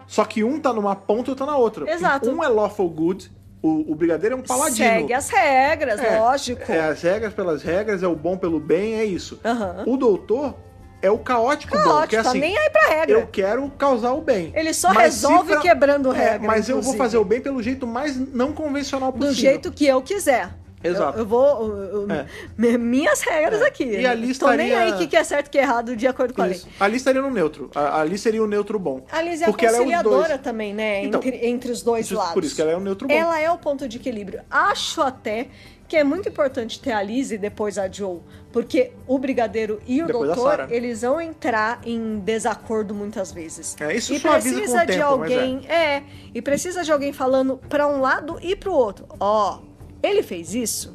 [SPEAKER 2] Só que um tá numa ponta e outro tá na outra.
[SPEAKER 3] Exato.
[SPEAKER 2] Um é lawful good, o, o brigadeiro é um paladino.
[SPEAKER 3] Segue as regras,
[SPEAKER 2] É,
[SPEAKER 3] lógico.
[SPEAKER 2] É as regras pelas regras, é o bom pelo bem, é isso.
[SPEAKER 3] Aham.
[SPEAKER 2] O doutor é o caótico, bom,
[SPEAKER 3] Caótico,
[SPEAKER 2] que é
[SPEAKER 3] tá
[SPEAKER 2] assim,
[SPEAKER 3] nem aí pra regra.
[SPEAKER 2] eu quero causar o bem.
[SPEAKER 3] Ele só
[SPEAKER 2] Mas se
[SPEAKER 3] resolve quebrando
[SPEAKER 2] É,
[SPEAKER 3] regra,
[SPEAKER 2] mas eu vou
[SPEAKER 3] inclusive.
[SPEAKER 2] fazer o bem pelo jeito mais não convencional possível.
[SPEAKER 3] Do jeito que eu quiser.
[SPEAKER 2] Exato.
[SPEAKER 3] Eu, eu vou. eu- eu-
[SPEAKER 2] É.
[SPEAKER 3] mi- Minhas regras
[SPEAKER 2] É.
[SPEAKER 3] aqui.
[SPEAKER 2] E ali
[SPEAKER 3] Tô nem
[SPEAKER 2] estaria-
[SPEAKER 3] aí o que que é certo e o que é errado de acordo com a lei.
[SPEAKER 2] Isso. Ali estaria no neutro. A- Ali seria o neutro bom.
[SPEAKER 3] A Liz é
[SPEAKER 2] Porque ela é os
[SPEAKER 3] conciliadora
[SPEAKER 2] dois.
[SPEAKER 3] também, né?
[SPEAKER 2] Então,
[SPEAKER 3] entre, entre os dois
[SPEAKER 2] Justo
[SPEAKER 3] lados.
[SPEAKER 2] Por isso que ela é o neutro bom.
[SPEAKER 3] Ela é o ponto de equilíbrio. Acho até que é muito importante ter a Liz e depois a Joe, porque o Brigadeiro e o
[SPEAKER 2] Depois a
[SPEAKER 3] Doutor,
[SPEAKER 2] Sarah.
[SPEAKER 3] eles vão entrar em desacordo muitas vezes.
[SPEAKER 2] É, isso
[SPEAKER 3] e
[SPEAKER 2] suaviza com o
[SPEAKER 3] precisa de
[SPEAKER 2] tempo, mas é.
[SPEAKER 3] alguém, é. e precisa de alguém falando pra um lado e pro outro. Ó, ele fez isso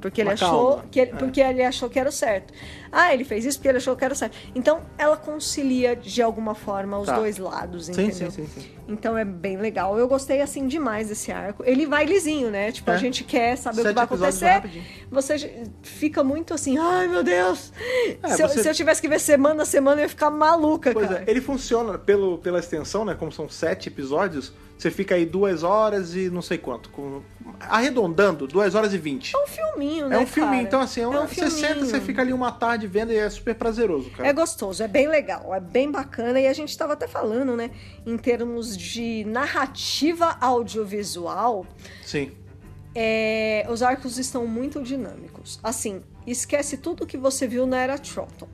[SPEAKER 3] porque ele
[SPEAKER 2] Mas
[SPEAKER 3] achou
[SPEAKER 2] calma.
[SPEAKER 3] que ele,
[SPEAKER 2] É.
[SPEAKER 3] porque ele achou que era o certo. Ah, ele fez isso porque ele achou que era o certo. Então, ela concilia de alguma forma os
[SPEAKER 2] Tá.
[SPEAKER 3] dois lados,
[SPEAKER 2] Sim, sim,
[SPEAKER 3] entendeu?
[SPEAKER 2] sim, sim.
[SPEAKER 3] Então é bem legal. Eu gostei assim demais desse arco. Ele vai lisinho, né? Tipo, a
[SPEAKER 2] É.
[SPEAKER 3] gente quer saber o que
[SPEAKER 2] Sete
[SPEAKER 3] vai
[SPEAKER 2] episódios
[SPEAKER 3] acontecer.
[SPEAKER 2] rapidinho.
[SPEAKER 3] Você j- fica muito assim, ai meu Deus!
[SPEAKER 2] É,
[SPEAKER 3] se, eu,
[SPEAKER 2] você-
[SPEAKER 3] se eu tivesse que ver semana a semana, eu ia ficar maluca,
[SPEAKER 2] Pois
[SPEAKER 3] cara.
[SPEAKER 2] é, ele funciona pelo, pela extensão, né? Como são sete episódios, você fica aí duas horas e não sei quanto. com- arredondando, duas horas e vinte.
[SPEAKER 3] É um filminho, né?
[SPEAKER 2] É um filminho,
[SPEAKER 3] cara?
[SPEAKER 2] então assim, é um,
[SPEAKER 3] É um
[SPEAKER 2] você senta,
[SPEAKER 3] filminho.
[SPEAKER 2] você fica ali uma tarde vendo e é super prazeroso, cara.
[SPEAKER 3] É gostoso, é bem legal, é bem bacana. E a gente estava até falando, né? Em termos de narrativa audiovisual,
[SPEAKER 2] Sim.
[SPEAKER 3] é, os arcos estão muito dinâmicos. Assim, esquece tudo que você viu na era Troughton.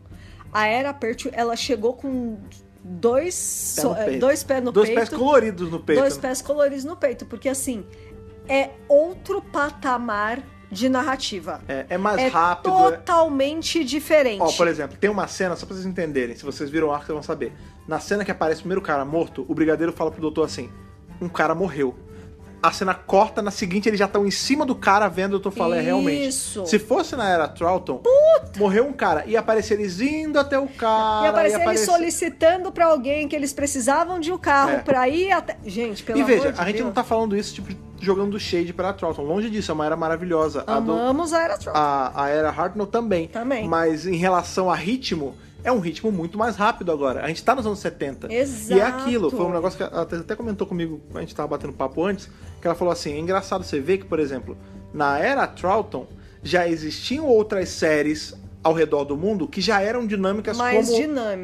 [SPEAKER 3] A era Pertwee, ela chegou com dois
[SPEAKER 2] Pé
[SPEAKER 3] so- é,
[SPEAKER 2] no peito.
[SPEAKER 3] dois pés no
[SPEAKER 2] Dois
[SPEAKER 3] peito,
[SPEAKER 2] pés coloridos no peito.
[SPEAKER 3] dois
[SPEAKER 2] né?
[SPEAKER 3] pés coloridos no peito, porque assim é outro patamar de narrativa.
[SPEAKER 2] É, é mais
[SPEAKER 3] É
[SPEAKER 2] rápido. é-
[SPEAKER 3] totalmente diferente.
[SPEAKER 2] Ó, por exemplo, tem uma cena, só pra vocês entenderem, se vocês viram o arco, vocês vão saber. Na cena que aparece o primeiro cara morto, o brigadeiro fala pro doutor assim: um cara morreu. A cena corta, na seguinte eles já estão em cima do cara vendo o doutor falar, é realmente.
[SPEAKER 3] Isso.
[SPEAKER 2] Se fosse na era Troughton, morreu um cara. Ia aparecer eles indo até o cara.
[SPEAKER 3] E aparecer
[SPEAKER 2] ia aparecer-
[SPEAKER 3] eles solicitando pra alguém que eles precisavam de um carro
[SPEAKER 2] É.
[SPEAKER 3] pra ir até. Gente, pelo
[SPEAKER 2] E
[SPEAKER 3] amor
[SPEAKER 2] veja,
[SPEAKER 3] de
[SPEAKER 2] a gente
[SPEAKER 3] Deus.
[SPEAKER 2] não tá falando isso, tipo, jogando shade pra Troughton. Longe disso, é uma era maravilhosa. A do-
[SPEAKER 3] Amamos a Era Trump.
[SPEAKER 2] a, a era Hartnell também.
[SPEAKER 3] Também.
[SPEAKER 2] Mas em relação a ritmo, é um ritmo muito mais rápido agora. A gente tá nos anos 70.
[SPEAKER 3] Exato.
[SPEAKER 2] E é aquilo, foi um negócio que a Tessa até comentou comigo, a gente tava batendo papo antes, que ela falou assim, é engraçado você ver que, por exemplo, na era Troughton, já existiam outras séries ao redor do mundo que já eram dinâmicas
[SPEAKER 3] mais
[SPEAKER 2] como...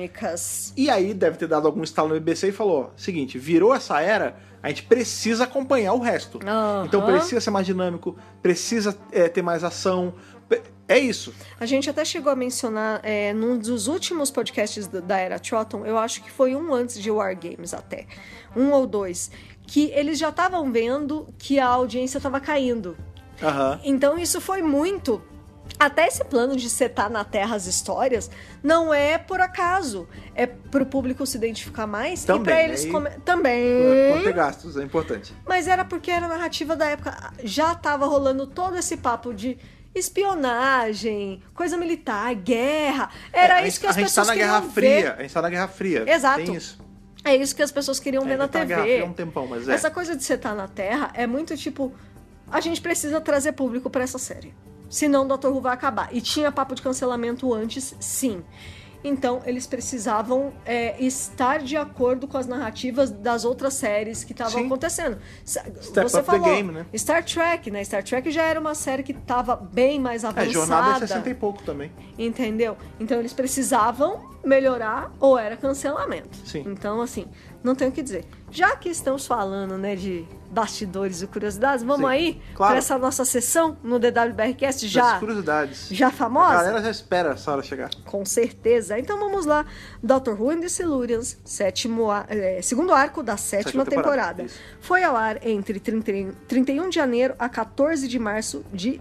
[SPEAKER 3] dinâmicas.
[SPEAKER 2] E aí deve ter dado algum estalo no BBC e falou, ó, seguinte, virou essa era, a gente precisa acompanhar o resto.
[SPEAKER 3] Aham.
[SPEAKER 2] Então precisa ser mais dinâmico, precisa é, ter mais ação. Pe- É isso.
[SPEAKER 3] A gente até chegou a mencionar é, num dos últimos podcasts do- da Era Trotton, eu acho que foi um antes de War Games até, um ou dois, que eles já estavam vendo que a audiência estava caindo.
[SPEAKER 2] Aham.
[SPEAKER 3] Então isso foi muito. Até esse plano de setar na Terra as histórias não é por acaso. É pro público se identificar mais e
[SPEAKER 2] Também,
[SPEAKER 3] pra eles
[SPEAKER 2] né? E-
[SPEAKER 3] come... também.
[SPEAKER 2] Conter gastos, é importante.
[SPEAKER 3] Mas era porque era a narrativa da época. Já tava rolando todo esse papo de espionagem, coisa militar, guerra. Era
[SPEAKER 2] É,
[SPEAKER 3] isso que
[SPEAKER 2] a
[SPEAKER 3] as
[SPEAKER 2] gente
[SPEAKER 3] pessoas
[SPEAKER 2] tá na
[SPEAKER 3] queriam
[SPEAKER 2] Guerra
[SPEAKER 3] ver.
[SPEAKER 2] Fria. A gente tá na Guerra Fria.
[SPEAKER 3] Exato.
[SPEAKER 2] Tem isso.
[SPEAKER 3] É isso que as pessoas queriam
[SPEAKER 2] É,
[SPEAKER 3] ver na
[SPEAKER 2] tá na
[SPEAKER 3] TV. tá
[SPEAKER 2] Guerra Fria há um tempão, mas é.
[SPEAKER 3] Essa coisa de você estar na Terra é muito tipo. a gente precisa trazer público pra essa série. Senão o Dr. Who vai acabar. E tinha papo de cancelamento antes, sim. Então, eles precisavam é, estar de acordo com as narrativas das outras séries que estavam
[SPEAKER 2] Sim.
[SPEAKER 3] acontecendo. Sa-
[SPEAKER 2] Step
[SPEAKER 3] Você
[SPEAKER 2] up the
[SPEAKER 3] falou
[SPEAKER 2] game, né?
[SPEAKER 3] Star Trek, né? Star Trek já era uma série que estava bem mais
[SPEAKER 2] É,
[SPEAKER 3] avançada.
[SPEAKER 2] jornada é 60 e pouco também.
[SPEAKER 3] Entendeu? Então eles precisavam melhorar ou era cancelamento.
[SPEAKER 2] Sim.
[SPEAKER 3] Então, assim, não tenho o que dizer. Já que estamos falando, né, de bastidores e curiosidades, vamos
[SPEAKER 2] Sim,
[SPEAKER 3] aí
[SPEAKER 2] claro.
[SPEAKER 3] para essa nossa sessão no DWBRCast já,
[SPEAKER 2] Das curiosidades.
[SPEAKER 3] já
[SPEAKER 2] A
[SPEAKER 3] famosa?
[SPEAKER 2] galera já espera essa hora chegar.
[SPEAKER 3] Com certeza. Então vamos lá. Doctor Who and the Silurians, sétimo a- eh, segundo arco da sétima,
[SPEAKER 2] Sétima temporada,
[SPEAKER 3] temporada.
[SPEAKER 2] isso.
[SPEAKER 3] Foi ao ar entre 31 31 de janeiro a 14 de março de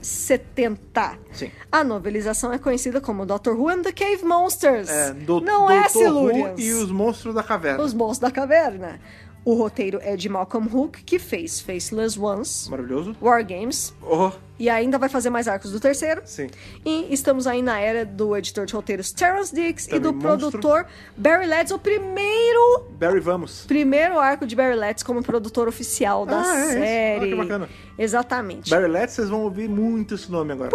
[SPEAKER 3] 70.
[SPEAKER 2] Sim.
[SPEAKER 3] A novelização é conhecida como Doctor Who and the Cave Monsters.
[SPEAKER 2] É, do,
[SPEAKER 3] Não
[SPEAKER 2] Doutor
[SPEAKER 3] é
[SPEAKER 2] Who
[SPEAKER 3] Silurians.
[SPEAKER 2] e os monstros da caverna.
[SPEAKER 3] Os Monstros da Caverna. O roteiro é de Malcolm Hook, que fez Faceless Ones,
[SPEAKER 2] Maravilhoso.
[SPEAKER 3] War Games,
[SPEAKER 2] Oh,
[SPEAKER 3] e ainda vai fazer mais arcos do terceiro.
[SPEAKER 2] sim.
[SPEAKER 3] E estamos aí na era do editor de roteiros Terence Dix e
[SPEAKER 2] Também
[SPEAKER 3] do
[SPEAKER 2] monstro.
[SPEAKER 3] produtor Barry Letts, o primeiro,
[SPEAKER 2] Barry, vamos.
[SPEAKER 3] primeiro arco de Barry Letts como produtor oficial da
[SPEAKER 2] Ah, é esse?
[SPEAKER 3] série.
[SPEAKER 2] Ah, que bacana.
[SPEAKER 3] Exatamente.
[SPEAKER 2] Barry Letts, vocês vão ouvir muito esse nome agora.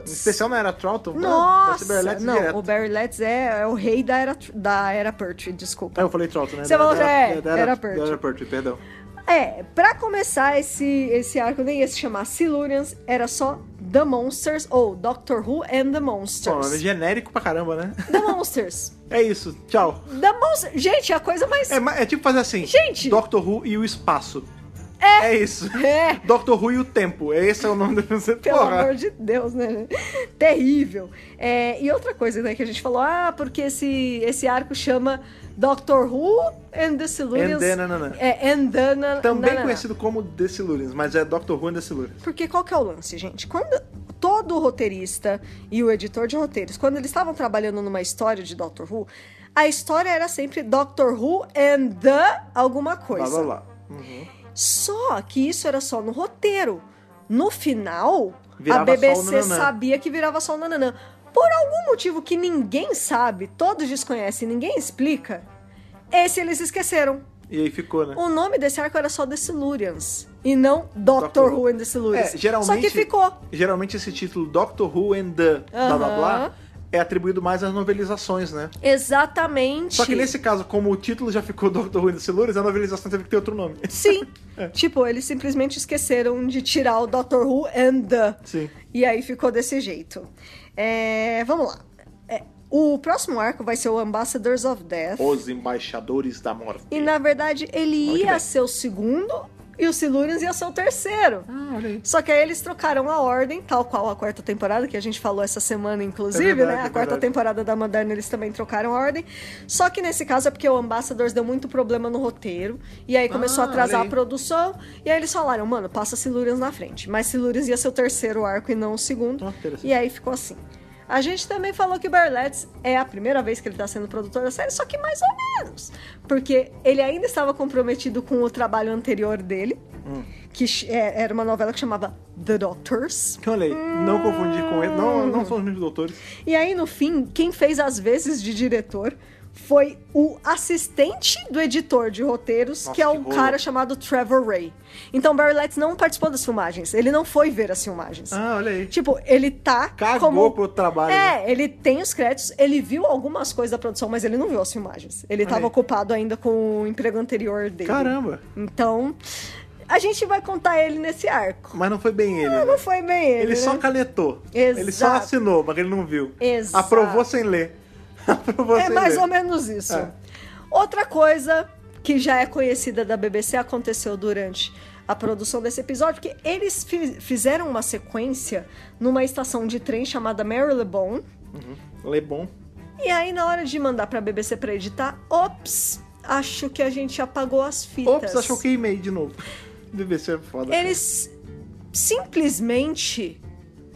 [SPEAKER 2] Em especial na era Troughton. né? Vai ser Barry
[SPEAKER 3] Nossa!
[SPEAKER 2] Letts
[SPEAKER 3] Não,
[SPEAKER 2] direto.
[SPEAKER 3] o Barry Letts é, é o rei da era, da era Pertwee, desculpa.
[SPEAKER 2] Ah, eu falei Troughton, né?
[SPEAKER 3] Você
[SPEAKER 2] Da-
[SPEAKER 3] falou,
[SPEAKER 2] da-
[SPEAKER 3] é,
[SPEAKER 2] da- da
[SPEAKER 3] era
[SPEAKER 2] Da
[SPEAKER 3] Pertwee.
[SPEAKER 2] era Pertwee, perdão.
[SPEAKER 3] É, pra começar esse, esse arco, nem ia se chamar Silurians, era só The Monsters, ou Doctor Who and the
[SPEAKER 2] Pô, nome
[SPEAKER 3] Monsters.
[SPEAKER 2] genérico pra caramba, né?
[SPEAKER 3] The Monsters.
[SPEAKER 2] É isso, tchau.
[SPEAKER 3] The Monsters. Gente, é a coisa mais.
[SPEAKER 2] É, ma- é tipo fazer assim:
[SPEAKER 3] Gente!
[SPEAKER 2] Doctor Who e o espaço. É, isso.
[SPEAKER 3] É.
[SPEAKER 2] Doctor Who e o tempo. Esse é o nome da você.
[SPEAKER 3] Pelo
[SPEAKER 2] Porra.
[SPEAKER 3] amor de Deus, né? Terrível. É, e outra coisa né, que a gente falou, ah, porque esse, esse arco chama Doctor Who and the Silurians.
[SPEAKER 2] And the nananã.
[SPEAKER 3] É, and the na-
[SPEAKER 2] Também
[SPEAKER 3] nananã.
[SPEAKER 2] conhecido como The Silurians, mas é Doctor Who and The Silurians.
[SPEAKER 3] Porque qual que é o lance, gente? Quando todo roteirista e o editor de roteiros, quando eles estavam trabalhando numa história de Doctor Who, a história era sempre Doctor Who and the alguma coisa.
[SPEAKER 2] Blá, blá, blá. Uhum.
[SPEAKER 3] Só que isso era só no roteiro. No final,
[SPEAKER 2] Virava
[SPEAKER 3] a
[SPEAKER 2] só o
[SPEAKER 3] BBC
[SPEAKER 2] nananã.
[SPEAKER 3] sabia que virava só o nananã. Por algum motivo que ninguém sabe, todos desconhecem, ninguém explica, esse eles esqueceram.
[SPEAKER 2] E aí ficou, né?
[SPEAKER 3] O nome desse arco era só The Silurians e não Doctor
[SPEAKER 2] Doctor Who.
[SPEAKER 3] Who and The Silurians.
[SPEAKER 2] É, geralmente-
[SPEAKER 3] Só que ficou.
[SPEAKER 2] Geralmente esse título Doctor Who and The blá blá
[SPEAKER 3] Aham.
[SPEAKER 2] blá é atribuído mais às novelizações, né?
[SPEAKER 3] Exatamente.
[SPEAKER 2] Só que nesse caso, como o título já ficou Doctor Who and The Silurians, a novelização teve que ter outro nome.
[SPEAKER 3] Sim.
[SPEAKER 2] É.
[SPEAKER 3] Tipo, eles simplesmente esqueceram de tirar o Doctor Who and the.
[SPEAKER 2] Sim.
[SPEAKER 3] E aí ficou desse jeito. É, vamos lá. É, o próximo arco vai ser o Ambassadors of Death.
[SPEAKER 2] Os Embaixadores da Morte.
[SPEAKER 3] E na verdade ele
[SPEAKER 2] Olha que
[SPEAKER 3] ia
[SPEAKER 2] bem.
[SPEAKER 3] ser o segundo e o Silurians ia ser o terceiro.
[SPEAKER 2] Ah, olha aí.
[SPEAKER 3] Só que aí eles trocaram a ordem, tal qual a quarta temporada, que a gente falou essa semana, inclusive,
[SPEAKER 2] É verdade,
[SPEAKER 3] né? A
[SPEAKER 2] é
[SPEAKER 3] quarta
[SPEAKER 2] verdade.
[SPEAKER 3] temporada da Moderna eles também trocaram a ordem. Só que nesse caso é porque o Ambassadors deu muito problema no roteiro. E aí começou
[SPEAKER 2] Ah,
[SPEAKER 3] a
[SPEAKER 2] olha
[SPEAKER 3] atrasar a
[SPEAKER 2] aí.
[SPEAKER 3] produção. E aí eles falaram, mano, passa Silurians na frente. Mas Silurians ia ser o terceiro arco e não o segundo.
[SPEAKER 2] Ah, interessante.
[SPEAKER 3] e aí ficou assim. A gente também falou que Barletts é a primeira vez que ele tá sendo produtor da série, só que mais ou menos. Porque ele ainda estava comprometido com o trabalho anterior dele,
[SPEAKER 2] Hum.
[SPEAKER 3] que ch- é- era uma novela que chamava The Doctors.
[SPEAKER 2] Olha aí, não confundir com ele. Não, não são os mesmos doutores.
[SPEAKER 3] E aí, no fim, quem fez as vezes de diretor foi o assistente do editor de roteiros,
[SPEAKER 2] Nossa,
[SPEAKER 3] que é
[SPEAKER 2] que
[SPEAKER 3] um
[SPEAKER 2] rolo.
[SPEAKER 3] cara chamado Trevor Ray. Então, Barry Letts não participou das filmagens, ele não foi ver as filmagens.
[SPEAKER 2] Ah, olha aí.
[SPEAKER 3] Tipo, ele tá
[SPEAKER 2] Cagou
[SPEAKER 3] como...
[SPEAKER 2] pro trabalho, né?
[SPEAKER 3] É, ele tem os créditos, ele viu algumas coisas da produção, mas ele não viu as filmagens. Ele
[SPEAKER 2] Olha
[SPEAKER 3] tava
[SPEAKER 2] aí.
[SPEAKER 3] ocupado ainda com o emprego anterior dele.
[SPEAKER 2] Caramba.
[SPEAKER 3] Então, a gente vai contar ele nesse arco.
[SPEAKER 2] Mas não foi bem ele. né?
[SPEAKER 3] Não foi bem ele,
[SPEAKER 2] Ele
[SPEAKER 3] né?
[SPEAKER 2] só caletou.
[SPEAKER 3] Exato.
[SPEAKER 2] Ele só assinou, mas ele não viu.
[SPEAKER 3] Exato.
[SPEAKER 2] Aprovou sem ler. Aprovou
[SPEAKER 3] É
[SPEAKER 2] sem
[SPEAKER 3] mais
[SPEAKER 2] ler.
[SPEAKER 3] ou menos isso.
[SPEAKER 2] É.
[SPEAKER 3] Outra coisa que já é conhecida da BBC aconteceu durante a produção desse episódio, porque eles fi- fizeram uma sequência numa estação de trem chamada Marylebone.
[SPEAKER 2] Lê bom.
[SPEAKER 3] E aí, na hora de mandar pra BBC pra editar, ops, acho que a gente apagou as fitas.
[SPEAKER 2] Ops, achou que e-mail de novo. BBC é foda. cara.
[SPEAKER 3] Eles simplesmente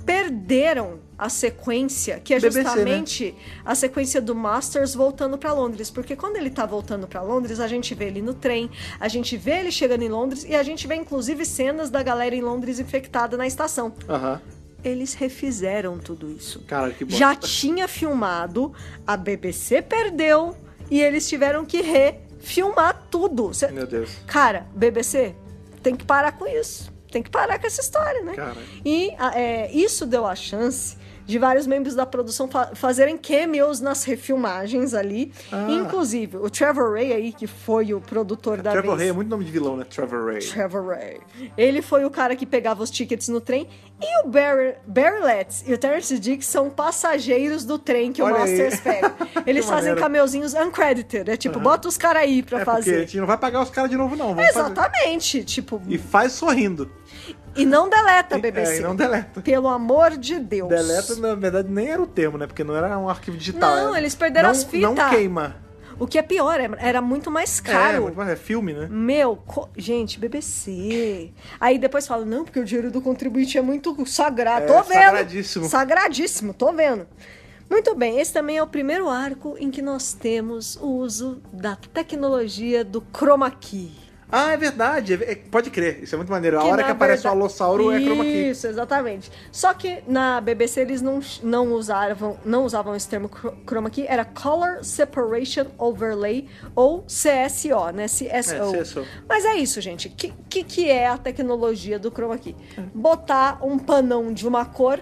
[SPEAKER 3] perderam a sequência, que é
[SPEAKER 2] BBC, né?
[SPEAKER 3] justamente a sequência do Masters voltando pra Londres, porque quando ele tá voltando pra Londres, a gente vê ele no trem, a gente vê ele chegando em Londres e a gente vê inclusive cenas da galera em Londres infectada na estação.
[SPEAKER 2] Aham.
[SPEAKER 3] Eles refizeram tudo isso.
[SPEAKER 2] Cara, que bom.
[SPEAKER 3] Já tinha filmado, a BBC perdeu e eles tiveram que refilmar tudo. Cê-
[SPEAKER 2] Meu Deus.
[SPEAKER 3] Cara, BBC tem que parar com isso. tem que parar com essa história, né?
[SPEAKER 2] Cara.
[SPEAKER 3] E a- é, isso deu a chance de vários membros da produção fa- fazerem cameos nas refilmagens ali. Inclusive, o Trevor Ray aí, que foi o produtor da
[SPEAKER 2] Trevor
[SPEAKER 3] vez.
[SPEAKER 2] Ray Ah. é muito nome de vilão, né? Trevor Ray.
[SPEAKER 3] Trevor Ray. Ele foi o cara que pegava os tickets no trem. E o Barry, Barry Letts e o Terence Dick são passageiros do trem que
[SPEAKER 2] Olha
[SPEAKER 3] o
[SPEAKER 2] aí.
[SPEAKER 3] Masters pega. Eles
[SPEAKER 2] Que
[SPEAKER 3] fazem
[SPEAKER 2] maneiro.
[SPEAKER 3] cameozinhos uncredited. É tipo, bota os caras aí pra
[SPEAKER 2] É porque a
[SPEAKER 3] fazer.
[SPEAKER 2] gente não vai pagar os caras de novo, não. Vamos fazer.
[SPEAKER 3] Exatamente. Tipo,
[SPEAKER 2] E faz sorrindo.
[SPEAKER 3] e não deleta,
[SPEAKER 2] É,
[SPEAKER 3] BBC.
[SPEAKER 2] e não deleta.
[SPEAKER 3] Pelo amor de Deus.
[SPEAKER 2] Deleta, na verdade, nem era o termo, né? Porque não era um arquivo digital.
[SPEAKER 3] Não,
[SPEAKER 2] era-
[SPEAKER 3] eles perderam
[SPEAKER 2] não,
[SPEAKER 3] as fitas.
[SPEAKER 2] Não queima.
[SPEAKER 3] O que é pior, é- era muito mais
[SPEAKER 2] É,
[SPEAKER 3] caro.
[SPEAKER 2] muito mais- é filme, né?
[SPEAKER 3] Meu, co- gente, BBC. Aí depois fala, não, porque o dinheiro do contribuinte é muito sagrado.
[SPEAKER 2] É,
[SPEAKER 3] tô vendo.
[SPEAKER 2] sagradíssimo.
[SPEAKER 3] Sagradíssimo, tô vendo. Muito bem, esse também é o primeiro arco em que nós temos o uso da tecnologia do chroma key.
[SPEAKER 2] Ah, é verdade. é- é- pode crer. Isso é muito maneiro. A
[SPEAKER 3] Que,
[SPEAKER 2] hora
[SPEAKER 3] na
[SPEAKER 2] que aparece
[SPEAKER 3] verdade-
[SPEAKER 2] o Alossauro é chroma key.
[SPEAKER 3] Isso, exatamente. Só que na BBC eles não, não, usavam, não usavam esse termo cro- chroma key, era Color Separation Overlay, ou CSO, né? CSO.
[SPEAKER 2] É, CSO.
[SPEAKER 3] Mas é isso, gente. O que, que, que é a tecnologia do chroma key? Botar um panão de uma cor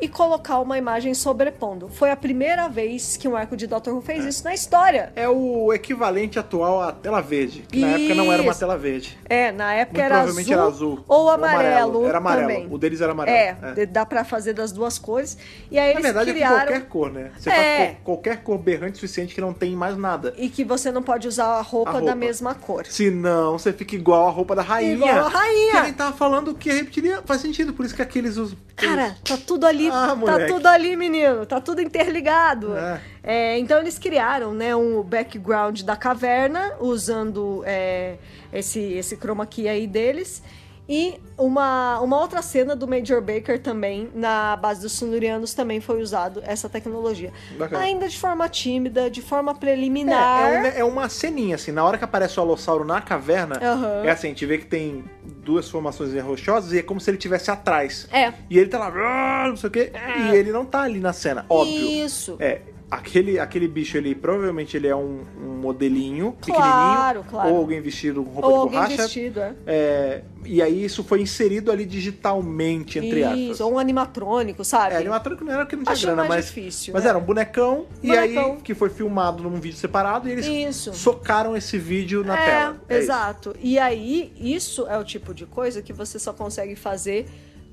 [SPEAKER 3] e colocar uma imagem sobrepondo. Foi a primeira vez que um arco de Doctor Who fez isso na história.
[SPEAKER 2] É o equivalente atual à tela verde. Que na época não era uma
[SPEAKER 3] Isso.
[SPEAKER 2] tela verde.
[SPEAKER 3] É, na época
[SPEAKER 2] Muito
[SPEAKER 3] era azul,
[SPEAKER 2] provavelmente era azul.
[SPEAKER 3] ou
[SPEAKER 2] Ou
[SPEAKER 3] amarelo.
[SPEAKER 2] amarelo. Era amarelo.
[SPEAKER 3] Também.
[SPEAKER 2] O deles era amarelo.
[SPEAKER 3] É,
[SPEAKER 2] É.
[SPEAKER 3] d- dá pra fazer das duas cores. E aí
[SPEAKER 2] Na
[SPEAKER 3] eles
[SPEAKER 2] verdade,
[SPEAKER 3] criaram.
[SPEAKER 2] é com qualquer cor, né? Você
[SPEAKER 3] É.
[SPEAKER 2] faz co- qualquer cor berrante o suficiente que não tem mais nada.
[SPEAKER 3] E que você não pode usar a roupa,
[SPEAKER 2] A
[SPEAKER 3] da
[SPEAKER 2] roupa.
[SPEAKER 3] mesma cor.
[SPEAKER 2] Senão, você fica igual a roupa da rainha.
[SPEAKER 3] Igual a rainha.
[SPEAKER 2] Que ele tava falando que repetiria. Faz sentido, por isso que aqueles usam.
[SPEAKER 3] Cara, tá tudo ali,
[SPEAKER 2] Ah,
[SPEAKER 3] tá
[SPEAKER 2] moleque.
[SPEAKER 3] tudo ali, menino, tá tudo interligado.
[SPEAKER 2] É.
[SPEAKER 3] É, então eles criaram, né, um background da caverna usando é, esse esse chroma key aí deles e uma, uma outra cena do Major Baker também na base dos Sunurianos também foi usado essa tecnologia.
[SPEAKER 2] Bacana.
[SPEAKER 3] Ainda de forma tímida, de forma
[SPEAKER 2] É,
[SPEAKER 3] preliminar.
[SPEAKER 2] é, um- é uma ceninha, assim. Na hora que aparece o Alossauro na caverna,
[SPEAKER 3] Aham.
[SPEAKER 2] é assim, a gente vê que tem duas formações rochosas e é como se ele estivesse atrás.
[SPEAKER 3] É.
[SPEAKER 2] E ele tá lá, "Ah", não sei o quê, e ele não tá ali na cena, óbvio.
[SPEAKER 3] Isso.
[SPEAKER 2] É, aquele, aquele bicho, ele provavelmente ele é um, um modelinho
[SPEAKER 3] Claro,
[SPEAKER 2] pequenininho.
[SPEAKER 3] claro.
[SPEAKER 2] Ou alguém vestido com roupa
[SPEAKER 3] Ou
[SPEAKER 2] de
[SPEAKER 3] alguém
[SPEAKER 2] borracha.
[SPEAKER 3] vestido, é.
[SPEAKER 2] É, e aí isso foi inserido ali digitalmente, entre aspas.
[SPEAKER 3] Isso, ou um animatrônico, sabe?
[SPEAKER 2] É, animatrônico não era porque não tinha
[SPEAKER 3] Achei
[SPEAKER 2] grana,
[SPEAKER 3] mais
[SPEAKER 2] mas.
[SPEAKER 3] difícil,
[SPEAKER 2] mas
[SPEAKER 3] né?
[SPEAKER 2] era um bonecão, e
[SPEAKER 3] Bonecão.
[SPEAKER 2] aí que foi filmado num vídeo separado e eles
[SPEAKER 3] Isso.
[SPEAKER 2] socaram esse vídeo na
[SPEAKER 3] é,
[SPEAKER 2] tela. É isso.
[SPEAKER 3] exato. E aí, isso é o tipo de coisa que você só consegue fazer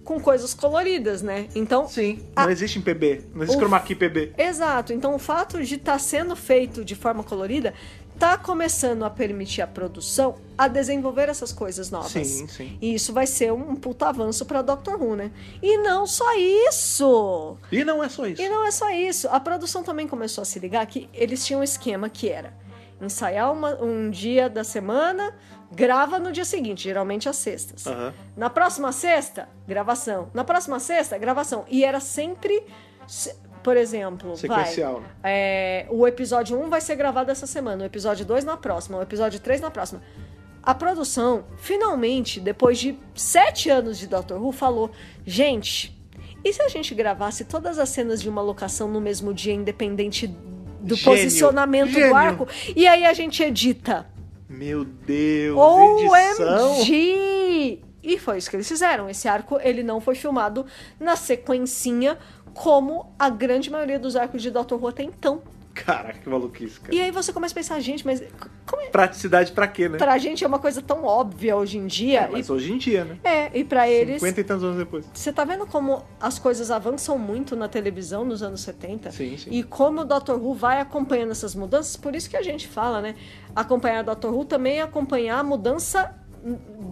[SPEAKER 3] com coisas coloridas, né? Então.
[SPEAKER 2] Sim,
[SPEAKER 3] Ah.
[SPEAKER 2] não existe em PB. Não existe
[SPEAKER 3] O-
[SPEAKER 2] chroma key PB.
[SPEAKER 3] Exato. Então, o fato de estar sendo feito de forma colorida tá começando a permitir a produção a desenvolver essas coisas novas.
[SPEAKER 2] Sim, sim.
[SPEAKER 3] E isso vai ser um puta avanço pra Doctor Who, né? E não só isso!
[SPEAKER 2] E não é só isso.
[SPEAKER 3] E não é só isso. A produção também começou a se ligar que eles tinham um esquema que era ensaiar uma- um dia da semana, grava no dia seguinte, geralmente às sextas.
[SPEAKER 2] Aham.
[SPEAKER 3] Na próxima sexta, gravação. Na próxima sexta, gravação. E era sempre, se- por exemplo,
[SPEAKER 2] Sequencial,
[SPEAKER 3] vai,
[SPEAKER 2] né?
[SPEAKER 3] é, o episódio 1 vai ser gravado essa semana, o episódio 2 na próxima, o episódio 3 na próxima. A produção, finalmente, depois de sete anos de Doctor Who, falou: gente, e se a gente gravasse todas as cenas de uma locação no mesmo dia, independente do
[SPEAKER 2] Gênio.
[SPEAKER 3] posicionamento do
[SPEAKER 2] Gênio.
[SPEAKER 3] arco? E aí a gente edita.
[SPEAKER 2] Meu Deus, edição.
[SPEAKER 3] OMG! E foi isso que eles fizeram. Esse arco ele não foi filmado na sequencinha como a grande maioria dos arcos de Doctor Who até então.
[SPEAKER 2] Caraca, que maluquice, cara.
[SPEAKER 3] E aí você começa a pensar, gente, mas c- como é?
[SPEAKER 2] Praticidade pra quê, né?
[SPEAKER 3] pra gente é uma coisa tão óbvia hoje em dia.
[SPEAKER 2] É, mas hoje em dia, né?
[SPEAKER 3] e, é, e pra eles.
[SPEAKER 2] 50 e tantos anos depois.
[SPEAKER 3] Você tá vendo como as coisas avançam muito na televisão nos anos 70?
[SPEAKER 2] Sim, sim.
[SPEAKER 3] E como o Dr. Who vai acompanhando essas mudanças, por isso que a gente fala, né? Acompanhar o Dr. Who também é acompanhar a mudança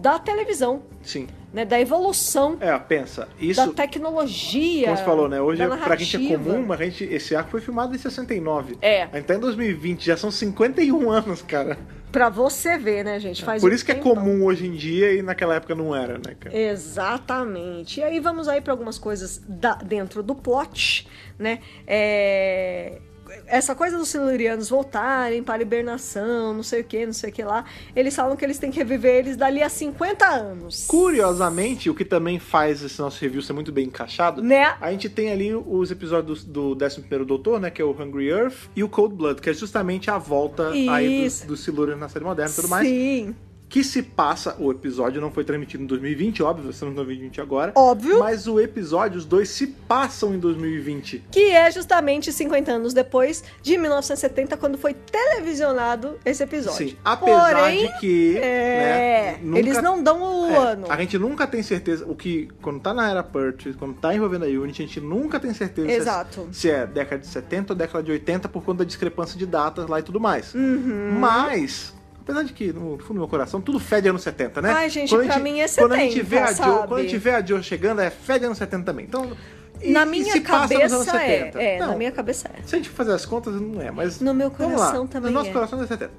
[SPEAKER 3] da televisão,
[SPEAKER 2] Sim.
[SPEAKER 3] né? Da evolução,
[SPEAKER 2] É, pensa.
[SPEAKER 3] da
[SPEAKER 2] Isso,
[SPEAKER 3] tecnologia.
[SPEAKER 2] como você falou, né? Hoje,
[SPEAKER 3] da
[SPEAKER 2] pra gente é
[SPEAKER 3] narrativa.
[SPEAKER 2] comum, mas a gente, esse arco foi filmado em 69.
[SPEAKER 3] É.
[SPEAKER 2] A gente tá em 2020, já são 51 anos, cara.
[SPEAKER 3] Pra você ver, né, gente? Faz
[SPEAKER 2] Por
[SPEAKER 3] um
[SPEAKER 2] isso que é
[SPEAKER 3] tempão. É.
[SPEAKER 2] comum hoje em dia e naquela época não era, né, cara?
[SPEAKER 3] Exatamente. E aí vamos aí para algumas coisas da- dentro do plot, né? É, Essa coisa dos silurianos voltarem para a hibernação, não sei o que, não sei o que lá. Eles falam que eles têm que reviver eles dali a 50 anos.
[SPEAKER 2] Curiosamente, o que também faz esse nosso review ser muito bem encaixado,
[SPEAKER 3] Né?
[SPEAKER 2] a gente tem ali os episódios do 11º Doutor, né, que é o Hungry Earth, e o Cold Blood, que é justamente a volta aí
[SPEAKER 3] Isso.
[SPEAKER 2] dos do Silurian na série moderna e tudo mais.
[SPEAKER 3] Sim.
[SPEAKER 2] que se passa. O episódio não foi transmitido em 2020, óbvio, estamos em 2020 agora.
[SPEAKER 3] Óbvio.
[SPEAKER 2] Mas o episódio, os dois se passam em 2020.
[SPEAKER 3] Que é justamente 50 anos depois de 1970, quando foi televisionado esse episódio.
[SPEAKER 2] Sim, Assim, apesar
[SPEAKER 3] Porém,
[SPEAKER 2] de que.
[SPEAKER 3] é,
[SPEAKER 2] né, nunca-
[SPEAKER 3] eles não dão o
[SPEAKER 2] É,
[SPEAKER 3] ano.
[SPEAKER 2] A gente nunca tem certeza. O que, quando tá na era Purchase, quando tá envolvendo a Unity, a gente nunca tem certeza se é-
[SPEAKER 3] Exato.
[SPEAKER 2] Se, é década de 70 ou década de 80 por conta da discrepância de datas lá e tudo mais.
[SPEAKER 3] Uhum.
[SPEAKER 2] Mas. Apesar de que, no fundo do meu coração, tudo fede anos 70, né?
[SPEAKER 3] Ai, gente,
[SPEAKER 2] Quando a
[SPEAKER 3] pra mim é
[SPEAKER 2] Quando a gente
[SPEAKER 3] 70,
[SPEAKER 2] vê a Joe,
[SPEAKER 3] sabe?
[SPEAKER 2] quando a gente vê a Joe chegando, é fede anos 70 também. Então, e-
[SPEAKER 3] na
[SPEAKER 2] e
[SPEAKER 3] minha
[SPEAKER 2] se passa nos anos
[SPEAKER 3] cabeça é.
[SPEAKER 2] 70?
[SPEAKER 3] É, na
[SPEAKER 2] Não,
[SPEAKER 3] minha cabeça é.
[SPEAKER 2] se a gente for fazer as contas, não é, mas.
[SPEAKER 3] No meu
[SPEAKER 2] vamos
[SPEAKER 3] coração
[SPEAKER 2] lá.
[SPEAKER 3] também
[SPEAKER 2] No nosso
[SPEAKER 3] é.
[SPEAKER 2] coração é 70.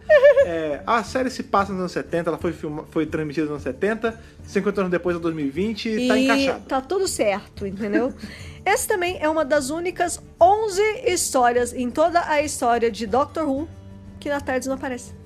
[SPEAKER 2] É, a série se passa nos anos 70, ela foi, filma, foi transmitida nos anos 70, 50 anos depois é 2020 e tá encaixado.
[SPEAKER 3] tá tudo certo, entendeu? Essa também é uma das únicas 11 histórias em toda a história de Doctor Who que na tarde não aparece.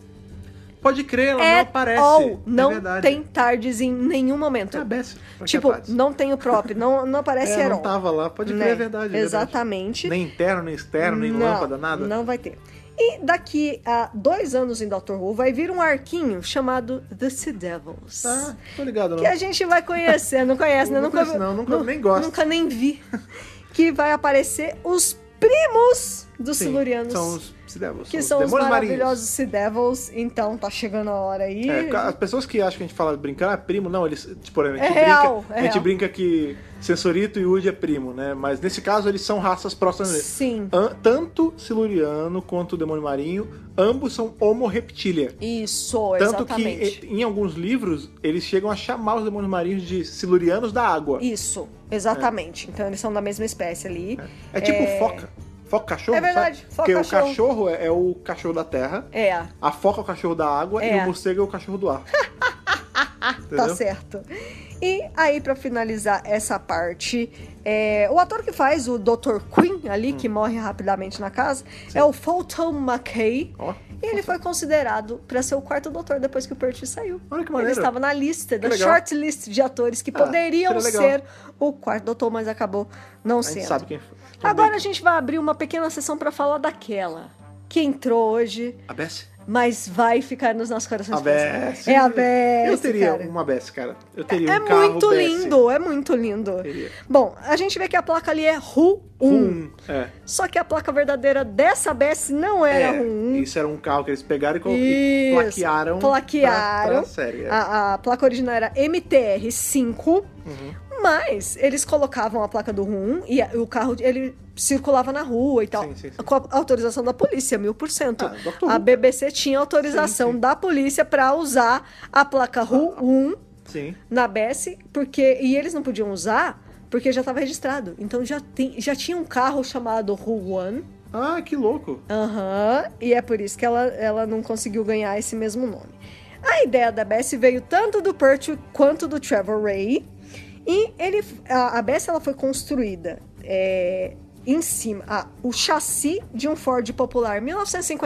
[SPEAKER 2] Pode crer, ela não
[SPEAKER 3] At
[SPEAKER 2] aparece.
[SPEAKER 3] all.
[SPEAKER 2] é
[SPEAKER 3] não
[SPEAKER 2] verdade.
[SPEAKER 3] tem tardes em nenhum momento.
[SPEAKER 2] É a Bessie, pra
[SPEAKER 3] tipo,
[SPEAKER 2] que é a Patsy.
[SPEAKER 3] não tem o próprio, não, não aparece
[SPEAKER 2] É,
[SPEAKER 3] at
[SPEAKER 2] não
[SPEAKER 3] all,
[SPEAKER 2] tava lá, pode crer,
[SPEAKER 3] né?
[SPEAKER 2] é verdade. é
[SPEAKER 3] Exatamente.
[SPEAKER 2] verdade. Nem interno, nem externo, nem
[SPEAKER 3] não,
[SPEAKER 2] lâmpada, nada.
[SPEAKER 3] Não vai ter. E daqui a dois anos em Doctor Who vai vir um arquinho chamado The Sea Devils.
[SPEAKER 2] Tá, tô ligado, não.
[SPEAKER 3] que a gente vai conhecer. Não conhece, né?
[SPEAKER 2] Não conheço, não. Nunca-
[SPEAKER 3] nu-
[SPEAKER 2] nem gosto.
[SPEAKER 3] Nunca nem vi. Que vai aparecer os primos dos
[SPEAKER 2] Sim,
[SPEAKER 3] silurianos.
[SPEAKER 2] São os Sidevils.
[SPEAKER 3] que
[SPEAKER 2] os
[SPEAKER 3] são os
[SPEAKER 2] demônios marinhos.
[SPEAKER 3] maravilhosos Sea Devils. Então tá chegando a hora aí.
[SPEAKER 2] É, ca- as pessoas que acham que a gente fala brincar, ah, primo, não, eles, tipo, a gente,
[SPEAKER 3] É
[SPEAKER 2] brinca,
[SPEAKER 3] real, é
[SPEAKER 2] a gente
[SPEAKER 3] real.
[SPEAKER 2] brinca que Sensorito e Woody é primo, né? Mas nesse caso eles são raças próximas.
[SPEAKER 3] Sim.
[SPEAKER 2] An- tanto Siluriano quanto o Demônio Marinho, ambos são Homo Reptilia.
[SPEAKER 3] Isso,
[SPEAKER 2] Tanto que
[SPEAKER 3] exatamente.
[SPEAKER 2] e- em alguns livros eles chegam a chamar os Demônios Marinhos de Silurianos da Água.
[SPEAKER 3] Isso, exatamente. Então eles são da mesma espécie ali.
[SPEAKER 2] É tipo foca. Foca cachorro,
[SPEAKER 3] É verdade,
[SPEAKER 2] sabe?
[SPEAKER 3] foca
[SPEAKER 2] Porque
[SPEAKER 3] cachorro.
[SPEAKER 2] o cachorro é, é o cachorro da terra,
[SPEAKER 3] É.
[SPEAKER 2] a foca é o cachorro da água
[SPEAKER 3] É.
[SPEAKER 2] e o morcego é o cachorro do ar.
[SPEAKER 3] Tá
[SPEAKER 2] Entendeu?
[SPEAKER 3] certo. E aí, pra finalizar essa parte, é, o ator que faz o Dr. Quinn ali,
[SPEAKER 2] Hum.
[SPEAKER 3] que morre rapidamente na casa, é o Fulton McKay.
[SPEAKER 2] Ó.
[SPEAKER 3] E ele foi considerado pra ser o quarto doutor depois que o Pertwee saiu.
[SPEAKER 2] Olha que
[SPEAKER 3] ele
[SPEAKER 2] maneiro.
[SPEAKER 3] estava na lista, da
[SPEAKER 2] legal.
[SPEAKER 3] short list de atores que
[SPEAKER 2] Ah,
[SPEAKER 3] poderiam
[SPEAKER 2] seria
[SPEAKER 3] ser
[SPEAKER 2] legal.
[SPEAKER 3] o quarto doutor, mas acabou não
[SPEAKER 2] A gente
[SPEAKER 3] sendo.
[SPEAKER 2] sabe quem é foi.
[SPEAKER 3] Agora a gente vai abrir uma pequena sessão pra falar daquela que entrou hoje,
[SPEAKER 2] A Bessie?
[SPEAKER 3] mas vai ficar nos nossos corações.
[SPEAKER 2] A
[SPEAKER 3] pra
[SPEAKER 2] Bessie.
[SPEAKER 3] sempre. É a Bessie,
[SPEAKER 2] Eu teria um
[SPEAKER 3] cara.
[SPEAKER 2] uma Bessie, cara. Eu teria
[SPEAKER 3] É
[SPEAKER 2] um carro
[SPEAKER 3] muito
[SPEAKER 2] Bessie.
[SPEAKER 3] lindo, é muito lindo.
[SPEAKER 2] Teria.
[SPEAKER 3] Bom, a gente vê que a placa ali é RU1.
[SPEAKER 2] Um. É.
[SPEAKER 3] Só que a placa verdadeira dessa BS não era
[SPEAKER 2] É,
[SPEAKER 3] RU1.
[SPEAKER 2] Isso era um carro que eles pegaram e, colo- e
[SPEAKER 3] Isso.
[SPEAKER 2] plaquearam. pra-
[SPEAKER 3] Plaquearam. Ah.
[SPEAKER 2] Pra, série. é.
[SPEAKER 3] A, a placa original era MTR5,
[SPEAKER 2] Uhum.
[SPEAKER 3] mas eles colocavam a placa do RU1 e a- o carro ele circulava na rua e tal.
[SPEAKER 2] Sim, sim, sim.
[SPEAKER 3] Com a autorização da polícia, mil por cento.
[SPEAKER 2] Ah, Dr.
[SPEAKER 3] A
[SPEAKER 2] Who.
[SPEAKER 3] BBC tinha autorização
[SPEAKER 2] Sim, Ah, sim.
[SPEAKER 3] da polícia pra usar a placa RU1
[SPEAKER 2] Sim.
[SPEAKER 3] na BS, porque e eles não podiam usar porque já estava registrado. Então já, tem, já tinha um carro chamado Who One.
[SPEAKER 2] Ah, que louco.
[SPEAKER 3] Aham, e é por isso que ela, ela não conseguiu ganhar esse mesmo nome. A ideia da Bess veio tanto do Pertwee quanto do Trevor Ray. E ele, a, a Bess ela foi construída é, em cima, ah, o chassi de um Ford popular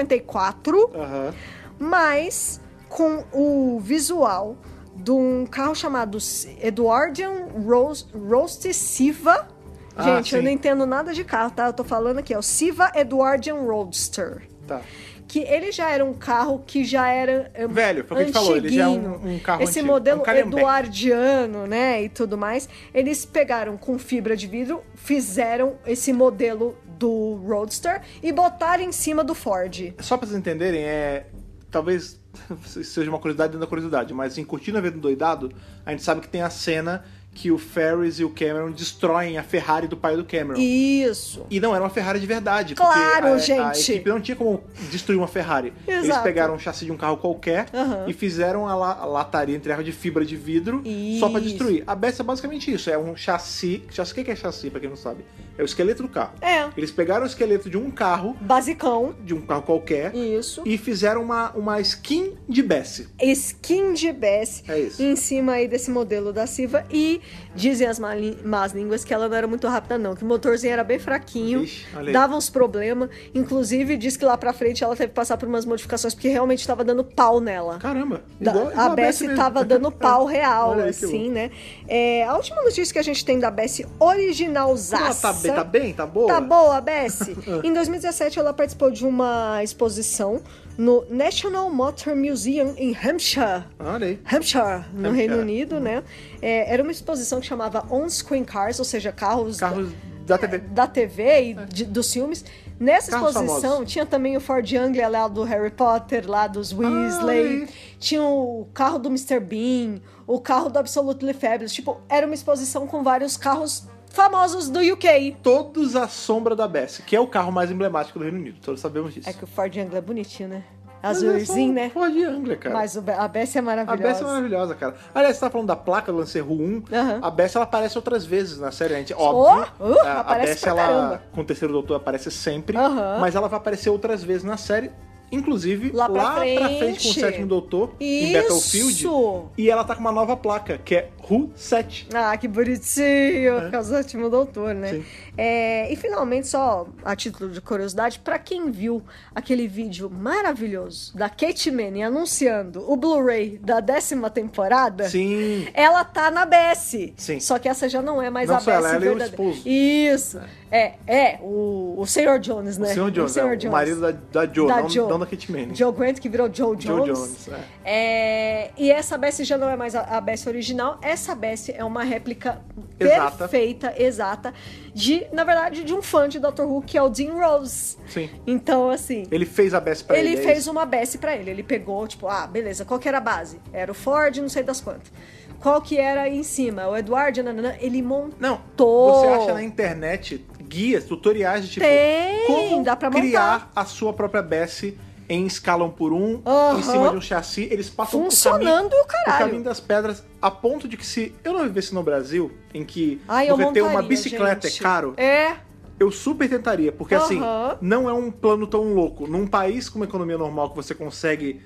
[SPEAKER 3] 1954
[SPEAKER 2] Aham.
[SPEAKER 3] mas com o visual de um carro chamado Eduardian Rose, Roast Siva.
[SPEAKER 2] Ah,
[SPEAKER 3] Gente, eu
[SPEAKER 2] sim.
[SPEAKER 3] não entendo nada de carro, tá? Eu tô falando aqui, é o Siva Eduardian Roadster.
[SPEAKER 2] Tá.
[SPEAKER 3] Que ele já era um carro que já era. eh,
[SPEAKER 2] Velho, foi o que a gente falou, ele já é um-
[SPEAKER 3] antiguinho.
[SPEAKER 2] um carro
[SPEAKER 3] Esse
[SPEAKER 2] antigo,
[SPEAKER 3] modelo
[SPEAKER 2] um calhambeque.
[SPEAKER 3] eduardiano, né? E tudo mais. Eles pegaram com fibra de vidro, fizeram esse modelo do Roadster e botaram em cima do Ford.
[SPEAKER 2] Só pra vocês entenderem, é. Talvez seja uma curiosidade dentro da curiosidade, mas em Curtindo a Vida do Doidado, a gente sabe que tem a cena que o Ferris e o Cameron destroem a Ferrari do pai do Cameron.
[SPEAKER 3] Isso.
[SPEAKER 2] E não era uma Ferrari de verdade.
[SPEAKER 3] Claro,
[SPEAKER 2] porque a, A
[SPEAKER 3] gente.
[SPEAKER 2] equipe não tinha como destruir uma Ferrari. Eles
[SPEAKER 3] Exato.
[SPEAKER 2] pegaram um chassi de um carro qualquer
[SPEAKER 3] Aham.
[SPEAKER 2] e fizeram a, la- a lataria, entre aspas, de fibra de vidro só pra
[SPEAKER 3] Isso.
[SPEAKER 2] destruir. A Bessa é basicamente isso. É um chassi. chassi o que que é chassi, pra quem não sabe? É o esqueleto do carro.
[SPEAKER 3] É.
[SPEAKER 2] Eles pegaram o esqueleto de um carro,
[SPEAKER 3] basicão.
[SPEAKER 2] de um carro qualquer,
[SPEAKER 3] Isso.
[SPEAKER 2] e fizeram uma, uma skin de Bessie.
[SPEAKER 3] Skin de Bess
[SPEAKER 2] É isso.
[SPEAKER 3] em cima aí desse modelo da Siva. E dizem as mali- más línguas que ela não era muito rápida, não. Que o motorzinho era bem fraquinho,
[SPEAKER 2] Ixi, olha aí.
[SPEAKER 3] dava uns problemas. Inclusive, diz que lá pra frente ela teve que passar por umas modificações porque realmente tava dando pau nela.
[SPEAKER 2] Caramba.
[SPEAKER 3] Da-
[SPEAKER 2] igual- igual
[SPEAKER 3] a Bessie
[SPEAKER 2] mesmo.
[SPEAKER 3] tava dando pau real,
[SPEAKER 2] Olha aí que
[SPEAKER 3] assim, né? É, a última notícia que a gente tem da Bessie
[SPEAKER 2] Ela
[SPEAKER 3] originalzaça...
[SPEAKER 2] tá, bem- tá bem? Tá boa? É.
[SPEAKER 3] Tá boa, Bessie. em 2017, ela participou de uma exposição no National Motor Museum em Hampshire.
[SPEAKER 2] Olha aí.
[SPEAKER 3] Hampshire, no
[SPEAKER 2] Hampshire. Uhum.
[SPEAKER 3] Reino Unido, né? É, era uma exposição que chamava On-Screen Cars, ou seja, carros,
[SPEAKER 2] Carros da TV.
[SPEAKER 3] da TV e de- dos filmes. Nessa
[SPEAKER 2] Carros
[SPEAKER 3] exposição
[SPEAKER 2] famosos.
[SPEAKER 3] tinha também o Ford Anglia lá do Harry Potter, lá dos Weasley.
[SPEAKER 2] Ai.
[SPEAKER 3] Tinha o carro do Mr. Bean, o carro do Absolutely Fabulous. Tipo, era uma exposição com vários carros famosos do UK.
[SPEAKER 2] Todos à sombra da Bessie, que é o carro mais emblemático do Reino Unido. Todos sabemos disso.
[SPEAKER 3] É que o Ford Anglia é bonitinho, né?
[SPEAKER 2] Mas é só
[SPEAKER 3] Azulzinho,
[SPEAKER 2] um
[SPEAKER 3] né?
[SPEAKER 2] Ford Anglia, cara.
[SPEAKER 3] Mas o Be- a Bessie é
[SPEAKER 2] A
[SPEAKER 3] maravilhosa.
[SPEAKER 2] Bessie é maravilhosa, cara. Aliás, você tá falando da placa do Lancerro 1.
[SPEAKER 3] Aham.
[SPEAKER 2] A Bessie, ela aparece outras vezes na série. A gente, óbvio,
[SPEAKER 3] Oh! Uh,
[SPEAKER 2] a- a,
[SPEAKER 3] aparece
[SPEAKER 2] Bessie,
[SPEAKER 3] pra
[SPEAKER 2] ela,
[SPEAKER 3] caramba.
[SPEAKER 2] com o terceiro doutor, aparece sempre.
[SPEAKER 3] Aham.
[SPEAKER 2] Mas ela vai aparecer outras vezes na série. Inclusive,
[SPEAKER 3] Lá pra
[SPEAKER 2] frente com o
[SPEAKER 3] frente.
[SPEAKER 2] sétimo doutor, em Battlefield.
[SPEAKER 3] Isso!
[SPEAKER 2] E ela tá com uma nova placa, que é Ru 7.
[SPEAKER 3] Ah, que bonitinho, por causa do último doutor, né?
[SPEAKER 2] É. Sim.
[SPEAKER 3] É, e finalmente, só a título de curiosidade, pra quem viu aquele vídeo maravilhoso da Kate Manning anunciando o Blu-ray da décima temporada,
[SPEAKER 2] Sim.
[SPEAKER 3] ela tá na Bessie.
[SPEAKER 2] Sim.
[SPEAKER 3] Só que essa já não é mais
[SPEAKER 2] Não
[SPEAKER 3] a
[SPEAKER 2] só
[SPEAKER 3] Bessie
[SPEAKER 2] ela, ela e o
[SPEAKER 3] verdadeira.
[SPEAKER 2] esposo.
[SPEAKER 3] Isso. É, é, o, o Sr. Jones, né?
[SPEAKER 2] O Sr. Jones, é,
[SPEAKER 3] Sr.
[SPEAKER 2] o marido da, da Jo,
[SPEAKER 3] Da
[SPEAKER 2] não,
[SPEAKER 3] Jo.
[SPEAKER 2] não da Kit Manning.
[SPEAKER 3] Joe Grant, que virou Joe Jones.
[SPEAKER 2] Joe Jones, é.
[SPEAKER 3] É, e essa Bessie já não é mais a, a Bessie original. Essa Bessie é uma réplica
[SPEAKER 2] Exata.
[SPEAKER 3] perfeita, exata, de, na verdade, de um fã de Dr. Who, que é o Dean Rose.
[SPEAKER 2] Sim.
[SPEAKER 3] Então, assim,
[SPEAKER 2] Ele fez a Bessie pra ele.
[SPEAKER 3] ele
[SPEAKER 2] é
[SPEAKER 3] fez um
[SPEAKER 2] isso.
[SPEAKER 3] uma Bessie pra ele. Ele pegou, tipo, ah, beleza, qual que era a base? Era o Ford, não sei das quantas. Qual que era aí em cima? O Edward, nananã, ele montou.
[SPEAKER 2] Não,
[SPEAKER 3] Tô.
[SPEAKER 2] você acha né? na internet guias, tutoriais de tipo
[SPEAKER 3] Tem,
[SPEAKER 2] como
[SPEAKER 3] dá pra montar.
[SPEAKER 2] criar a sua própria Bessie em escala 1 por 1
[SPEAKER 3] Aham.
[SPEAKER 2] em cima de um chassi. Eles passam por
[SPEAKER 3] Funcionando
[SPEAKER 2] caminho,
[SPEAKER 3] o caralho.
[SPEAKER 2] por caminho das pedras, a ponto de que se eu não vivesse no Brasil, em que
[SPEAKER 3] Ai, eu
[SPEAKER 2] você ter
[SPEAKER 3] montaria,
[SPEAKER 2] uma bicicleta
[SPEAKER 3] gente.
[SPEAKER 2] é caro,
[SPEAKER 3] É,
[SPEAKER 2] eu super tentaria, porque assim,
[SPEAKER 3] Aham.
[SPEAKER 2] não é um plano tão louco. Num país com uma economia normal que você consegue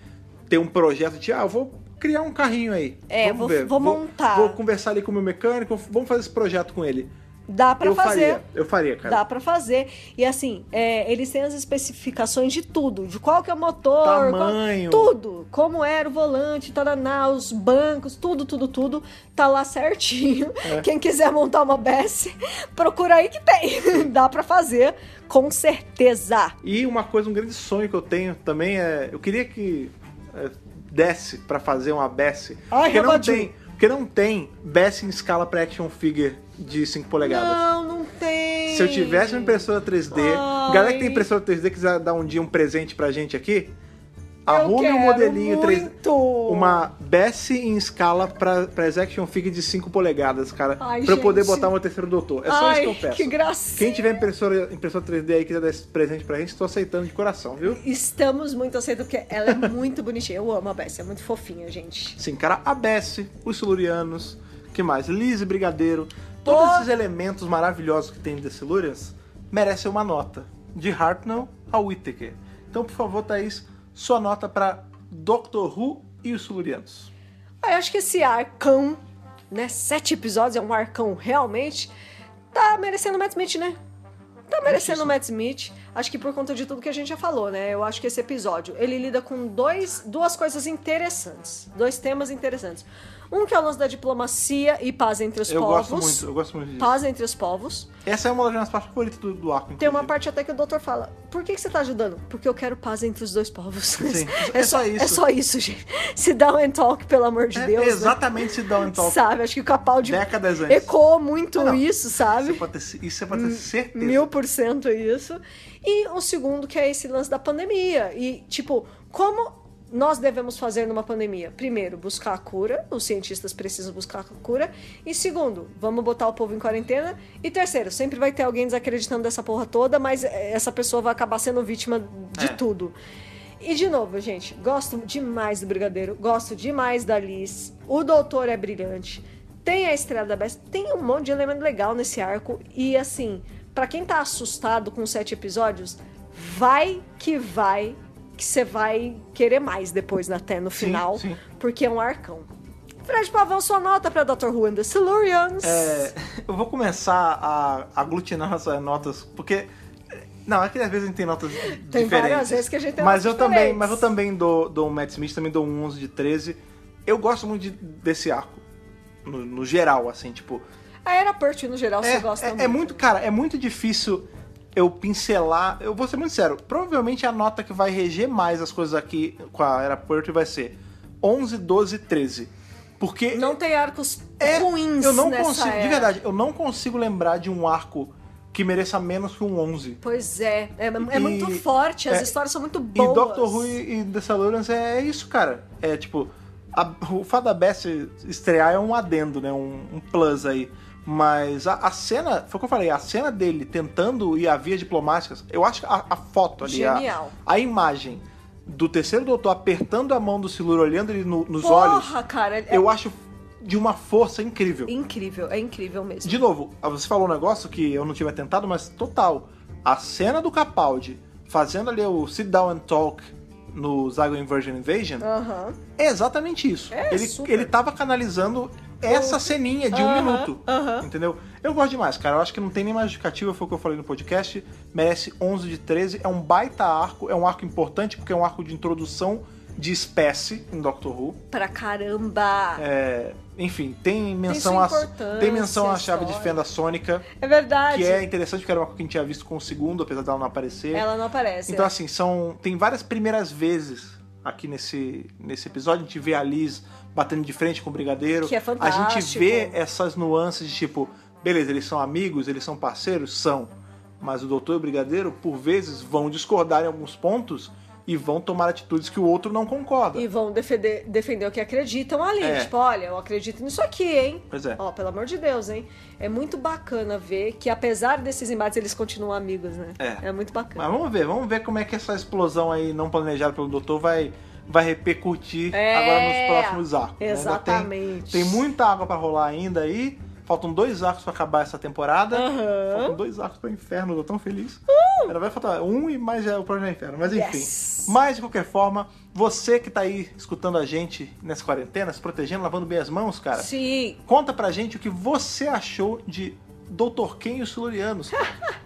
[SPEAKER 2] ter um projeto de, ah, eu vou criar um carrinho aí.
[SPEAKER 3] É,
[SPEAKER 2] vamos
[SPEAKER 3] vou-
[SPEAKER 2] ver.
[SPEAKER 3] vou montar.
[SPEAKER 2] Vou conversar ali com o meu mecânico, vamos fazer esse projeto com ele.
[SPEAKER 3] dá pra
[SPEAKER 2] eu
[SPEAKER 3] fazer.
[SPEAKER 2] faria, eu faria, cara.
[SPEAKER 3] Dá pra fazer. E assim, é, eles têm as especificações de tudo. De qual que é o motor. qual-
[SPEAKER 2] Tamanho.
[SPEAKER 3] tudo. Como era o volante, taraná, os bancos, tudo, tudo, tudo. Tá lá certinho.
[SPEAKER 2] É.
[SPEAKER 3] Quem quiser montar uma BS, procura aí que tem. Dá pra fazer, com certeza.
[SPEAKER 2] E uma coisa, um grande sonho que eu tenho também é. Eu queria que é, desse pra fazer uma Bessie.
[SPEAKER 3] Ai,
[SPEAKER 2] porque não
[SPEAKER 3] Rabadinho.
[SPEAKER 2] tem. Porque não tem Bessie em escala pra action figure de 5 polegadas.
[SPEAKER 3] Não, não tem.
[SPEAKER 2] Se eu tivesse uma impressora 3D,
[SPEAKER 3] Ai.
[SPEAKER 2] galera que tem impressora 3D quiser dar um dia um presente pra gente aqui,
[SPEAKER 3] Eu
[SPEAKER 2] arrume
[SPEAKER 3] quero
[SPEAKER 2] um modelinho 3D.
[SPEAKER 3] muito.
[SPEAKER 2] Uma Bessie em escala pra, pra action figure de 5 polegadas, cara.
[SPEAKER 3] Ai,
[SPEAKER 2] pra eu poder
[SPEAKER 3] gente.
[SPEAKER 2] botar meu terceiro doutor. É só
[SPEAKER 3] Ai,
[SPEAKER 2] isso que eu peço.
[SPEAKER 3] que gracinha.
[SPEAKER 2] Quem tiver impressora, impressora 3D aí e quiser dar esse presente pra gente, tô aceitando de coração, viu?
[SPEAKER 3] Estamos muito aceitos, porque ela é muito bonitinha. Eu amo a Bessie, é muito fofinha, gente.
[SPEAKER 2] Sim, cara, a Bessie, os Silurianos, que mais? Lise Brigadeiro. Todos
[SPEAKER 3] Tô-
[SPEAKER 2] esses elementos maravilhosos que tem de Silurians merecem uma nota. De Hartnell a Whittaker. Então, por favor, Thaís, sua nota pra Doctor Who e os Silurianos.
[SPEAKER 3] Ah, Eu acho que esse arcão, né? Sete episódios é um arcão realmente. Tá merecendo o Matt Smith, né? Tá merecendo o Matt Smith. Acho que por conta de tudo que a gente já falou, né? Eu acho que esse episódio ele lida com dois, duas coisas interessantes. Dois temas interessantes. Um que é o lance da diplomacia e paz entre os
[SPEAKER 2] Eu
[SPEAKER 3] povos.
[SPEAKER 2] gosto muito, eu gosto muito disso.
[SPEAKER 3] Paz entre os povos.
[SPEAKER 2] Essa é uma das minhas partes favoritas do, do arco,
[SPEAKER 3] Tem uma
[SPEAKER 2] inclusive.
[SPEAKER 3] parte até que o doutor fala: Por que, que você tá ajudando? Porque eu quero paz entre os dois povos.
[SPEAKER 2] Sim,
[SPEAKER 3] é,
[SPEAKER 2] é
[SPEAKER 3] só,
[SPEAKER 2] só
[SPEAKER 3] é
[SPEAKER 2] isso.
[SPEAKER 3] só isso, gente. Se dá um talk, pelo amor de
[SPEAKER 2] É
[SPEAKER 3] Deus. né?
[SPEAKER 2] exatamente se dá um talk.
[SPEAKER 3] Sabe, acho que o Capaldi
[SPEAKER 2] Décadas antes.
[SPEAKER 3] ecoou muito
[SPEAKER 2] Ah, não.
[SPEAKER 3] isso,
[SPEAKER 2] Você
[SPEAKER 3] sabe?
[SPEAKER 2] pode ter- Isso você pode ter certeza.
[SPEAKER 3] Hum, Mil por cento isso. E o segundo, que é esse lance da pandemia. E, tipo, como nós devemos fazer numa pandemia? Primeiro, buscar a cura. Os cientistas precisam buscar a cura. E segundo, vamos botar o povo em quarentena. E terceiro, sempre vai ter alguém desacreditando dessa porra toda, mas eh, essa pessoa vai acabar sendo vítima de
[SPEAKER 2] É.
[SPEAKER 3] tudo. E de novo, gente, gosto demais do Brigadeiro, gosto demais da Liz. O Doutor é brilhante. Tem a Estrela da Besta, tem um monte de elemento legal nesse arco. E assim, pra quem tá assustado com sete episódios, vai que vai, que você vai querer mais depois, até no
[SPEAKER 2] Sim,
[SPEAKER 3] final,
[SPEAKER 2] sim.
[SPEAKER 3] porque é um arcão. Fred Pavão, sua nota pra Dr. Who and the Silurians.
[SPEAKER 2] É, eu vou começar a aglutinar nossas notas, porque. Não, é que às vezes a gente tem notas diferentes.
[SPEAKER 3] várias vezes que a gente tem
[SPEAKER 2] mas
[SPEAKER 3] notas
[SPEAKER 2] eu também,
[SPEAKER 3] diferentes.
[SPEAKER 2] Mas eu também dou, dou um Matt Smith, também dou um 11 de 13. Eu gosto muito de- desse arco, no, no geral, assim, tipo...
[SPEAKER 3] A Era Perth, no geral, você
[SPEAKER 2] É,
[SPEAKER 3] gosta
[SPEAKER 2] é-
[SPEAKER 3] muito.
[SPEAKER 2] é muito, cara, é muito difícil eu pincelar. Eu vou ser muito sério. Provavelmente a nota que vai reger mais as coisas aqui com a Era Perth vai ser 11, 12, 13. Porque
[SPEAKER 3] Não tem arcos
[SPEAKER 2] é,
[SPEAKER 3] ruins
[SPEAKER 2] eu não
[SPEAKER 3] nessa
[SPEAKER 2] consigo,
[SPEAKER 3] era.
[SPEAKER 2] de verdade, eu não consigo lembrar de um arco que mereça menos que um 11.
[SPEAKER 3] Pois é, é, é
[SPEAKER 2] E-
[SPEAKER 3] muito forte, as
[SPEAKER 2] é,
[SPEAKER 3] histórias são muito
[SPEAKER 2] E
[SPEAKER 3] boas.
[SPEAKER 2] Doctor Who e e The Silurians é isso, cara. É tipo, a- o fato da Beth estrear é um adendo, né? Um, um plus aí. Mas a, a cena, foi o que eu falei, a cena dele tentando ir a via diplomáticas, eu acho que a, a foto ali, a-
[SPEAKER 3] Genial.
[SPEAKER 2] A, imagem do terceiro doutor apertando a mão do Silur, olhando ele no- nos olhos,
[SPEAKER 3] Porra, cara, é
[SPEAKER 2] eu acho de uma força incrível.
[SPEAKER 3] incrível, é incrível mesmo.
[SPEAKER 2] De novo, você falou um negócio que eu não tinha tentado, mas total. A cena do Capaldi fazendo ali o sit down and talk no Zagon Virgin Invasion
[SPEAKER 3] Aham.
[SPEAKER 2] é exatamente isso.
[SPEAKER 3] É,
[SPEAKER 2] ele,
[SPEAKER 3] super.
[SPEAKER 2] ele tava canalizando essa ceninha de um
[SPEAKER 3] Aham,
[SPEAKER 2] minuto.
[SPEAKER 3] aham.
[SPEAKER 2] Entendeu? Eu gosto demais, cara. Eu acho que não tem nem mais justificativa, foi o que eu falei no podcast. Merece 11 de 13. É um baita arco, é um arco importante porque é um arco de introdução de espécie em Doctor Who.
[SPEAKER 3] Pra caramba. É,
[SPEAKER 2] É, enfim, tem menção
[SPEAKER 3] sua
[SPEAKER 2] a- tem menção à
[SPEAKER 3] importância,
[SPEAKER 2] chave de
[SPEAKER 3] história.
[SPEAKER 2] fenda sônica
[SPEAKER 3] verdade.
[SPEAKER 2] que é interessante, porque era uma coisa que a gente tinha visto com o segundo, apesar dela não aparecer.
[SPEAKER 3] Ela não aparece.
[SPEAKER 2] então,
[SPEAKER 3] é.
[SPEAKER 2] assim, são. Tem várias primeiras vezes aqui nesse, nesse episódio. A gente vê a Liz batendo de frente com o Brigadeiro.
[SPEAKER 3] Que é
[SPEAKER 2] A gente
[SPEAKER 3] fantástico.
[SPEAKER 2] vê essas nuances de tipo, beleza, eles são amigos, eles são parceiros? São. Mas o doutor e o Brigadeiro, por vezes, vão discordar em alguns pontos e vão tomar atitudes que o outro não concorda.
[SPEAKER 3] E vão defender, defender o que acreditam ali.
[SPEAKER 2] assim, É.
[SPEAKER 3] Tipo, olha, eu acredito nisso aqui, hein?
[SPEAKER 2] Pois é.
[SPEAKER 3] Ó, pelo amor de Deus, hein? É muito bacana ver que, apesar desses embates, eles continuam amigos, né?
[SPEAKER 2] É.
[SPEAKER 3] É muito bacana.
[SPEAKER 2] Mas vamos ver, vamos ver como é que essa explosão aí não planejada pelo doutor vai, vai repercutir
[SPEAKER 3] É,
[SPEAKER 2] agora nos próximos arcos. né? Ainda
[SPEAKER 3] exatamente.
[SPEAKER 2] Tem, tem muita água pra rolar ainda aí. Faltam dois arcos pra acabar essa temporada.
[SPEAKER 3] Aham. Uh!
[SPEAKER 2] Faltam dois arcos pro inferno, eu tô tão feliz. Ainda vai faltar um e mais é o próximo é inferno. Mas enfim.
[SPEAKER 3] Yes.
[SPEAKER 2] Mas de qualquer forma, você que tá aí escutando a gente nessa quarentena, se protegendo, lavando bem as mãos, cara.
[SPEAKER 3] Sim.
[SPEAKER 2] Conta pra gente o que você achou de Doutor Quem e os Silurianos.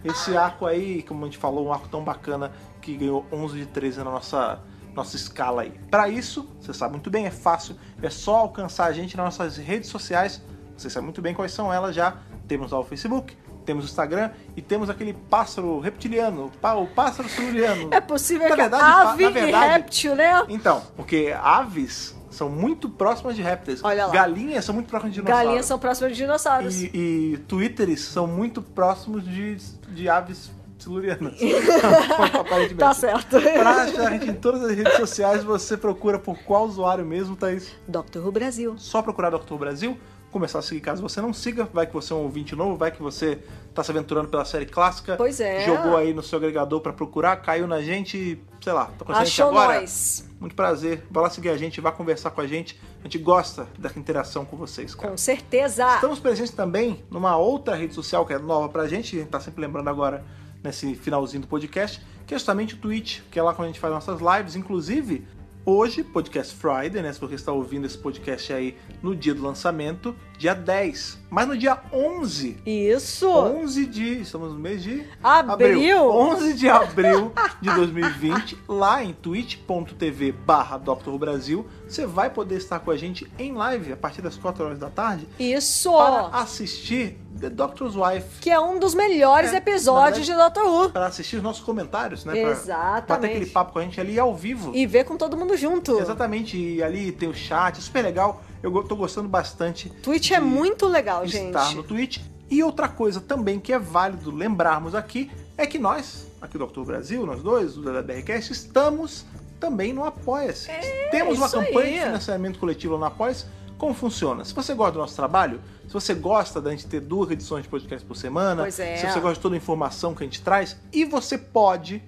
[SPEAKER 2] Esse arco aí, como a gente falou, um arco tão bacana que ganhou 11 de 13 na nossa, nossa escala aí. Pra isso, você sabe muito bem, é fácil, é só alcançar a gente nas nossas redes sociais. Você sabe muito bem quais são elas já. Temos lá o Facebook, temos o Instagram e temos aquele pássaro reptiliano, pá- o pássaro siluriano.
[SPEAKER 3] É possível
[SPEAKER 2] Na
[SPEAKER 3] que
[SPEAKER 2] verdade,
[SPEAKER 3] a
[SPEAKER 2] pa-
[SPEAKER 3] ave
[SPEAKER 2] na verdade-
[SPEAKER 3] e réptil, né?
[SPEAKER 2] Então, porque aves são muito próximas de répteis.
[SPEAKER 3] Olha lá.
[SPEAKER 2] Galinhas são muito próximas de dinossauros.
[SPEAKER 3] Galinhas são próximas de dinossauros.
[SPEAKER 2] E, e twitters são muito próximos de, de aves um silurianas. Aparentemente.
[SPEAKER 3] Tá certo.
[SPEAKER 2] Pra achar a gente em todas as redes sociais, você procura por qual usuário mesmo, Thaís?
[SPEAKER 3] Doctor Who Brasil.
[SPEAKER 2] Só procurar Dr. Brasil, começar a seguir caso você não siga, vai que você é um ouvinte novo, vai que você tá se aventurando pela série clássica.
[SPEAKER 3] Pois é.
[SPEAKER 2] Jogou aí no seu agregador pra procurar, caiu na gente, sei lá, tá com a gente
[SPEAKER 3] Achou
[SPEAKER 2] agora.
[SPEAKER 3] nós.
[SPEAKER 2] Muito prazer, vai lá seguir a gente, vai conversar com a gente. A gente gosta da interação com vocês, cara.
[SPEAKER 3] Com certeza.
[SPEAKER 2] Estamos presentes também numa outra rede social que é nova pra gente, a gente tá sempre lembrando agora nesse finalzinho do podcast, que é justamente o Twitch, que é lá quando a gente faz nossas lives, inclusive hoje, Podcast Friday, né? Se você está ouvindo esse podcast aí no dia do lançamento, dia 10, mas no dia 11
[SPEAKER 3] Isso.
[SPEAKER 2] 11 de. Estamos no mês de.
[SPEAKER 3] Abril?
[SPEAKER 2] 11 de abril de 2020, lá em twitch.tv barra Dr. Who Brasil, você vai poder estar com a gente em live a partir das 4 horas da tarde
[SPEAKER 3] Isso.
[SPEAKER 2] para assistir The Doctor's Wife.
[SPEAKER 3] Que é um dos melhores
[SPEAKER 2] É,
[SPEAKER 3] episódios de Doctor Who.
[SPEAKER 2] Para assistir os nossos comentários, né? Pra bater aquele
[SPEAKER 3] Exatamente.
[SPEAKER 2] papo com a gente ali ao vivo.
[SPEAKER 3] E ver com todo mundo junto.
[SPEAKER 2] Exatamente, e ali tem o chat, super legal. Eu go- tô gostando bastante
[SPEAKER 3] Twitch é
[SPEAKER 2] de-
[SPEAKER 3] muito legal, gente.
[SPEAKER 2] estar no Twitch. E outra coisa também que é válido lembrarmos aqui é que nós, aqui do Dr. Brasil, nós dois, o da BRCast, estamos também no Apoia-se. Temos uma
[SPEAKER 3] É isso
[SPEAKER 2] campanha
[SPEAKER 3] aí.
[SPEAKER 2] de financiamento coletivo lá no Apoia-se. Como funciona? Se você gosta do nosso trabalho, se você gosta da gente ter duas edições de podcast por semana,
[SPEAKER 3] Pois é.
[SPEAKER 2] se você gosta de toda a informação que a gente traz, e você pode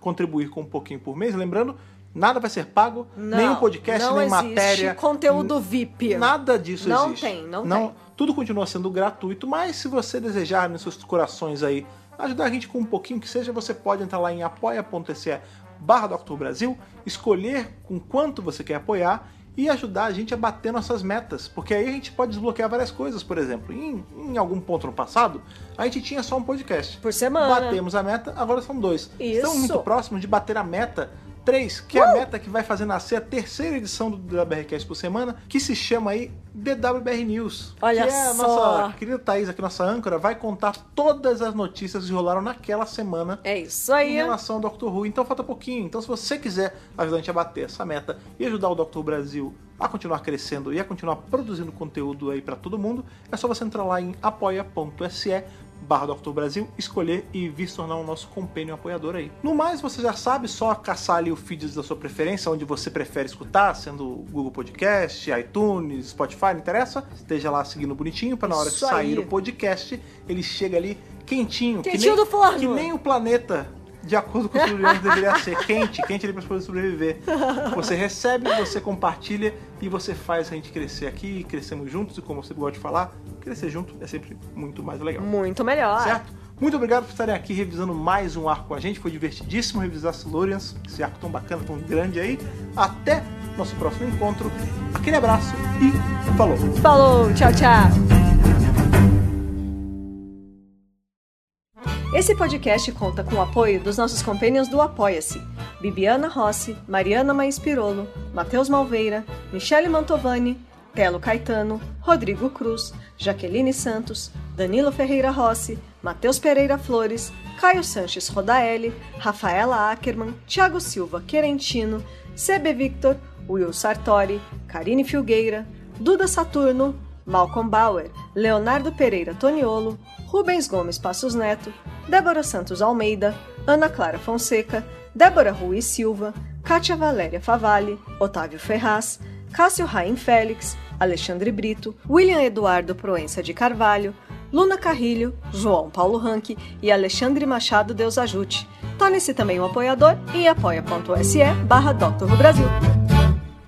[SPEAKER 2] contribuir com um pouquinho por mês, lembrando, nada vai ser pago,
[SPEAKER 3] Não,
[SPEAKER 2] nenhum podcast,
[SPEAKER 3] não
[SPEAKER 2] nem
[SPEAKER 3] existe
[SPEAKER 2] matéria,
[SPEAKER 3] conteúdo VIP.
[SPEAKER 2] Nada disso
[SPEAKER 3] Não
[SPEAKER 2] existe.
[SPEAKER 3] tem, não tem.
[SPEAKER 2] Tudo continua sendo gratuito, mas se você desejar nos seus corações aí ajudar a gente com um pouquinho que seja, você pode entrar lá em apoia.se barra Dr. Brasil, escolher com quanto você quer apoiar e ajudar a gente a bater nossas metas, porque aí a gente pode desbloquear várias coisas, por exemplo. Em, em algum ponto no passado, a gente tinha só um podcast.
[SPEAKER 3] Por semana.
[SPEAKER 2] Batemos a meta, agora são dois.
[SPEAKER 3] Isso. Uh!
[SPEAKER 2] Estamos muito próximos de bater a meta 3, que é a meta que vai fazer nascer a terceira edição do DWRcast por semana, que se chama aí DWBR News.
[SPEAKER 3] Olha
[SPEAKER 2] que é a
[SPEAKER 3] só.
[SPEAKER 2] nossa querida Thaís, aqui nossa âncora, vai contar todas as notícias que rolaram naquela semana
[SPEAKER 3] É isso aí.
[SPEAKER 2] em relação ao Doctor Who. Então falta pouquinho. Então, se você quiser ajudar a gente a bater essa meta e ajudar o Doctor Who Brasil a continuar crescendo e a continuar produzindo conteúdo aí pra todo mundo, é só você entrar lá em apoia.se barra Doctor Brasil, escolher e vir se tornar o nosso compênio apoiador aí. No mais, você já sabe, só caçar ali o feed da sua preferência, onde você prefere escutar, sendo Google Podcast, iTunes, Spotify, não interessa. Esteja lá seguindo bonitinho, pra na hora de
[SPEAKER 3] Isso
[SPEAKER 2] sair
[SPEAKER 3] aí.
[SPEAKER 2] o podcast, ele chega ali quentinho. que
[SPEAKER 3] Quentinho
[SPEAKER 2] nem-
[SPEAKER 3] do forno.
[SPEAKER 2] Que nem o planeta, de acordo com os sobreviventes, deveria ser quente, quente ali para as pessoas sobreviver. Você recebe, você compartilha e você faz a gente crescer aqui, crescemos juntos, e como você gosta de falar, crescer junto é sempre muito mais legal.
[SPEAKER 3] Muito melhor.
[SPEAKER 2] Certo? Muito obrigado por estarem aqui revisando mais um arco com a gente. Foi divertidíssimo revisar Silurians, esse arco tão bacana, tão grande aí. Até nosso próximo encontro. Aquele abraço e falou!
[SPEAKER 3] Falou, tchau, tchau. Esse podcast conta com o apoio dos nossos companions do Apoia-se: Bibiana Rossi, Mariana Maes Pirolo, Matheus Malveira, Michele Mantovani, Telo Caetano, Rodrigo Cruz, Jaqueline Santos, Danilo Ferreira Rossi, Matheus Pereira Flores, Caio Sanches Rodaelli, Rafaela Ackerman, Thiago Silva Querentino, CB Victor, Will Sartori, Karine Filgueira, Duda Saturno, Malcolm Bauer, Leonardo Pereira Toniolo, Rubens Gomes Passos Neto, Débora Santos Almeida, Ana Clara Fonseca, Débora Ruiz Silva, Kátia Valéria Favalli, Otávio Ferraz, Cássio Raim Félix, Alexandre Brito, William Eduardo Proença de Carvalho, Luna Carrilho, João Paulo Ranque e Alexandre Machado Deus Ajute. Torne-se também um apoiador em apoia.se barra Dr. Who Brasil.